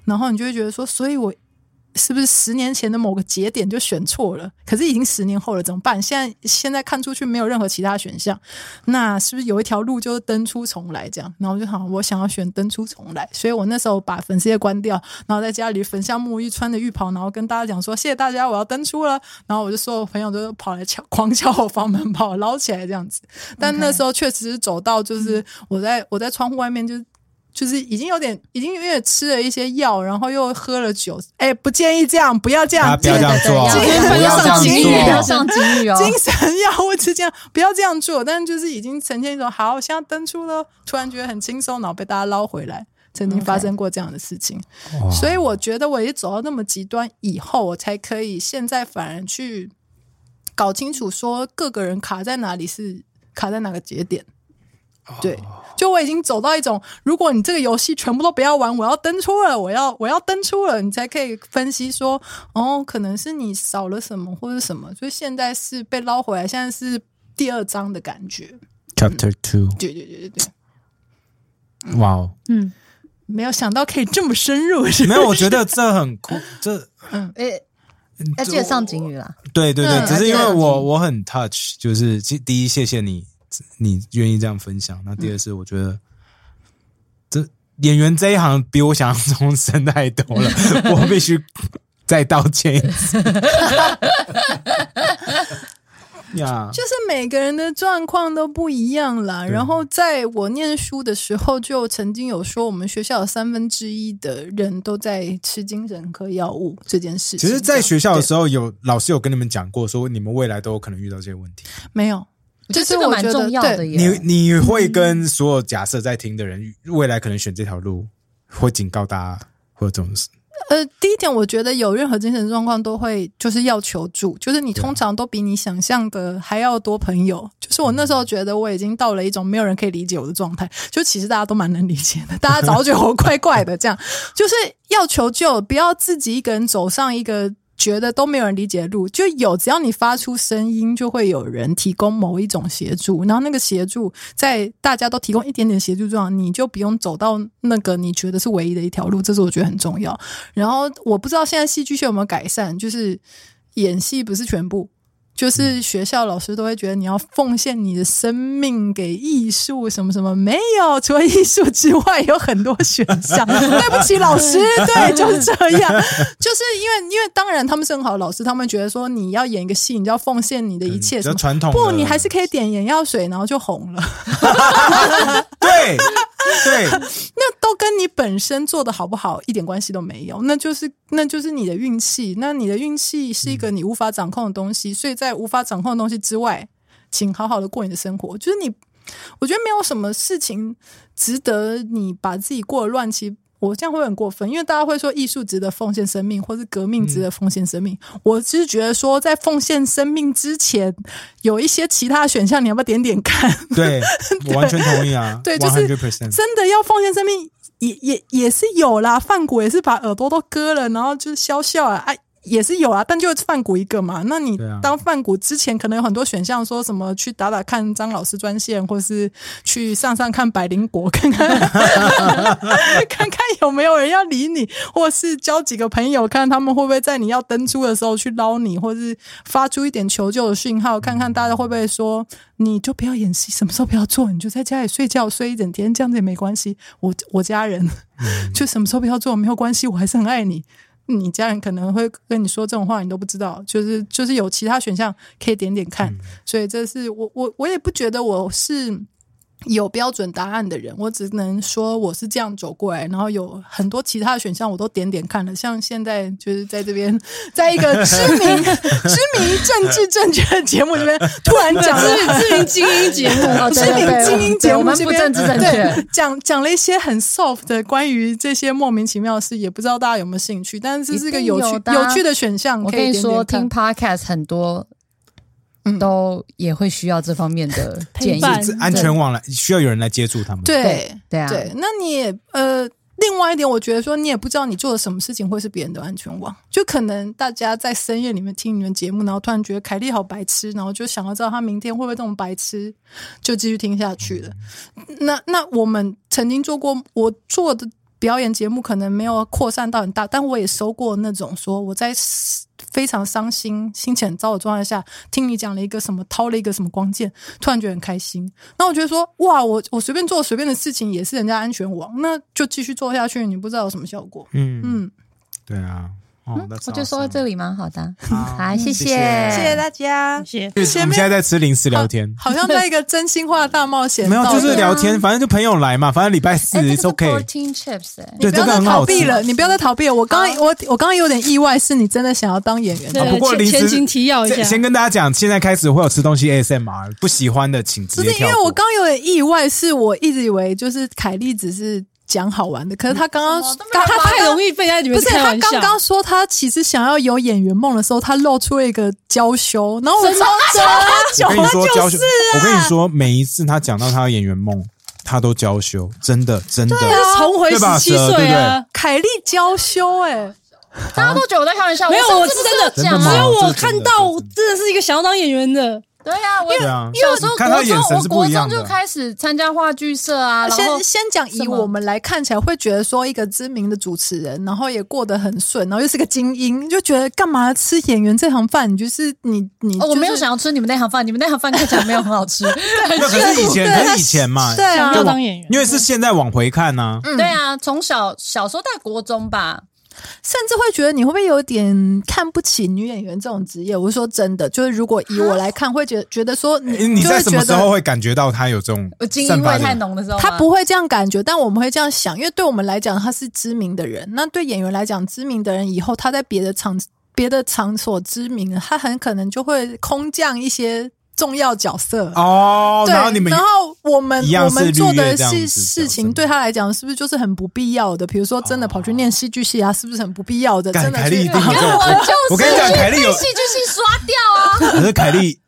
[SPEAKER 6] 然后你就会觉得说，所以我是不是十年前的某个节点就选错了？可是已经十年后了，怎么办？现在现在看出去没有任何其他选项，那是不是有一条路就是登出重来这样？然后我就想，我想要选登出重来，所以我那时候把粉丝页关掉，然后在家里焚香沐浴，穿着浴袍，然后跟大家讲说谢谢大家，我要登出了。然后我就说，我朋友都跑来敲，狂敲我房门，把我捞起来这样子。但那时候确实是走到，就是我在我在窗户外面就是就是已经有点，已经有点吃了一些药，然后又喝了酒。哎，不建议这样，不要这
[SPEAKER 1] 大家
[SPEAKER 6] 样，
[SPEAKER 1] 不要这样做啊，
[SPEAKER 3] 对对对
[SPEAKER 1] 不要这样
[SPEAKER 3] 金
[SPEAKER 6] 对
[SPEAKER 3] 鱼
[SPEAKER 6] 对
[SPEAKER 3] 要
[SPEAKER 1] 做。
[SPEAKER 3] 上金鱼哦，
[SPEAKER 6] 精神药物之间不要这样做。但是就是已经呈现一种好，我现在登出了，突然觉得很轻松，然后被大家捞回来。曾经发生过这样的事情
[SPEAKER 1] 哇
[SPEAKER 6] 所以我觉得我也走到那么极端以后，我才可以现在反而去搞清楚说各个人卡在哪里是卡在哪个节点。对，就我已经走到一种，如果你这个游戏全部都不要玩，我要登出了，我要我要登出了，你才可以分析说，哦，可能是你少了什么或者什么，所以现在是被捞回来，现在是第二章的感觉。
[SPEAKER 1] Chapter Two，
[SPEAKER 6] 对对对对对，
[SPEAKER 1] 哇哦，
[SPEAKER 5] 嗯，
[SPEAKER 6] 没有想到可以这么深入，是
[SPEAKER 1] 没有，我觉得这很酷，这
[SPEAKER 3] 哎，要记得上金鱼啦。
[SPEAKER 1] 对对
[SPEAKER 6] 嗯
[SPEAKER 1] 对，只是因为
[SPEAKER 6] 还是
[SPEAKER 1] 我我很 touch，就是其第一谢谢你，你愿意这样分享。那第二是我觉得、这演员这一行比我想象中深太多 了，我必须再道歉一次。呀，
[SPEAKER 6] 就是每个人的状况都不一样啦。然后在我念书的时候，就曾经有说，我们学校有三分之一的人都在吃精神科药物这件事情。
[SPEAKER 1] 其实，在学校的时
[SPEAKER 6] 候
[SPEAKER 1] 候有，老师有跟你们讲过，说你们未来都有可能遇到这些问题。
[SPEAKER 6] 没有，
[SPEAKER 3] 就
[SPEAKER 6] 就是是
[SPEAKER 3] 这个
[SPEAKER 6] 我
[SPEAKER 3] 蛮
[SPEAKER 6] 觉得
[SPEAKER 3] 重要的
[SPEAKER 6] 对
[SPEAKER 1] 你
[SPEAKER 3] 耶。
[SPEAKER 1] 你会跟所有假设在听的人，未来可能选这条路，会警告大家会有这种事。
[SPEAKER 6] 呃，第一点，我觉得有任何精神状况都会就是要求助，就是你通常都比你想象的还要多朋友。就是我那时候觉得我已经到了一种没有人可以理解我的状态，就其实大家都蛮能理解的，大家早就觉得我怪怪的，这样 就是要求救，不要自己一个人走上一个。觉得都没有人理解的路，就有只要你发出声音，就会有人提供某一种协助，然后那个协助在大家都提供一点点协助状况，你就不用走到那个你觉得是唯一的一条路，这是我觉得很重要。然后我不知道现在戏剧系有没有改善，就是演戏不是全部，就是学校老师都会觉得你要奉献你的生命给艺术什么什么，没有，除了艺术之外有很多选项。对不起，老师，对，就是这样，就是因为因为当然他们是很好的老师，他们觉得说你要演一个戏，你就要奉献你的一切
[SPEAKER 1] 嗯比
[SPEAKER 6] 什
[SPEAKER 1] 较
[SPEAKER 6] 么。
[SPEAKER 1] 传统的
[SPEAKER 6] 不，你还是可以点眼药水，然后就红了。
[SPEAKER 1] 对对，
[SPEAKER 6] 那都跟你本身做的好不好一点关系都没有，那就是那就是你的运气。那你的运气是一个你无法掌控的东西，所以在无法掌控的东西之外，请好好的过你的生活。就是你，我觉得没有什么事情值得你把自己过得乱七。我这样会很过分，因为大家会说艺术值得奉献生命，或是革命值得奉献生命。我只是觉得说，在奉献生命之前，有一些其他选项，你要不要点点看？
[SPEAKER 1] 对，我完全同意啊，
[SPEAKER 6] 对就是
[SPEAKER 1] hundred percent。
[SPEAKER 6] 真的要奉献生命，也也也是有啦。范谷也是把耳朵都割了，然后就是消笑啊，哎、也是有啊，但就是范谷一个嘛。那你
[SPEAKER 1] 对啊
[SPEAKER 6] 当范谷之前，可能有很多选项，说什么去打打看张老师专线，或是去上上看百灵国，看看 看看有没有人要理你，或是交几个朋友，看他们会不会在你要登出的时候去捞你，或是发出一点求救的讯号，看看大家会不会说你就不要演戏，什么时候不要做，你就在家里睡觉睡一整天，这样子也没关系。我我家人 就什么时候不要做没有关系，我还是很爱你。你家人可能会跟你说这种话，你都不知道，就是就是有其他选项可以点点看，所以这是我我我也不觉得我是有标准答案的人，我只能说我是这样走过来，然后有很多其他的选项我都点点看了，像现在就是在这边，在一个知名知名政治正确的节目这边突然讲 了
[SPEAKER 5] 知知名精英节目，
[SPEAKER 3] 哦，
[SPEAKER 6] 知
[SPEAKER 3] 对对
[SPEAKER 6] 名
[SPEAKER 3] 对
[SPEAKER 6] 精英节
[SPEAKER 3] 我
[SPEAKER 6] 目
[SPEAKER 3] 们
[SPEAKER 6] 这
[SPEAKER 3] 不
[SPEAKER 6] 边
[SPEAKER 3] 政治正确
[SPEAKER 6] 对， 讲讲了一些很 soft 的关于这些莫名其妙的事，也不知道大家有没有兴趣，但是这是个
[SPEAKER 3] 一定
[SPEAKER 6] 有趣
[SPEAKER 3] 有的啊
[SPEAKER 6] 趣的选项，
[SPEAKER 3] 我
[SPEAKER 6] 可以
[SPEAKER 3] 跟你
[SPEAKER 6] 点
[SPEAKER 3] 说，
[SPEAKER 6] 点看
[SPEAKER 3] 听 podcast 很多
[SPEAKER 6] 嗯
[SPEAKER 3] 都也会需要这方面的建
[SPEAKER 5] 陪
[SPEAKER 3] 议。
[SPEAKER 5] 伴
[SPEAKER 1] 安全网来需要有人来接住他们。
[SPEAKER 6] 对
[SPEAKER 3] 对啊
[SPEAKER 6] 对，那你也呃，另外一点，我觉得说你也不知道你做了什么事情会是别人的安全网，就可能大家在深夜里面听你们节目，然后突然觉得凯莉好白痴，然后就想要知道她明天会不会这种白痴，就继续听下去了。那那我们曾经做过，我做的表演节目可能没有扩散到很大，但我也收过那种说我在非常伤心、心情很糟的状态下，听你讲了一个什么，掏了一个什么光剑，突然觉得很开心。那我觉得说，哇，我我随便做随便的事情也是人家安全网，那就继续做下去，你不知道有什么效果。
[SPEAKER 1] 嗯嗯，
[SPEAKER 6] 嗯，
[SPEAKER 1] 对啊，哦，
[SPEAKER 2] 我就说到这里蛮好的。
[SPEAKER 1] 好
[SPEAKER 2] 好，谢谢，
[SPEAKER 1] 谢
[SPEAKER 6] 谢谢大家。
[SPEAKER 5] 谢谢。
[SPEAKER 1] 我们现在在吃零食聊天，
[SPEAKER 6] 好像在一个真心话大冒险，
[SPEAKER 1] 没有，啊就是
[SPEAKER 6] 到
[SPEAKER 1] 聊天，反正就朋友来嘛，反正礼拜四
[SPEAKER 2] 哎这个
[SPEAKER 1] it's
[SPEAKER 2] 是
[SPEAKER 1] OK。
[SPEAKER 2] protein chips 哎，
[SPEAKER 1] 对，
[SPEAKER 6] 这
[SPEAKER 1] 这
[SPEAKER 6] 个
[SPEAKER 1] 个
[SPEAKER 6] 不要再
[SPEAKER 1] 很
[SPEAKER 6] 逃
[SPEAKER 1] 好
[SPEAKER 6] 避
[SPEAKER 1] 吃。
[SPEAKER 6] 了，你不要再逃避了。我刚我我刚刚有点意外，是你真的想要当演员。
[SPEAKER 5] 对，
[SPEAKER 1] 啊不过
[SPEAKER 5] 前
[SPEAKER 1] 临时
[SPEAKER 5] 前情提要一
[SPEAKER 6] 啊
[SPEAKER 1] 先
[SPEAKER 5] 下，
[SPEAKER 1] 先跟大家讲，现在开始会有吃东西 ASMR，不喜欢的请直
[SPEAKER 6] 不
[SPEAKER 1] 接
[SPEAKER 6] 是因
[SPEAKER 1] 跳过。
[SPEAKER 6] 为我刚有点意外，是我一直以为就是凯莉只是讲好玩的，可是她刚刚
[SPEAKER 5] 他
[SPEAKER 6] 她
[SPEAKER 5] 太容易被在里面
[SPEAKER 6] 啊不是
[SPEAKER 5] 开
[SPEAKER 6] 她
[SPEAKER 5] 玩笑。
[SPEAKER 6] 刚刚说她其实想要有演员梦的时候，她露出了一个娇羞，然后我超
[SPEAKER 1] 我跟你
[SPEAKER 3] 啊
[SPEAKER 1] 说娇羞
[SPEAKER 6] 就是，
[SPEAKER 1] 我跟你说，每一次他讲到他的演员梦，他都娇羞，真的真的。
[SPEAKER 3] 啊
[SPEAKER 5] 就是重回
[SPEAKER 1] 对吧
[SPEAKER 5] 十七
[SPEAKER 1] 蛇对
[SPEAKER 5] 岁
[SPEAKER 1] 不对
[SPEAKER 5] 啊！
[SPEAKER 6] 凯莉娇羞哎、
[SPEAKER 3] 大家都觉得我在开玩笑，
[SPEAKER 5] 没有
[SPEAKER 3] 我
[SPEAKER 5] 我
[SPEAKER 3] 甚至
[SPEAKER 5] 是真的
[SPEAKER 1] 真
[SPEAKER 3] 不是有讲
[SPEAKER 1] 的
[SPEAKER 5] 只
[SPEAKER 1] 吗
[SPEAKER 3] 啊，
[SPEAKER 5] 有
[SPEAKER 1] 这
[SPEAKER 5] 我
[SPEAKER 1] 是真
[SPEAKER 5] 看
[SPEAKER 1] 的
[SPEAKER 5] 到，
[SPEAKER 1] 这是
[SPEAKER 5] 真的是一个想要当演员的，
[SPEAKER 3] 对呀，我
[SPEAKER 1] 对啊，
[SPEAKER 3] 小时候
[SPEAKER 1] 你看他
[SPEAKER 3] 国
[SPEAKER 1] 眼
[SPEAKER 3] 中
[SPEAKER 1] 神
[SPEAKER 3] 我
[SPEAKER 1] 是不
[SPEAKER 3] 国
[SPEAKER 1] 一样
[SPEAKER 3] 中
[SPEAKER 1] 的
[SPEAKER 3] 就。开始参加话剧社啊，然后
[SPEAKER 6] 哎先先讲，以
[SPEAKER 3] 什么
[SPEAKER 6] 我们来看起来会觉得说，一个知名的主持人，然后也过得很顺，然后又是个精英，就觉得干嘛吃演员这行饭？你就是你你、
[SPEAKER 3] 哦，我没有
[SPEAKER 6] 就是
[SPEAKER 3] 想要吃你们那行饭，你们那行饭 看起来没有很好吃。
[SPEAKER 1] 那可是以前，
[SPEAKER 6] 对
[SPEAKER 1] 可是以前嘛，
[SPEAKER 6] 对啊
[SPEAKER 5] 想要当演员，
[SPEAKER 1] 因为是现在往回看呐、
[SPEAKER 3] 对啊，从小小时候在国中吧，
[SPEAKER 6] 甚至会觉得你会不会有点看不起女演员这种职业？我是说真的，就是如果
[SPEAKER 3] 啊
[SPEAKER 6] 以我来看，会觉得觉得说你
[SPEAKER 1] 诶
[SPEAKER 3] 嗯
[SPEAKER 1] 你
[SPEAKER 6] 就
[SPEAKER 1] 在
[SPEAKER 6] 会
[SPEAKER 1] 什
[SPEAKER 6] 觉
[SPEAKER 1] 么时候
[SPEAKER 6] 得
[SPEAKER 1] 会感觉到他有这种
[SPEAKER 3] 我精
[SPEAKER 1] 散
[SPEAKER 3] 英
[SPEAKER 1] 发
[SPEAKER 3] 味
[SPEAKER 1] 的
[SPEAKER 3] 太浓的时候吗，
[SPEAKER 6] 他不会这样感觉，但我们会这样想，因为对我们来讲他是知名的人，那对演员来讲，知名的人以后他在别的场别的场所知名，他很可能就会空降一些重要角色。
[SPEAKER 1] 哦？
[SPEAKER 6] 对，
[SPEAKER 1] 然后你们
[SPEAKER 6] 然后我们
[SPEAKER 1] 一样
[SPEAKER 6] 我
[SPEAKER 1] 是
[SPEAKER 6] 们做
[SPEAKER 1] 绿叶
[SPEAKER 6] 的
[SPEAKER 1] 这样
[SPEAKER 6] 事
[SPEAKER 1] 子
[SPEAKER 6] 事
[SPEAKER 1] 角色
[SPEAKER 6] 情，对他来讲是不是就是很不必要的？比如说，真的跑去念戏剧系啊，是不是很不必要的？
[SPEAKER 1] 干
[SPEAKER 6] 真
[SPEAKER 1] 凯
[SPEAKER 6] 的
[SPEAKER 1] 莉一
[SPEAKER 6] 去
[SPEAKER 1] 定有这种，
[SPEAKER 3] 我就是
[SPEAKER 1] 我跟你讲，凯莉有
[SPEAKER 3] 被，戏剧系刷掉啊！
[SPEAKER 1] 可是凯莉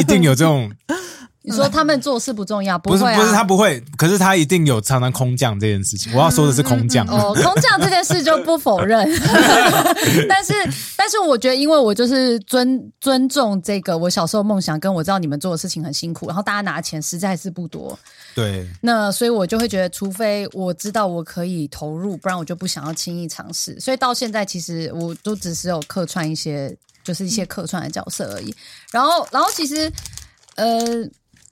[SPEAKER 1] 一定有这种，
[SPEAKER 3] 你说他们做事 不重要，
[SPEAKER 1] 不是
[SPEAKER 3] 会啊？
[SPEAKER 1] 不是他不会，可是他一定有常常空降这件事情。我要说的是空降，啊
[SPEAKER 3] 哦，空降这件事就不否 认，但是但是我觉得，因为我就是尊尊重这个我小时候梦想，跟我知道你们做的事情很辛苦，然后大家拿的钱实在是不多，
[SPEAKER 1] 对，
[SPEAKER 3] 那所以我就会觉得，除非我知道我可以投入，不然我就不想要轻易尝试。所以到现在，其实我都只是有客串一些，就是一些客串的角色而已。然后，然后其实，呃，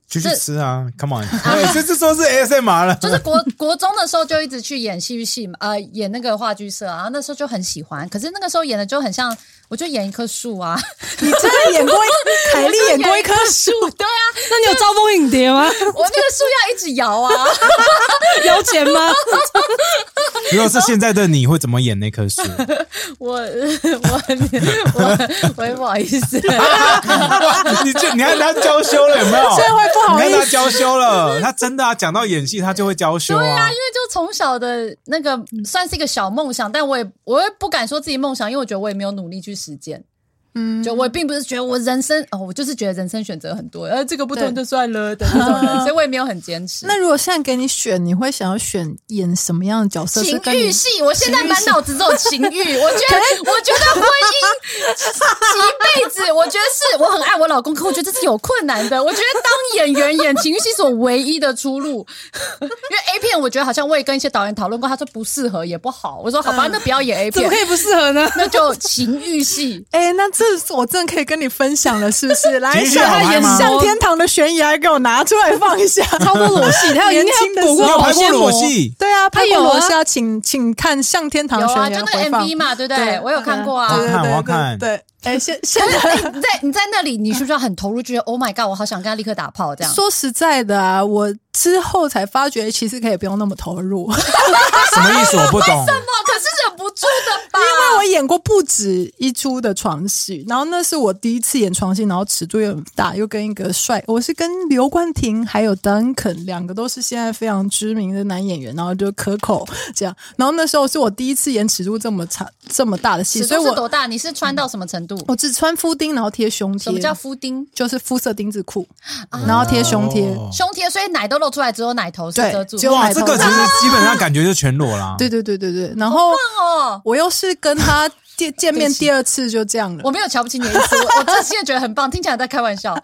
[SPEAKER 1] 继续吃啊，Come on，哎这这说是 ASMR 了，
[SPEAKER 3] 就是国 国中的时候就一直去演戏剧系嘛，呃，演那个话剧社啊，然后那时候就很喜欢。可是那个时候演的就很像，我就演一棵树啊，
[SPEAKER 6] 你真的演过一凯莉 演过一棵
[SPEAKER 1] 哦
[SPEAKER 6] 树，
[SPEAKER 3] 对啊，
[SPEAKER 5] 那你有招蜂引蝶 吗？
[SPEAKER 3] 我那个树要一直摇啊。
[SPEAKER 5] 有钱吗？
[SPEAKER 1] 如果是现在的你会怎么演那棵树？
[SPEAKER 3] 我我我我也不好意 思，
[SPEAKER 1] 哇你就你看他娇羞了有没有？
[SPEAKER 6] 真的会不好
[SPEAKER 1] 你
[SPEAKER 6] 意
[SPEAKER 1] 看
[SPEAKER 6] 思
[SPEAKER 1] 他。娇羞了，他真的啊，讲到演戏他就会娇羞啊
[SPEAKER 3] 因。为就从小的那个算是一个小梦想，但我也我也不敢说自己梦想，因为我觉得我也没有努力去实践。嗯，就我也并不是觉得我人生哦，我就是觉得人生选择很多，呃，这个不同
[SPEAKER 6] 对
[SPEAKER 3] 就算了的那种人，所以我也没有很坚持。
[SPEAKER 6] 那如果现在给你选，你会想要选演什么样的角色？是
[SPEAKER 3] 情
[SPEAKER 6] 跟你
[SPEAKER 3] 欲戏，我现在满脑子都有情欲，我觉得，我觉得婚姻一辈子，我觉得是我很爱我老公，可我觉得这是有困难的。我觉得当演员演情欲戏是我唯一的出路，因为 A 片，我觉得好像我也跟一些导演讨论过，他说不适合也不好。我说好吧，那不要演 A
[SPEAKER 5] 怎么
[SPEAKER 3] 片
[SPEAKER 5] 可，以不适合呢？
[SPEAKER 3] 那就情欲戏。
[SPEAKER 6] 哎、那这是我真的可以跟你分享了，是不 是？来，
[SPEAKER 1] 情绪好
[SPEAKER 6] 像
[SPEAKER 1] 拍吗
[SPEAKER 6] 像天堂的悬崖，给我拿出来放一下。
[SPEAKER 5] 超多裸戏，还有
[SPEAKER 6] 年
[SPEAKER 5] 应
[SPEAKER 6] 轻的
[SPEAKER 5] 该
[SPEAKER 6] 时
[SPEAKER 5] 裹
[SPEAKER 1] 你有
[SPEAKER 6] 候
[SPEAKER 5] 过保
[SPEAKER 1] 拍过
[SPEAKER 5] 鲜膜
[SPEAKER 1] 裸，戏？
[SPEAKER 6] 对啊，拍
[SPEAKER 5] 他
[SPEAKER 6] 过
[SPEAKER 5] 有啊
[SPEAKER 6] 罗莎，请请看《向天堂
[SPEAKER 3] 有
[SPEAKER 6] 悬
[SPEAKER 3] 啊，
[SPEAKER 6] 崖
[SPEAKER 3] 就》那
[SPEAKER 6] 回
[SPEAKER 3] 个
[SPEAKER 6] 放。
[SPEAKER 3] MV 嘛，对不对？
[SPEAKER 6] 对
[SPEAKER 3] 我有看过啊
[SPEAKER 1] 对。我要
[SPEAKER 6] 对
[SPEAKER 1] 看
[SPEAKER 6] 对对对，哎、 现现在。
[SPEAKER 3] 你在你在那里，你是不是很投入？觉得 Oh my God，我好想跟他立刻打炮这样。
[SPEAKER 6] 说实在的啊，我之后才发觉，其实可以不用那么投入，
[SPEAKER 1] 什么意思？我不懂。
[SPEAKER 3] 哇，可是忍不住的吧？
[SPEAKER 6] 因为我演过不止一出的床戏，然后那是我第一次演床戏，然后尺度又很大，又跟一个帅，我是跟刘冠廷还有 Duncan 两个都是现在非常知名的男演员，然后就可口这样，然后那时候是我第一次演尺度这么长这么大的戏，
[SPEAKER 3] 尺
[SPEAKER 6] 所以
[SPEAKER 3] 度是
[SPEAKER 6] 我
[SPEAKER 3] 多大？你是穿到什么程度？
[SPEAKER 6] 我只穿敷丁，然后贴胸贴，
[SPEAKER 3] 什么叫敷丁？
[SPEAKER 6] 就是肤色丁字裤，然后贴胸贴。
[SPEAKER 1] 哦
[SPEAKER 3] 胸贴，所以奶都露出来，只有奶头是
[SPEAKER 6] 对
[SPEAKER 3] 遮住。
[SPEAKER 6] 只有
[SPEAKER 1] 哇，
[SPEAKER 6] 奶
[SPEAKER 1] 啊这
[SPEAKER 6] 头
[SPEAKER 1] 个其实基本上感觉就全裸啦。
[SPEAKER 6] 对对对对对，然后
[SPEAKER 3] 哦，
[SPEAKER 6] 我又是跟他见见面第二次就这样了
[SPEAKER 3] 我，没有瞧不起你的意思，我我 真心的觉得很棒，听起来在开玩笑。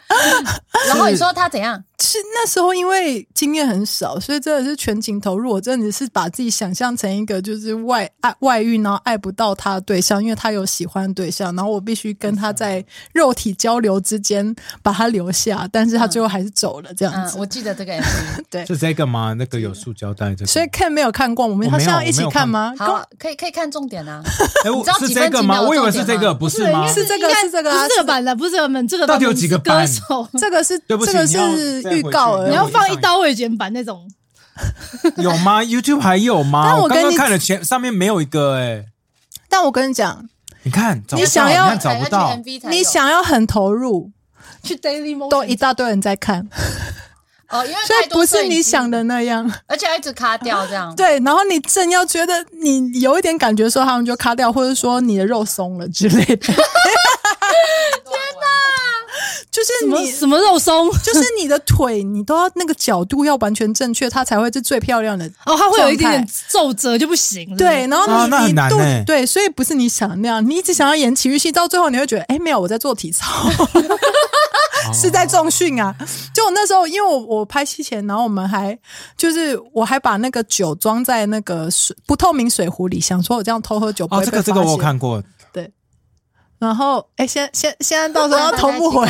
[SPEAKER 3] 然后你说他怎样？
[SPEAKER 6] 是那时候因为经验很少，所以真的是全情投入。我真的是把自己想象成一个就是外爱外遇，然后爱不到他的对象，因为他有喜欢的对象，然后我必须跟他在肉体交流之间把他留下，但是他最后还是走了这样
[SPEAKER 3] 嗯，
[SPEAKER 6] 子。
[SPEAKER 3] 我记得这个 MV。
[SPEAKER 6] 对，
[SPEAKER 1] 是这个吗？那个有塑胶袋这个？
[SPEAKER 6] 所以 Ken 没有看过，我们
[SPEAKER 1] 我没有
[SPEAKER 6] 他现在一起看吗？
[SPEAKER 3] 好啊，可以可以看重点啊。
[SPEAKER 1] 哎，我
[SPEAKER 3] 你知道
[SPEAKER 1] 是
[SPEAKER 3] 几
[SPEAKER 1] 这
[SPEAKER 3] 分
[SPEAKER 1] 个
[SPEAKER 3] 几
[SPEAKER 1] 吗？
[SPEAKER 3] 秒
[SPEAKER 1] 我以为
[SPEAKER 3] 重
[SPEAKER 1] 是
[SPEAKER 3] 点
[SPEAKER 1] 这个，
[SPEAKER 3] 吗
[SPEAKER 1] 不是
[SPEAKER 5] 对
[SPEAKER 1] 吗
[SPEAKER 5] 因为？
[SPEAKER 6] 是这个
[SPEAKER 5] 应该
[SPEAKER 6] 是这个啊
[SPEAKER 5] 不是这个版的，不是这个版，这个版
[SPEAKER 1] 到底有几个
[SPEAKER 5] 本
[SPEAKER 1] 版
[SPEAKER 5] 是歌手？
[SPEAKER 6] 这个是
[SPEAKER 1] 对不起
[SPEAKER 6] 这个
[SPEAKER 1] 你要
[SPEAKER 6] 是
[SPEAKER 1] 再回去
[SPEAKER 6] 预告而已，
[SPEAKER 5] 你要放一
[SPEAKER 1] 上
[SPEAKER 5] 刀未剪版那种，
[SPEAKER 1] 有吗？YouTube 还有吗？
[SPEAKER 6] 但我
[SPEAKER 1] 我
[SPEAKER 6] 跟
[SPEAKER 1] 刚刚
[SPEAKER 6] 你
[SPEAKER 1] 看了前上面没有一个哎，
[SPEAKER 6] 但我跟你讲，
[SPEAKER 1] 你看找不
[SPEAKER 6] 你想
[SPEAKER 1] 到
[SPEAKER 6] 要
[SPEAKER 1] 你看找不到
[SPEAKER 3] 才要去 MV 才有
[SPEAKER 6] 你想要很投入，
[SPEAKER 5] 去 Daily Motion
[SPEAKER 6] 都一大堆人在看，
[SPEAKER 3] 哦，因为
[SPEAKER 6] 所
[SPEAKER 3] 太
[SPEAKER 6] 以
[SPEAKER 3] 多
[SPEAKER 6] 不
[SPEAKER 3] 摄
[SPEAKER 6] 是
[SPEAKER 3] 影
[SPEAKER 6] 你
[SPEAKER 3] 机
[SPEAKER 6] 想，的那样。
[SPEAKER 3] 而且要一直卡掉这样。
[SPEAKER 6] 对，然后你正要觉得你有一点感觉的时候，他们就卡掉，或者说你的肉松了之类的。天哪！ 就是
[SPEAKER 5] 什么
[SPEAKER 6] 你，
[SPEAKER 5] 什么肉松哦
[SPEAKER 6] 就是你的腿，你都要那个角度要完全正确，它才会是最漂亮的。
[SPEAKER 5] 哦，它会有一点点
[SPEAKER 6] 状
[SPEAKER 5] 皱褶就不行了。
[SPEAKER 6] 对，然后你、
[SPEAKER 1] 啊那很
[SPEAKER 6] 你
[SPEAKER 1] 难
[SPEAKER 6] 肚
[SPEAKER 1] 欸
[SPEAKER 6] 对，所以不是你想的那样，你一直想要演体育系，到最后你会觉得，哎，没有，我在做体操。 是在重训啊！就我那时候，因为我我拍戏前，然后我们还就是我还把那个酒装在那个水不透明水壶里，想说我这样偷喝酒不
[SPEAKER 1] 哦，
[SPEAKER 6] 会
[SPEAKER 1] 这
[SPEAKER 6] 被
[SPEAKER 1] 个
[SPEAKER 6] 发现。
[SPEAKER 1] 这个我有看过，
[SPEAKER 6] 然后哎，现现现在到时候要
[SPEAKER 3] 头
[SPEAKER 6] 同步回，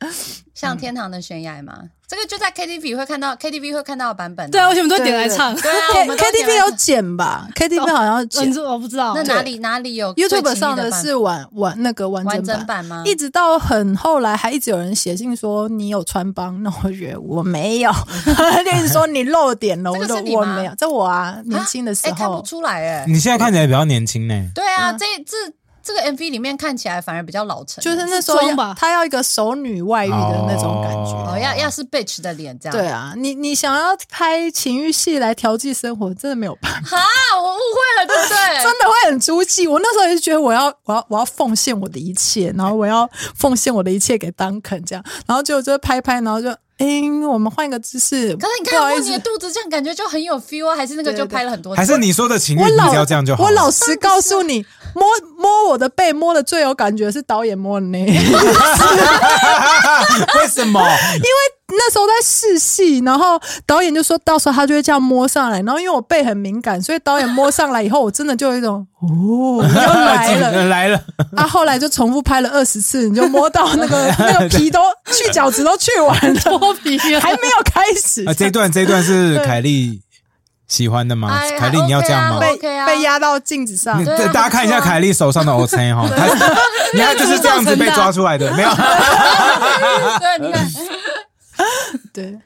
[SPEAKER 6] 嗯
[SPEAKER 3] 像天堂的悬崖嘛，这个就在 KTV 会看到，KTV 会看到的版本。
[SPEAKER 5] 对啊，而且我们都
[SPEAKER 6] 对
[SPEAKER 5] 点来
[SPEAKER 6] 对
[SPEAKER 5] 唱。
[SPEAKER 3] 对啊
[SPEAKER 6] K
[SPEAKER 3] 我们都点
[SPEAKER 6] KTV 有剪吧？KTV 好像有
[SPEAKER 5] 哦你
[SPEAKER 6] 剪
[SPEAKER 5] 说我不知道
[SPEAKER 3] 那，
[SPEAKER 5] 对
[SPEAKER 3] 哪里哪里有最亲密
[SPEAKER 6] ，YouTube 上的
[SPEAKER 3] 版
[SPEAKER 6] 是完完那个完
[SPEAKER 3] 完
[SPEAKER 6] 整
[SPEAKER 3] 整
[SPEAKER 6] 版。
[SPEAKER 3] 版吗？
[SPEAKER 6] 一直到很后来，还一直有人写信说你有穿帮，那我觉得我没有， 就是说你露点了，
[SPEAKER 3] 嗯 这
[SPEAKER 6] 我
[SPEAKER 3] 个
[SPEAKER 6] 说
[SPEAKER 3] 是你
[SPEAKER 6] 我
[SPEAKER 3] 吗
[SPEAKER 6] 没有，这我啊，年轻的时
[SPEAKER 3] 哎，看
[SPEAKER 6] 候
[SPEAKER 3] 不，出来哎。
[SPEAKER 1] 你现在看起来比较年轻呢。
[SPEAKER 3] 对啊，这这这个 MV 里面看起来反而比较老成，
[SPEAKER 6] 嗯就是那时候
[SPEAKER 5] 是
[SPEAKER 6] 要
[SPEAKER 5] 装吧
[SPEAKER 6] 他要一个熟女外遇的那种感觉。
[SPEAKER 1] 哦
[SPEAKER 3] 哦，要要是 bitch 的脸这样。
[SPEAKER 6] 对啊，你你想要拍情欲戏来调剂生活，真的没有办法，
[SPEAKER 3] 哈，我误会了，对不对？
[SPEAKER 6] 真的会很出戏。我那时候也是觉得我要我要我要奉献我的一切，然后我要奉献我的一切给 Duncan 这样，然后就就拍拍，然后就哎、我们换一个姿势。
[SPEAKER 3] 可是你
[SPEAKER 6] 不
[SPEAKER 3] 看
[SPEAKER 6] 好
[SPEAKER 3] 摸
[SPEAKER 6] 意
[SPEAKER 3] 你的
[SPEAKER 6] 思。
[SPEAKER 3] 肚子，这样感觉就很有 feel 啊，还是那个
[SPEAKER 6] 对
[SPEAKER 3] 就
[SPEAKER 6] 对
[SPEAKER 3] 拍了很多次？
[SPEAKER 1] 还是你说的情侣，
[SPEAKER 6] 我
[SPEAKER 1] 你
[SPEAKER 6] 老
[SPEAKER 1] 只要这样就好了。
[SPEAKER 6] 我老实告诉你，摸摸我的背，摸的最有感觉是导演摸的那一下
[SPEAKER 1] 为什么？
[SPEAKER 6] 那时候在试戏，然后导演就说到时候他就会这样摸上来，然后因为我背很敏感，所以导演摸上来以后，我真的就有一种哦，又
[SPEAKER 1] 呃
[SPEAKER 6] 来了。
[SPEAKER 1] 来了，
[SPEAKER 6] 啊，后来就重复拍了二十次，你就摸到 那个那个皮都去角质都去完了，
[SPEAKER 5] 脱皮啊了
[SPEAKER 6] 还没有开始
[SPEAKER 1] 啊，，这一段这一段是凯莉喜欢的吗
[SPEAKER 3] 哎？
[SPEAKER 1] 凯莉，你要这样吗
[SPEAKER 3] 还？
[SPEAKER 6] 被
[SPEAKER 3] OK 啊
[SPEAKER 6] 被压到镜子上
[SPEAKER 1] 你。
[SPEAKER 3] 对啊
[SPEAKER 1] 大家看一下凯莉手上的 O C 哈，她你看就是这样子被抓出来的，没有？
[SPEAKER 3] 对，你看，
[SPEAKER 6] 对，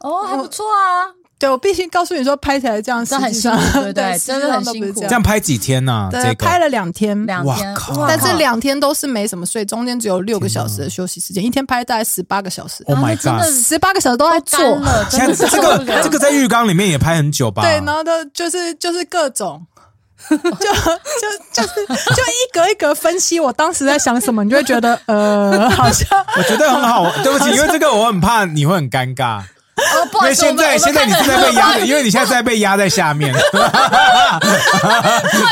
[SPEAKER 3] 哦，还不错啊。
[SPEAKER 6] 对我必须告诉你说，拍起来这样
[SPEAKER 3] 这
[SPEAKER 6] 实
[SPEAKER 3] 很
[SPEAKER 6] 际
[SPEAKER 3] 辛
[SPEAKER 6] 上
[SPEAKER 3] 苦对不 对
[SPEAKER 6] 实际
[SPEAKER 3] 真的
[SPEAKER 6] 上
[SPEAKER 3] 很
[SPEAKER 6] 都不
[SPEAKER 3] 辛
[SPEAKER 6] 是
[SPEAKER 3] 苦
[SPEAKER 1] 这样拍几天呢？
[SPEAKER 6] 对，
[SPEAKER 1] 这
[SPEAKER 6] 拍
[SPEAKER 1] 个
[SPEAKER 6] 了两天，
[SPEAKER 3] 两
[SPEAKER 1] 哇
[SPEAKER 3] 天，
[SPEAKER 1] 靠
[SPEAKER 6] 但是两天都是没什么睡，中间只有六个小时的休息时间，一天拍大概十八个小时，
[SPEAKER 1] ，Oh
[SPEAKER 3] 啊
[SPEAKER 1] my
[SPEAKER 3] 那真的
[SPEAKER 1] god！
[SPEAKER 6] 十八个小时都在做。
[SPEAKER 3] 干了，真
[SPEAKER 1] 现
[SPEAKER 3] 的
[SPEAKER 1] 在这
[SPEAKER 3] 受不
[SPEAKER 1] 个
[SPEAKER 3] 了
[SPEAKER 1] 这个在浴缸里面也拍很久吧？
[SPEAKER 6] 对，然后都就是就是各种，就 就就是就一格一格分析我当时在想什么，你就会觉得呃，好像
[SPEAKER 1] 我觉得很好，对不起，因为这个我很怕你会很尴尬，
[SPEAKER 3] 哦，不
[SPEAKER 1] 因
[SPEAKER 3] 好
[SPEAKER 1] 为
[SPEAKER 3] 意思，我
[SPEAKER 1] 现
[SPEAKER 3] 们
[SPEAKER 1] 在
[SPEAKER 3] 我
[SPEAKER 1] 现
[SPEAKER 3] 们
[SPEAKER 1] 在
[SPEAKER 3] 看
[SPEAKER 1] 你是在
[SPEAKER 3] 的
[SPEAKER 1] 被压，因为你现在在被压在下面，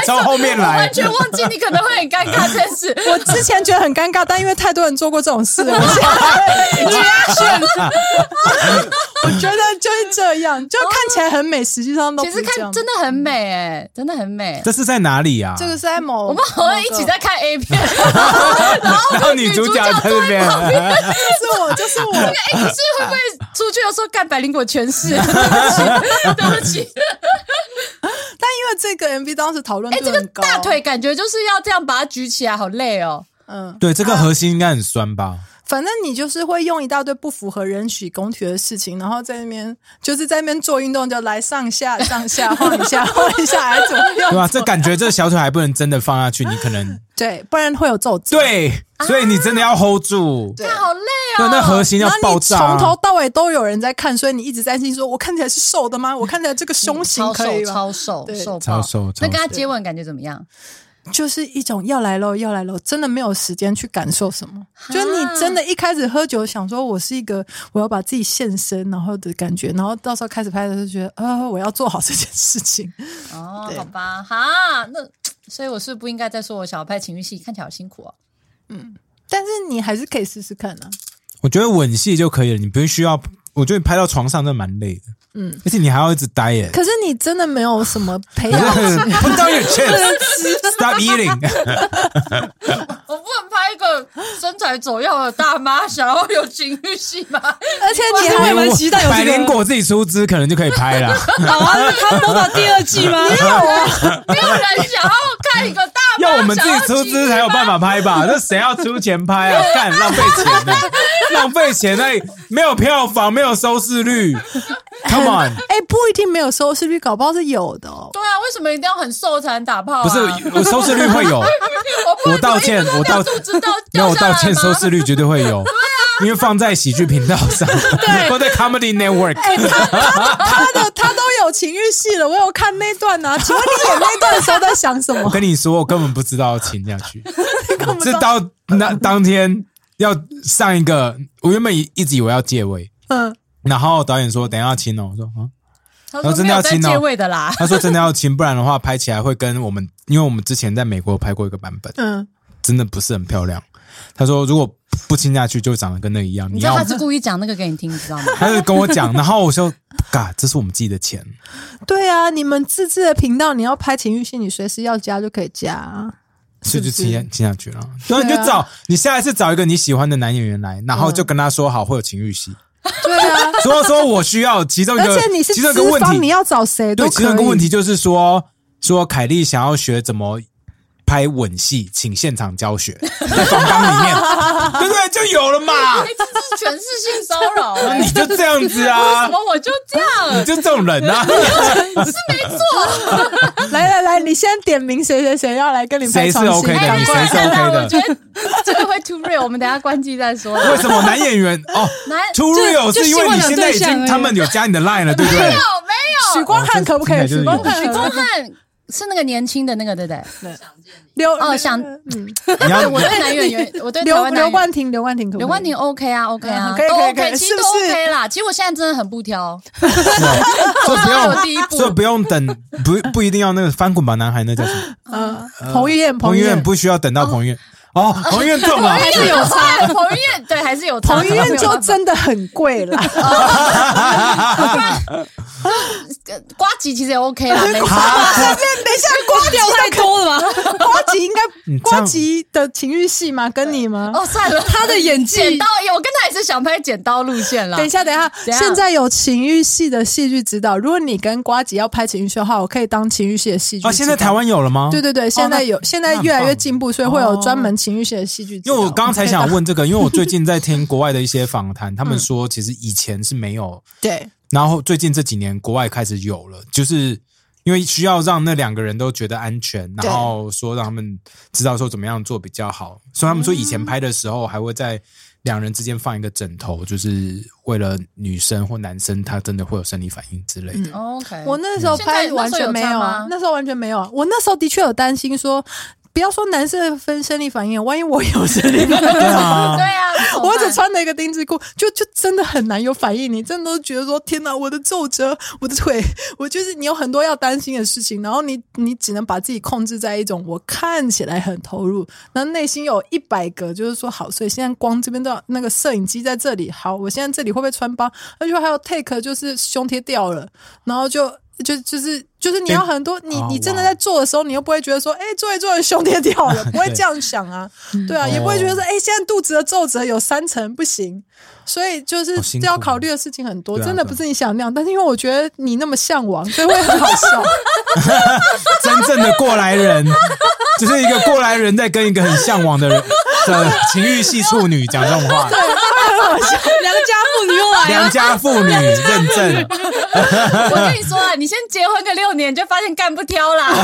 [SPEAKER 1] 从后面
[SPEAKER 3] 我
[SPEAKER 1] 来
[SPEAKER 3] 完，全忘记你可能会很尴尬这件事。
[SPEAKER 6] 我之前觉得很尴尬，但因为太多人做过这种事了，我 现在 我觉得就是这样，就看起来很美，实际 上都
[SPEAKER 3] 其实看真
[SPEAKER 6] 的，
[SPEAKER 3] 的很美哎、真的很美。
[SPEAKER 1] 这是在哪里啊？
[SPEAKER 6] 这个是在某
[SPEAKER 3] 我们好像一起在看 A 片， 然后
[SPEAKER 1] 然后哦女主角在那边，
[SPEAKER 6] 就是我就是我。
[SPEAKER 3] 哎、可是会不会
[SPEAKER 6] 啊
[SPEAKER 3] 出去的时候干百灵果全 是？对不起，对不起。
[SPEAKER 6] 但因为这个 MV 当时讨论
[SPEAKER 3] 哎、
[SPEAKER 6] 度
[SPEAKER 3] 这个
[SPEAKER 6] 很高，
[SPEAKER 3] 大腿感觉就是要这样把它举起来，好累哦。
[SPEAKER 6] 嗯，
[SPEAKER 1] 对，这个核心应该很酸吧？
[SPEAKER 6] 反正你就是会用一大堆不符合人体工学的事情，然后在那边就是在那边做运动，就来上下上下晃一下晃一下，还怎么 样？
[SPEAKER 1] 对吧？这感觉这小腿还不能真的放下去，你可能
[SPEAKER 6] 对，不然会有皱褶。
[SPEAKER 1] 对，所以你真的要 hold 住，
[SPEAKER 6] 对。
[SPEAKER 3] 好累哦。
[SPEAKER 1] 对，那核心要
[SPEAKER 6] 然后
[SPEAKER 1] 爆
[SPEAKER 6] 你
[SPEAKER 1] 炸
[SPEAKER 6] 从
[SPEAKER 1] 啊。
[SPEAKER 6] 头到尾都有人在看，所以你一直担心说：“我看起来是瘦的吗？我看起来这个胸型
[SPEAKER 3] 嗯超
[SPEAKER 6] 可以
[SPEAKER 3] 瘦，
[SPEAKER 6] 吗
[SPEAKER 3] 超瘦，
[SPEAKER 6] 对
[SPEAKER 3] 瘦爆
[SPEAKER 1] 超瘦超
[SPEAKER 3] 那跟他
[SPEAKER 1] 瘦
[SPEAKER 3] 接吻感觉怎么样？？”
[SPEAKER 6] 就是一种要来喽，要来喽，真的没有时间去感受什么。就是你真的一开始喝酒，想说我是一个我要把自己献身，然后的感觉，然后到时候开始拍的时候就觉得，呃，我要做好这件事情。
[SPEAKER 3] 哦，
[SPEAKER 6] 对
[SPEAKER 3] 好吧，哈，那所以我是不应该再说我小拍情欲戏，看起来好辛苦哦。
[SPEAKER 6] 但是你还是可以试试看啊。
[SPEAKER 1] 我觉得吻戏就可以了，你不需要。我觉得拍到床上真的蛮累的，嗯，而且你还要一直待耶。
[SPEAKER 6] 可是你真的没有什么 培养，
[SPEAKER 1] Put down your chin, stop eating。
[SPEAKER 3] 我不能拍一个身材走样的大妈，想要有情欲戏 吗？
[SPEAKER 6] 而且你
[SPEAKER 5] 我
[SPEAKER 6] 还
[SPEAKER 5] 以为期待有这个
[SPEAKER 1] 百 灵果自己出资，可能就可以拍了。
[SPEAKER 5] 好啊，那他播到第二季 吗？
[SPEAKER 6] 啊
[SPEAKER 3] 没有人想要看一个大妈，
[SPEAKER 1] 要我们自己出资才有办法拍吧？那谁要出钱拍啊？干浪费钱呢、浪费钱那、没有票房，没有收视率。Come on，
[SPEAKER 6] 哎、不一定没有收视率，搞不好是有的哦。
[SPEAKER 3] 对啊，为什么一定要很瘦才能打炮、啊？
[SPEAKER 1] 不是我收视率会有，
[SPEAKER 3] 我不
[SPEAKER 1] 我道歉，我道
[SPEAKER 3] 肚 子到
[SPEAKER 1] 那
[SPEAKER 3] 掉
[SPEAKER 1] 我
[SPEAKER 3] 下来
[SPEAKER 1] 道
[SPEAKER 3] 吗
[SPEAKER 1] 歉，收视率绝对会有，因为放在喜剧频道上，或在 Comedy Network。
[SPEAKER 6] 他的他都有情欲戏了，我有看那段呢、啊。请问你演那段的时候在想什
[SPEAKER 1] 我
[SPEAKER 6] 么？
[SPEAKER 1] 跟你说，我根本不知道要请下去，
[SPEAKER 6] 根
[SPEAKER 1] 是
[SPEAKER 6] 本
[SPEAKER 1] 到那当天要上一个，我原本一直以为要借位，
[SPEAKER 6] 嗯，
[SPEAKER 1] 然后导演说等一下要亲哦，我说啊。
[SPEAKER 3] 他
[SPEAKER 1] 我
[SPEAKER 3] 说
[SPEAKER 1] 真
[SPEAKER 3] 没
[SPEAKER 1] 的要
[SPEAKER 3] 有在
[SPEAKER 1] 亲哦
[SPEAKER 3] 借位的啦。
[SPEAKER 1] 他说真的要亲，不然的话拍起来会跟我们，因为我们之前在美国拍过一个版本，
[SPEAKER 6] 嗯，
[SPEAKER 1] 真的不是很漂亮。他说如果不亲下去，就长得跟那个一样。
[SPEAKER 3] 你
[SPEAKER 1] 你
[SPEAKER 3] 知道
[SPEAKER 1] 要
[SPEAKER 3] 他，是故意讲那个给你听，你知道 吗？
[SPEAKER 1] 他就跟我讲，然后我说，嘎，这是我们自己的钱，
[SPEAKER 6] 对啊，你们自制的频道，你要拍情欲戏，你随时要加就可以 加啊。
[SPEAKER 1] 所以就是亲下亲下去了。然后你就找你下一次找一个你喜欢的男演员来，然后就跟他说好会有情欲戏，
[SPEAKER 6] 对啊，
[SPEAKER 1] 所以说我需要其中一个
[SPEAKER 6] 而且你，是
[SPEAKER 1] 其中一个
[SPEAKER 6] 资
[SPEAKER 1] 问
[SPEAKER 6] 方，
[SPEAKER 1] 题
[SPEAKER 6] 你，要找谁都
[SPEAKER 1] 对，其中
[SPEAKER 6] 可
[SPEAKER 1] 一个
[SPEAKER 6] 以。
[SPEAKER 1] 问题就是说，说凯莉想要学怎么拍吻戏，请现场教学，在房缸里面，对不对？就有了嘛，
[SPEAKER 3] 哎这是全是性骚 扰、欸，
[SPEAKER 1] 你就这样子
[SPEAKER 3] 为
[SPEAKER 1] 啊
[SPEAKER 3] 什，么我就这
[SPEAKER 1] 你
[SPEAKER 3] 样？
[SPEAKER 1] 就这种人啊，
[SPEAKER 6] 来来来，你先点名谁谁谁要来哎跟你
[SPEAKER 1] 谁
[SPEAKER 6] 拍
[SPEAKER 1] 是
[SPEAKER 6] 床戏
[SPEAKER 1] OK
[SPEAKER 3] 哎
[SPEAKER 1] 的，你谁是 OK
[SPEAKER 3] 我觉
[SPEAKER 1] 的？
[SPEAKER 3] 得 这个会 too real，我们等一下关机再说。
[SPEAKER 1] 为什么男演员哦
[SPEAKER 3] 男
[SPEAKER 1] ，Too Real
[SPEAKER 5] 就是
[SPEAKER 1] 因为你现在已
[SPEAKER 5] 希望有对象而
[SPEAKER 1] 经
[SPEAKER 5] 已
[SPEAKER 1] 他们有加你的 line 了，对不
[SPEAKER 3] 没
[SPEAKER 1] 对
[SPEAKER 3] 有？没
[SPEAKER 6] 许
[SPEAKER 3] 有，
[SPEAKER 6] 光汉可不可
[SPEAKER 1] 哦
[SPEAKER 6] 以？
[SPEAKER 1] 这听
[SPEAKER 6] 许
[SPEAKER 1] 起来
[SPEAKER 6] 光
[SPEAKER 1] 就是
[SPEAKER 6] 汉
[SPEAKER 3] 许光汉是那个年轻的那个，对不对？
[SPEAKER 6] 刘
[SPEAKER 3] 哦想
[SPEAKER 6] 嗯
[SPEAKER 1] 你要
[SPEAKER 3] 我对男演 员，我对台
[SPEAKER 6] 刘
[SPEAKER 3] 湾男
[SPEAKER 6] 刘
[SPEAKER 3] 演员。
[SPEAKER 6] 冠廷，刘冠廷可不可以？
[SPEAKER 3] 刘冠廷 OK 啊，OK 啊
[SPEAKER 6] 嗯，可以
[SPEAKER 3] 都
[SPEAKER 6] 可以可
[SPEAKER 3] OK，
[SPEAKER 6] 以
[SPEAKER 3] 其实都
[SPEAKER 6] 是不是
[SPEAKER 3] OK 啦。其实我现在真的很不挑，
[SPEAKER 1] 所以不
[SPEAKER 3] 我有第一
[SPEAKER 1] 用，
[SPEAKER 3] 步
[SPEAKER 1] 所以不用等，不不一定要那个翻滚吧男孩那叫什么？
[SPEAKER 6] 嗯，彭于晏，
[SPEAKER 1] 彭于
[SPEAKER 6] 于
[SPEAKER 1] 晏
[SPEAKER 6] 晏，
[SPEAKER 1] 不需要等到彭于晏哦，彭于晏中了。
[SPEAKER 3] 是有差，哎彭于晏对还是有差，
[SPEAKER 6] 彭于晏就真的很贵 啦。
[SPEAKER 3] 啊瓜吉其实也 OK 啦，没差。
[SPEAKER 6] 啊那等一下，瓜
[SPEAKER 5] 掉太多了吧？
[SPEAKER 6] 瓜吉应该
[SPEAKER 1] 你这样
[SPEAKER 6] 瓜吉的情欲戏吗？跟你吗？
[SPEAKER 3] 哦，算了，
[SPEAKER 5] 他的演技
[SPEAKER 3] 剪刀，我跟他也是想拍剪刀路线啦。
[SPEAKER 6] 等一下，等一下，
[SPEAKER 3] 怎样
[SPEAKER 6] 现在有情欲戏的戏剧指导。如果你跟瓜吉要拍情欲戏的话，我可以当情欲戏的戏剧指导。
[SPEAKER 1] 啊，现在台湾有了吗？
[SPEAKER 6] 对对对，现在有，现在越来越进步，所以会有
[SPEAKER 1] 哦
[SPEAKER 6] 专门情欲系的戏剧指
[SPEAKER 1] 因
[SPEAKER 6] 导。
[SPEAKER 1] 为我刚才
[SPEAKER 6] 可以
[SPEAKER 1] 想
[SPEAKER 6] 当，
[SPEAKER 1] 问这个，因为我最近在听国外的一些访谈，他们说其实以前是没有，
[SPEAKER 6] 对，
[SPEAKER 1] 然后最近这几年国外开始有了，就是因为需要让那两个人都觉得安全，
[SPEAKER 6] 对
[SPEAKER 1] 然后说让他们知道说怎么样做比较好，所以他们说以前拍的时候还会在两人之间放一个枕头，就是为了女生或男生他真的会有生理反应之类的。
[SPEAKER 3] 嗯 OK，
[SPEAKER 6] 我那时候
[SPEAKER 3] 现在
[SPEAKER 6] 拍完全没有啊，
[SPEAKER 3] 那
[SPEAKER 6] 那时候完全没有啊。我那时候的确有担心说，不要说男生的分生理反应，万一我有生理反应。
[SPEAKER 1] 对啊
[SPEAKER 3] 对，啊，那怎么办
[SPEAKER 6] 我只穿了一个丁字裤，就就真的很难有反应。你真的都觉得说，天哪，我的皱褶，我的腿， 我就是你有很多要担心的事情，然后你你只能把自己控制在一种我看起来很投入，那内心有一百个就是说好，所以现在光这边都要那个摄影机在这里，好，我现在这里会不会穿帮？而且还有 take 就是胸贴掉了，然后就。就就是就是你要
[SPEAKER 1] 对
[SPEAKER 6] 很多你
[SPEAKER 1] 哦
[SPEAKER 6] 你真的
[SPEAKER 1] 哇
[SPEAKER 6] 在做的时候，你又不会觉得说，哎、做一做一胸贴掉了，不会
[SPEAKER 1] 对
[SPEAKER 6] 这样想啊。对啊，
[SPEAKER 1] 嗯
[SPEAKER 6] 也不会觉得
[SPEAKER 1] 哦
[SPEAKER 6] 说，哎、现在肚子的皱褶有三层不行，所以就是
[SPEAKER 1] 好辛苦
[SPEAKER 6] 要考虑的事情很多，
[SPEAKER 1] 对啊
[SPEAKER 6] 真的不是你想那样。但是因为我觉得你那么向往，所以会 很好笑。
[SPEAKER 1] 真正的过来人，就是一个过来人在跟一个很向往的人这情欲系处女讲这种话，
[SPEAKER 5] 良家妇女又来
[SPEAKER 1] 良
[SPEAKER 5] 了，
[SPEAKER 1] 家妇女认证，
[SPEAKER 3] 我跟你说啊，你先结婚个六年，你就发现干不 挑啦。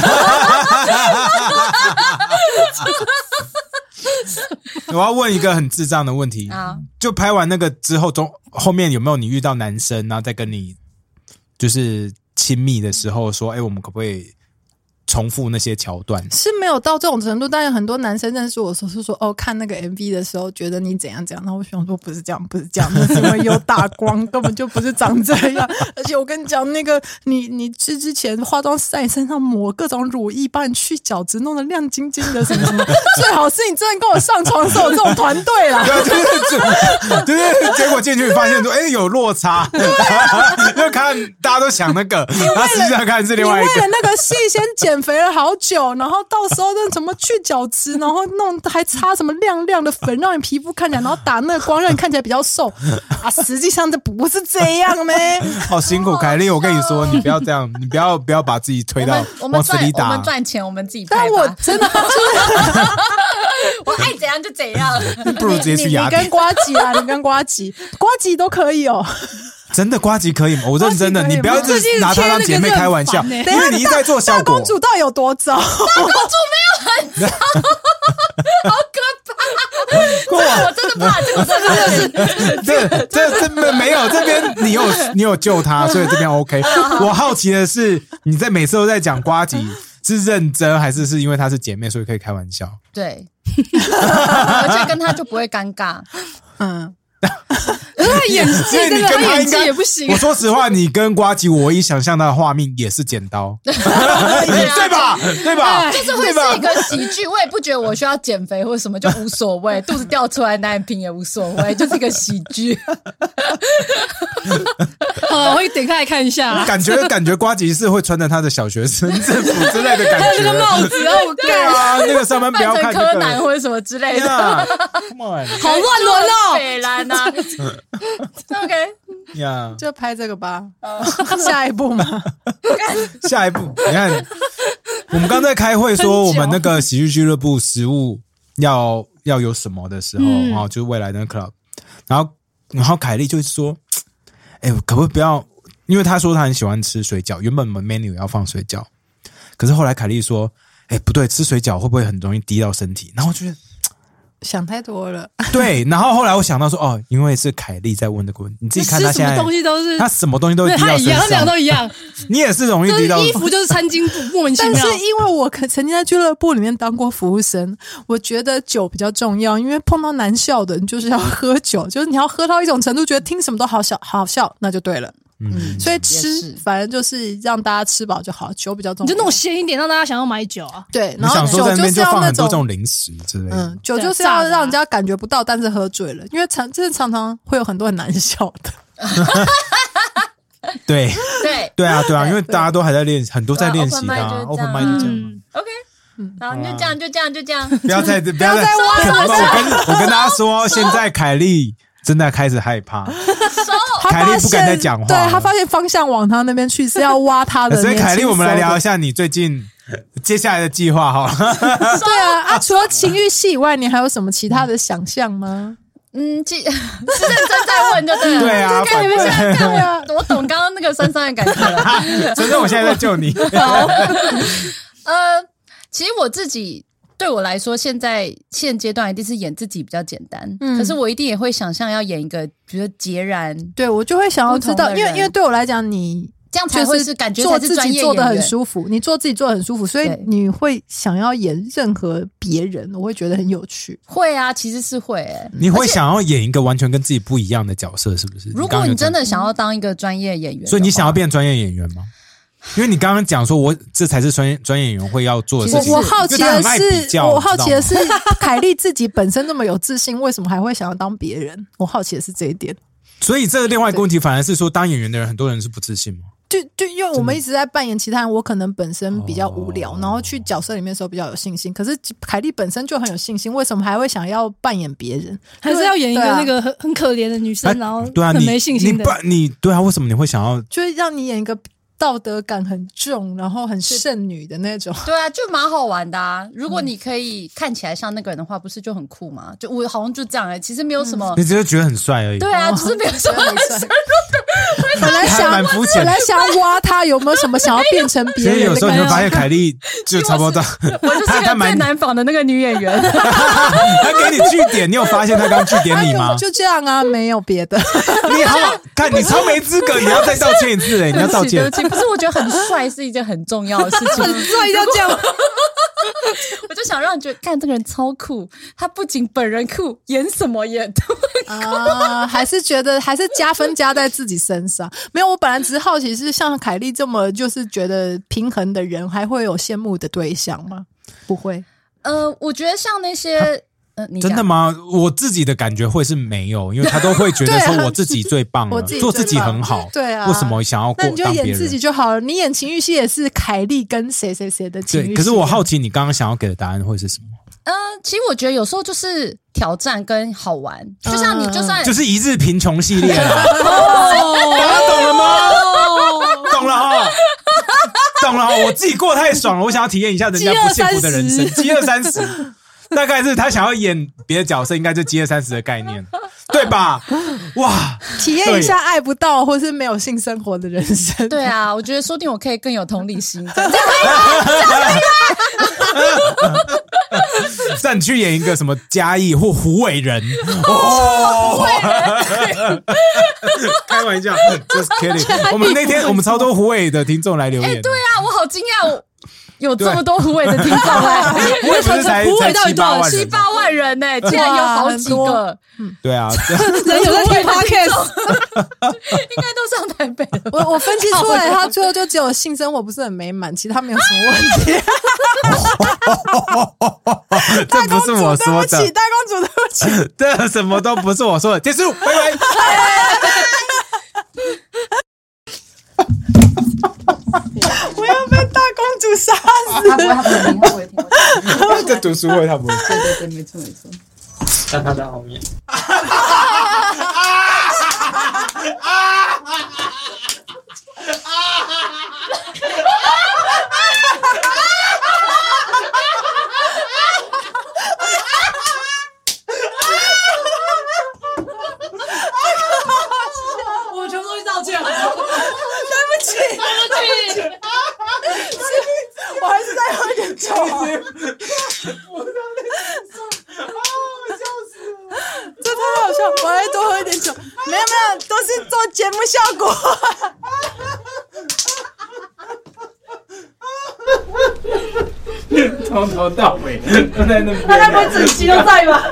[SPEAKER 1] 我要问一个很智障的问题
[SPEAKER 3] 好，
[SPEAKER 1] 就拍完那个之后，中后面有没有你遇到男生，然后再跟你就是亲密的时候说，哎、我们可不可以重复那些桥段？
[SPEAKER 6] 是没有到这种程度，但有很多男生认识我的时候是说，哦，看那个 MV 的时候觉得你怎样怎样，那我想说不是这样，不是这样，那是因为有打光， 根本就不是长这样。而且我跟你讲，那个你你吃之前化妆师在你身上抹各种乳液，把你去角质弄得亮晶晶的什么什 么，最好是你真的跟我上床的时候有这种团队啦。
[SPEAKER 1] 对对对对对，结果进去发现说，哎、有落差， 就看大家都想那个，然后实际上看是另外一
[SPEAKER 6] 你为
[SPEAKER 1] 个。
[SPEAKER 6] 了那个戏先减肥了好久，然后到时候那什么去角质，然后弄还擦什么亮亮的粉，让你皮肤看起来，然后打那个光让你看起来比 较瘦啊，实际上这不是这样咩？哎
[SPEAKER 1] 好辛苦，凯莉，我跟你说，你不要这样，你不要不要把自己推
[SPEAKER 3] 我
[SPEAKER 1] 到
[SPEAKER 3] 们我们
[SPEAKER 1] 往死
[SPEAKER 3] 赚
[SPEAKER 1] 里
[SPEAKER 3] 我
[SPEAKER 1] 打
[SPEAKER 3] 们。赚钱，我们自己
[SPEAKER 6] 但
[SPEAKER 3] 拍
[SPEAKER 6] 我
[SPEAKER 3] 吧。
[SPEAKER 6] 真的
[SPEAKER 3] 我爱怎样就怎 样。
[SPEAKER 1] 不如直接
[SPEAKER 6] 你
[SPEAKER 1] 去
[SPEAKER 6] 你
[SPEAKER 1] 雅
[SPEAKER 6] 跟
[SPEAKER 1] 典，
[SPEAKER 6] 瓜吉啊，你跟瓜吉，瓜吉都可以哦。
[SPEAKER 1] 真的瓜吉可以吗？我认真的，
[SPEAKER 6] 瓜吉可以
[SPEAKER 1] 你不要一
[SPEAKER 5] 最
[SPEAKER 1] 直
[SPEAKER 5] 近
[SPEAKER 1] 拿她当姐妹开玩笑，
[SPEAKER 5] 贴那
[SPEAKER 1] 因
[SPEAKER 5] 个
[SPEAKER 1] 为你一再做效
[SPEAKER 6] 大
[SPEAKER 1] 果
[SPEAKER 6] 公。主到底有多糟？
[SPEAKER 3] 我真的怕这个真的是
[SPEAKER 1] 这这这没没有，这边你有 你有救她，所以这边 OK。我好奇的是，你在每次都在讲瓜吉是认真，还是是因为她是姐妹，所以可以开玩笑？
[SPEAKER 3] 对， 而且跟他就不会尴尬。
[SPEAKER 6] 嗯，
[SPEAKER 5] 可是他演技
[SPEAKER 1] 所以
[SPEAKER 5] 真
[SPEAKER 1] 你
[SPEAKER 5] 的，
[SPEAKER 1] 跟
[SPEAKER 5] 他
[SPEAKER 1] 他
[SPEAKER 5] 演
[SPEAKER 1] 应
[SPEAKER 5] 技
[SPEAKER 1] 该
[SPEAKER 5] 也不行
[SPEAKER 1] 我。说实话，你跟瓜吉，我唯一想象到的画面也是剪刀，对吧？对吧？
[SPEAKER 3] 就是会是一个喜剧，我也不觉得我需要减肥或什么，就无所谓，肚子掉出来奶瓶也无所谓，就是一个喜 剧。
[SPEAKER 5] 好了，我呃会点开来看一下。
[SPEAKER 1] 感觉感觉瓜吉是会穿着他的小学生制服之类的感
[SPEAKER 5] 这个帽
[SPEAKER 1] 觉。
[SPEAKER 5] 子，然后我
[SPEAKER 1] 对啊，那个上班不
[SPEAKER 3] 扮
[SPEAKER 1] 要
[SPEAKER 3] 成
[SPEAKER 1] 看这
[SPEAKER 3] 柯南
[SPEAKER 1] 个。啊
[SPEAKER 3] 或者什么之
[SPEAKER 5] 哎
[SPEAKER 3] 类的，
[SPEAKER 1] 呀，Come on
[SPEAKER 5] 好乱伦 哦！
[SPEAKER 3] 北兰啊 ，OK，
[SPEAKER 1] 呀！
[SPEAKER 6] 就拍这个吧。 下一步嘛，
[SPEAKER 1] 下一步，你看，我们刚在开会说我们那个喜剧俱乐部食物要要有什么的时候，
[SPEAKER 5] 嗯
[SPEAKER 1] 哦，就是未来的 club，然后然后凯莉就说，哎、可不可以不要？因为她说她很喜欢吃水饺，原本我们 menu 要放水饺，可是后来凯莉说，哎、不对，吃水饺会不会很容易滴到身体？然后我觉得。
[SPEAKER 6] 想太多了。
[SPEAKER 1] 对，然后后来我想到说，哦，因为是凯莉在问这个问题，你自
[SPEAKER 5] 吃
[SPEAKER 1] 己看她
[SPEAKER 5] 什
[SPEAKER 1] 现
[SPEAKER 5] 么
[SPEAKER 1] 在，
[SPEAKER 5] 东西都是，
[SPEAKER 1] 她什么东西都会
[SPEAKER 5] 对，
[SPEAKER 1] 滴到
[SPEAKER 5] 他
[SPEAKER 1] 身
[SPEAKER 5] 一样，他们俩
[SPEAKER 1] 上，
[SPEAKER 5] 都一 样，
[SPEAKER 1] 你也是容易
[SPEAKER 5] 就
[SPEAKER 1] 滴
[SPEAKER 5] 是
[SPEAKER 1] 到
[SPEAKER 5] 衣服就是餐巾 布，莫名其
[SPEAKER 6] 但
[SPEAKER 5] 妙
[SPEAKER 6] 是。因为我可曾经在俱乐部里面当过服务生，我觉得酒比较重要，因为碰到难笑的，你就是要喝酒，就是你要喝到一种程度，觉得听什么都好笑，好笑，那就对了。
[SPEAKER 1] 嗯，
[SPEAKER 6] 所以
[SPEAKER 3] 也
[SPEAKER 6] 吃
[SPEAKER 3] 是
[SPEAKER 6] 反正就是让大家吃饱就好，酒比较重
[SPEAKER 5] 你
[SPEAKER 6] 要。
[SPEAKER 5] 就弄咸一点，让大家想要买酒啊。
[SPEAKER 6] 对，
[SPEAKER 1] 你
[SPEAKER 6] 然后
[SPEAKER 1] 想说
[SPEAKER 6] 酒
[SPEAKER 1] 在那边
[SPEAKER 6] 是
[SPEAKER 1] 就
[SPEAKER 6] 要
[SPEAKER 1] 放
[SPEAKER 6] 那
[SPEAKER 1] 很多这种零食之类的
[SPEAKER 6] 嗯，，酒
[SPEAKER 5] 对
[SPEAKER 6] 就是
[SPEAKER 5] 炸
[SPEAKER 6] 要
[SPEAKER 5] 的啊
[SPEAKER 6] 让人家感觉不到，但是喝醉了，因为常真的常常会有很多很难笑的。
[SPEAKER 1] 对
[SPEAKER 3] 对
[SPEAKER 1] 对啊对啊，因为大家都还在练，很多在练习的
[SPEAKER 3] 对
[SPEAKER 1] 啊
[SPEAKER 3] 啊
[SPEAKER 1] ，open
[SPEAKER 3] ，open
[SPEAKER 1] m i
[SPEAKER 3] mic
[SPEAKER 1] 就这
[SPEAKER 3] 就这
[SPEAKER 1] 样啊。
[SPEAKER 5] 嗯，
[SPEAKER 3] ，OK，然
[SPEAKER 1] 啊
[SPEAKER 3] 后你就这样，就这样，就这样。
[SPEAKER 1] 不要再不要 再
[SPEAKER 6] 不要再挖
[SPEAKER 1] 我跟我跟大家说，现在凯莉真的开始害怕，
[SPEAKER 6] 他
[SPEAKER 1] 凯莉
[SPEAKER 6] 发
[SPEAKER 1] 不敢再
[SPEAKER 6] 现
[SPEAKER 1] 讲话
[SPEAKER 6] 对
[SPEAKER 1] 了
[SPEAKER 6] 他发现方向往他那边去是要挖他的年
[SPEAKER 1] 所
[SPEAKER 6] 轻
[SPEAKER 1] 以
[SPEAKER 6] 时候的。
[SPEAKER 1] 凯莉，我们来聊一下你最近接下来的计划好了。
[SPEAKER 6] 对啊，啊，除了情欲戏以外，你还有什么其他的想象吗？
[SPEAKER 3] 嗯，其 是认真在问就 对了。
[SPEAKER 1] 对啊，
[SPEAKER 3] 看你们现在看
[SPEAKER 6] 对啊
[SPEAKER 3] 我，我懂刚刚那个酸酸的感觉 了。
[SPEAKER 1] 真的，我现在在救你。
[SPEAKER 3] 呃，其实我自己对我来说，现在现阶段一定是演自己比较简单，
[SPEAKER 6] 嗯
[SPEAKER 3] 可是我一定也会想象要演一个，比如说截然
[SPEAKER 6] 对，我就会想要知
[SPEAKER 3] 不同
[SPEAKER 6] 道，
[SPEAKER 3] 的
[SPEAKER 6] 因为
[SPEAKER 3] 人
[SPEAKER 6] 因为对我来讲，你
[SPEAKER 3] 这样才
[SPEAKER 6] 就
[SPEAKER 3] 会
[SPEAKER 6] 是
[SPEAKER 3] 是感觉
[SPEAKER 6] 做
[SPEAKER 3] 才是
[SPEAKER 6] 自
[SPEAKER 3] 专
[SPEAKER 6] 己
[SPEAKER 3] 业
[SPEAKER 6] 做的
[SPEAKER 3] 演
[SPEAKER 6] 很
[SPEAKER 3] 员。
[SPEAKER 6] 舒服，你做自己做的很舒服，所以
[SPEAKER 3] 对
[SPEAKER 6] 你会想要演任何别人，我会觉得很有趣。
[SPEAKER 3] 会啊，其实是会、欸。
[SPEAKER 1] 你会想要演一个完全跟自己不一样的角色，是不是？
[SPEAKER 3] 如
[SPEAKER 1] 刚
[SPEAKER 3] 果
[SPEAKER 1] 刚有
[SPEAKER 3] 你真
[SPEAKER 1] 讲，
[SPEAKER 3] 的想要当一个专业演员，
[SPEAKER 1] 所以你想要。变专业演员吗？因为你刚刚讲说，我这才是专业专业演员会要做的
[SPEAKER 3] 其实
[SPEAKER 1] 事
[SPEAKER 6] 我
[SPEAKER 1] 情。
[SPEAKER 6] 我好奇
[SPEAKER 1] 因为他
[SPEAKER 6] 的
[SPEAKER 1] 很爱比
[SPEAKER 6] 是，
[SPEAKER 1] 较
[SPEAKER 6] 我好奇的，
[SPEAKER 1] 你知
[SPEAKER 6] 是凯莉自己本身那么有自信，为什么还会想要当别人？我好奇的是这一点。
[SPEAKER 1] 道吗所以这另外一个问题反而是说，当演员的人很多人是不自信吗？
[SPEAKER 6] 就就因为我们一直在扮演其他人，我可能本身比较无聊，
[SPEAKER 1] 哦
[SPEAKER 6] 然后去角色里面的时候比较有信心。可是凯莉本身就很有信心，为什么还会想要扮演别人？
[SPEAKER 5] 还是要演一个
[SPEAKER 6] 对啊
[SPEAKER 5] 那个很很可怜的女生，然后
[SPEAKER 6] 哦
[SPEAKER 1] 对啊，
[SPEAKER 5] 很
[SPEAKER 1] 你
[SPEAKER 5] 没信心
[SPEAKER 1] 你
[SPEAKER 5] 的
[SPEAKER 1] 不。你对啊，为什么你会想要？
[SPEAKER 6] 就是让你演一个道德感很重，然后很剩女的那种。
[SPEAKER 3] 对啊，就蛮好玩的啊！如果你可以看起来像那个人的话，不是就很酷吗？就我好像就这样哎、其实没有什么。
[SPEAKER 1] 你只是觉得很帅而已。
[SPEAKER 3] 对
[SPEAKER 5] 哦
[SPEAKER 3] 啊，就是没有什
[SPEAKER 6] 真
[SPEAKER 3] 么
[SPEAKER 6] 的很 帅本来
[SPEAKER 1] 他
[SPEAKER 6] 想
[SPEAKER 1] 蛮肤
[SPEAKER 6] 本
[SPEAKER 1] 浅的
[SPEAKER 6] 来。想挖他有没有什么想要变成别
[SPEAKER 1] 所
[SPEAKER 6] 人
[SPEAKER 1] 以
[SPEAKER 6] 的
[SPEAKER 1] 有时候你会
[SPEAKER 6] 感觉
[SPEAKER 1] 发现凯莉 就差不多到，
[SPEAKER 3] 我就 是
[SPEAKER 1] 他
[SPEAKER 3] 那
[SPEAKER 1] 他
[SPEAKER 3] 个最
[SPEAKER 1] 蛮
[SPEAKER 3] 难仿的那个女演 员，
[SPEAKER 1] 他给你据点，你有发现他刚据点你吗
[SPEAKER 6] 哎？就这样啊，没有别 的。
[SPEAKER 1] 你好，看你超没资格，你要再道歉一次哎，你要道
[SPEAKER 3] 对
[SPEAKER 1] 歉
[SPEAKER 3] 不。起，不是，我觉得很帅是一件很重要的事 情。
[SPEAKER 5] 所以要这样，
[SPEAKER 3] 我就想让你觉得，看这个人超酷，他不仅本人酷，演什么演 都
[SPEAKER 6] 啊，还是觉得还是加分加在自己身上。没有，我本来只是好奇，是像凯莉这么就是觉得平衡的人，还会有羡慕的对象吗？不会，
[SPEAKER 3] 呃，我觉得像那些，呃，你
[SPEAKER 1] 真的
[SPEAKER 3] 讲？
[SPEAKER 1] 吗？我自己的感觉会是没有，因为他都会觉得
[SPEAKER 6] 对
[SPEAKER 1] 说
[SPEAKER 6] 啊
[SPEAKER 1] 我自己最棒
[SPEAKER 6] 我
[SPEAKER 1] 了，
[SPEAKER 6] 自己
[SPEAKER 1] 做
[SPEAKER 6] 最
[SPEAKER 1] 自己
[SPEAKER 6] 棒
[SPEAKER 1] 很好。
[SPEAKER 6] 对啊
[SPEAKER 1] 为什么想要过
[SPEAKER 6] 那你就
[SPEAKER 1] 当别
[SPEAKER 6] 演自己
[SPEAKER 1] 人？
[SPEAKER 6] 就好了。你演情欲戏也是凯莉跟谁谁谁的情欲戏
[SPEAKER 1] 对，可是我好奇你刚刚想要给的答案会是什么？
[SPEAKER 3] 呃，其实我觉得有时候就是挑战跟好玩，就像你就算
[SPEAKER 1] 啊就是一日贫穷系列 啦。
[SPEAKER 6] 哦
[SPEAKER 1] 大家懂了吗？懂了哈，懂了哈。我自己过太爽了，我想要体验一下人家不幸福的人生。饥饿三十，大概是他想要演别的角色，应该就饥饿三十的概念，对吧？哇，
[SPEAKER 6] 体验一下爱不到或是没有性生活的人生。
[SPEAKER 3] 对啊，我觉得说不定我可以更有同 理心。这样
[SPEAKER 1] 让你去演一个什么嘉义或胡伟人哦， 开玩笑，just kidding。我们那天我们超多胡伟的听众来留言，对
[SPEAKER 3] 对啊，我好惊讶，我有这么多胡伟的听众哎，
[SPEAKER 1] 胡伟不是才
[SPEAKER 5] 胡伟
[SPEAKER 1] 才
[SPEAKER 5] 到
[SPEAKER 1] 七八
[SPEAKER 5] 底
[SPEAKER 1] 万
[SPEAKER 3] 七
[SPEAKER 1] 人，
[SPEAKER 3] 八万人呢，竟然有好几
[SPEAKER 6] 哇很
[SPEAKER 3] 个，
[SPEAKER 1] 对啊，
[SPEAKER 5] 人有在听 podcast，
[SPEAKER 3] 应该都上台北了吧。
[SPEAKER 6] 我我分析出 来，他最后就只有性生活不是很美满，其他没有什么问题。
[SPEAKER 1] 这 不是我说
[SPEAKER 6] 大公主对不起，
[SPEAKER 1] 的，
[SPEAKER 6] 大公主，对不起。
[SPEAKER 1] 这什么都不是我说的，结束，拜拜。
[SPEAKER 6] 我要被大公主杀死！
[SPEAKER 4] 他不会，他不会听，他不会听。
[SPEAKER 1] 在读书会，他们
[SPEAKER 4] 对对对，没错没错。
[SPEAKER 7] 在他的后面。
[SPEAKER 5] 我全部都去道歉了。
[SPEAKER 6] 我还是在喝点酒、啊。这太好笑，我还多喝一点酒。没有没有，都是做节目效果。
[SPEAKER 7] 从头到尾都在那边。
[SPEAKER 5] 自己都在吗？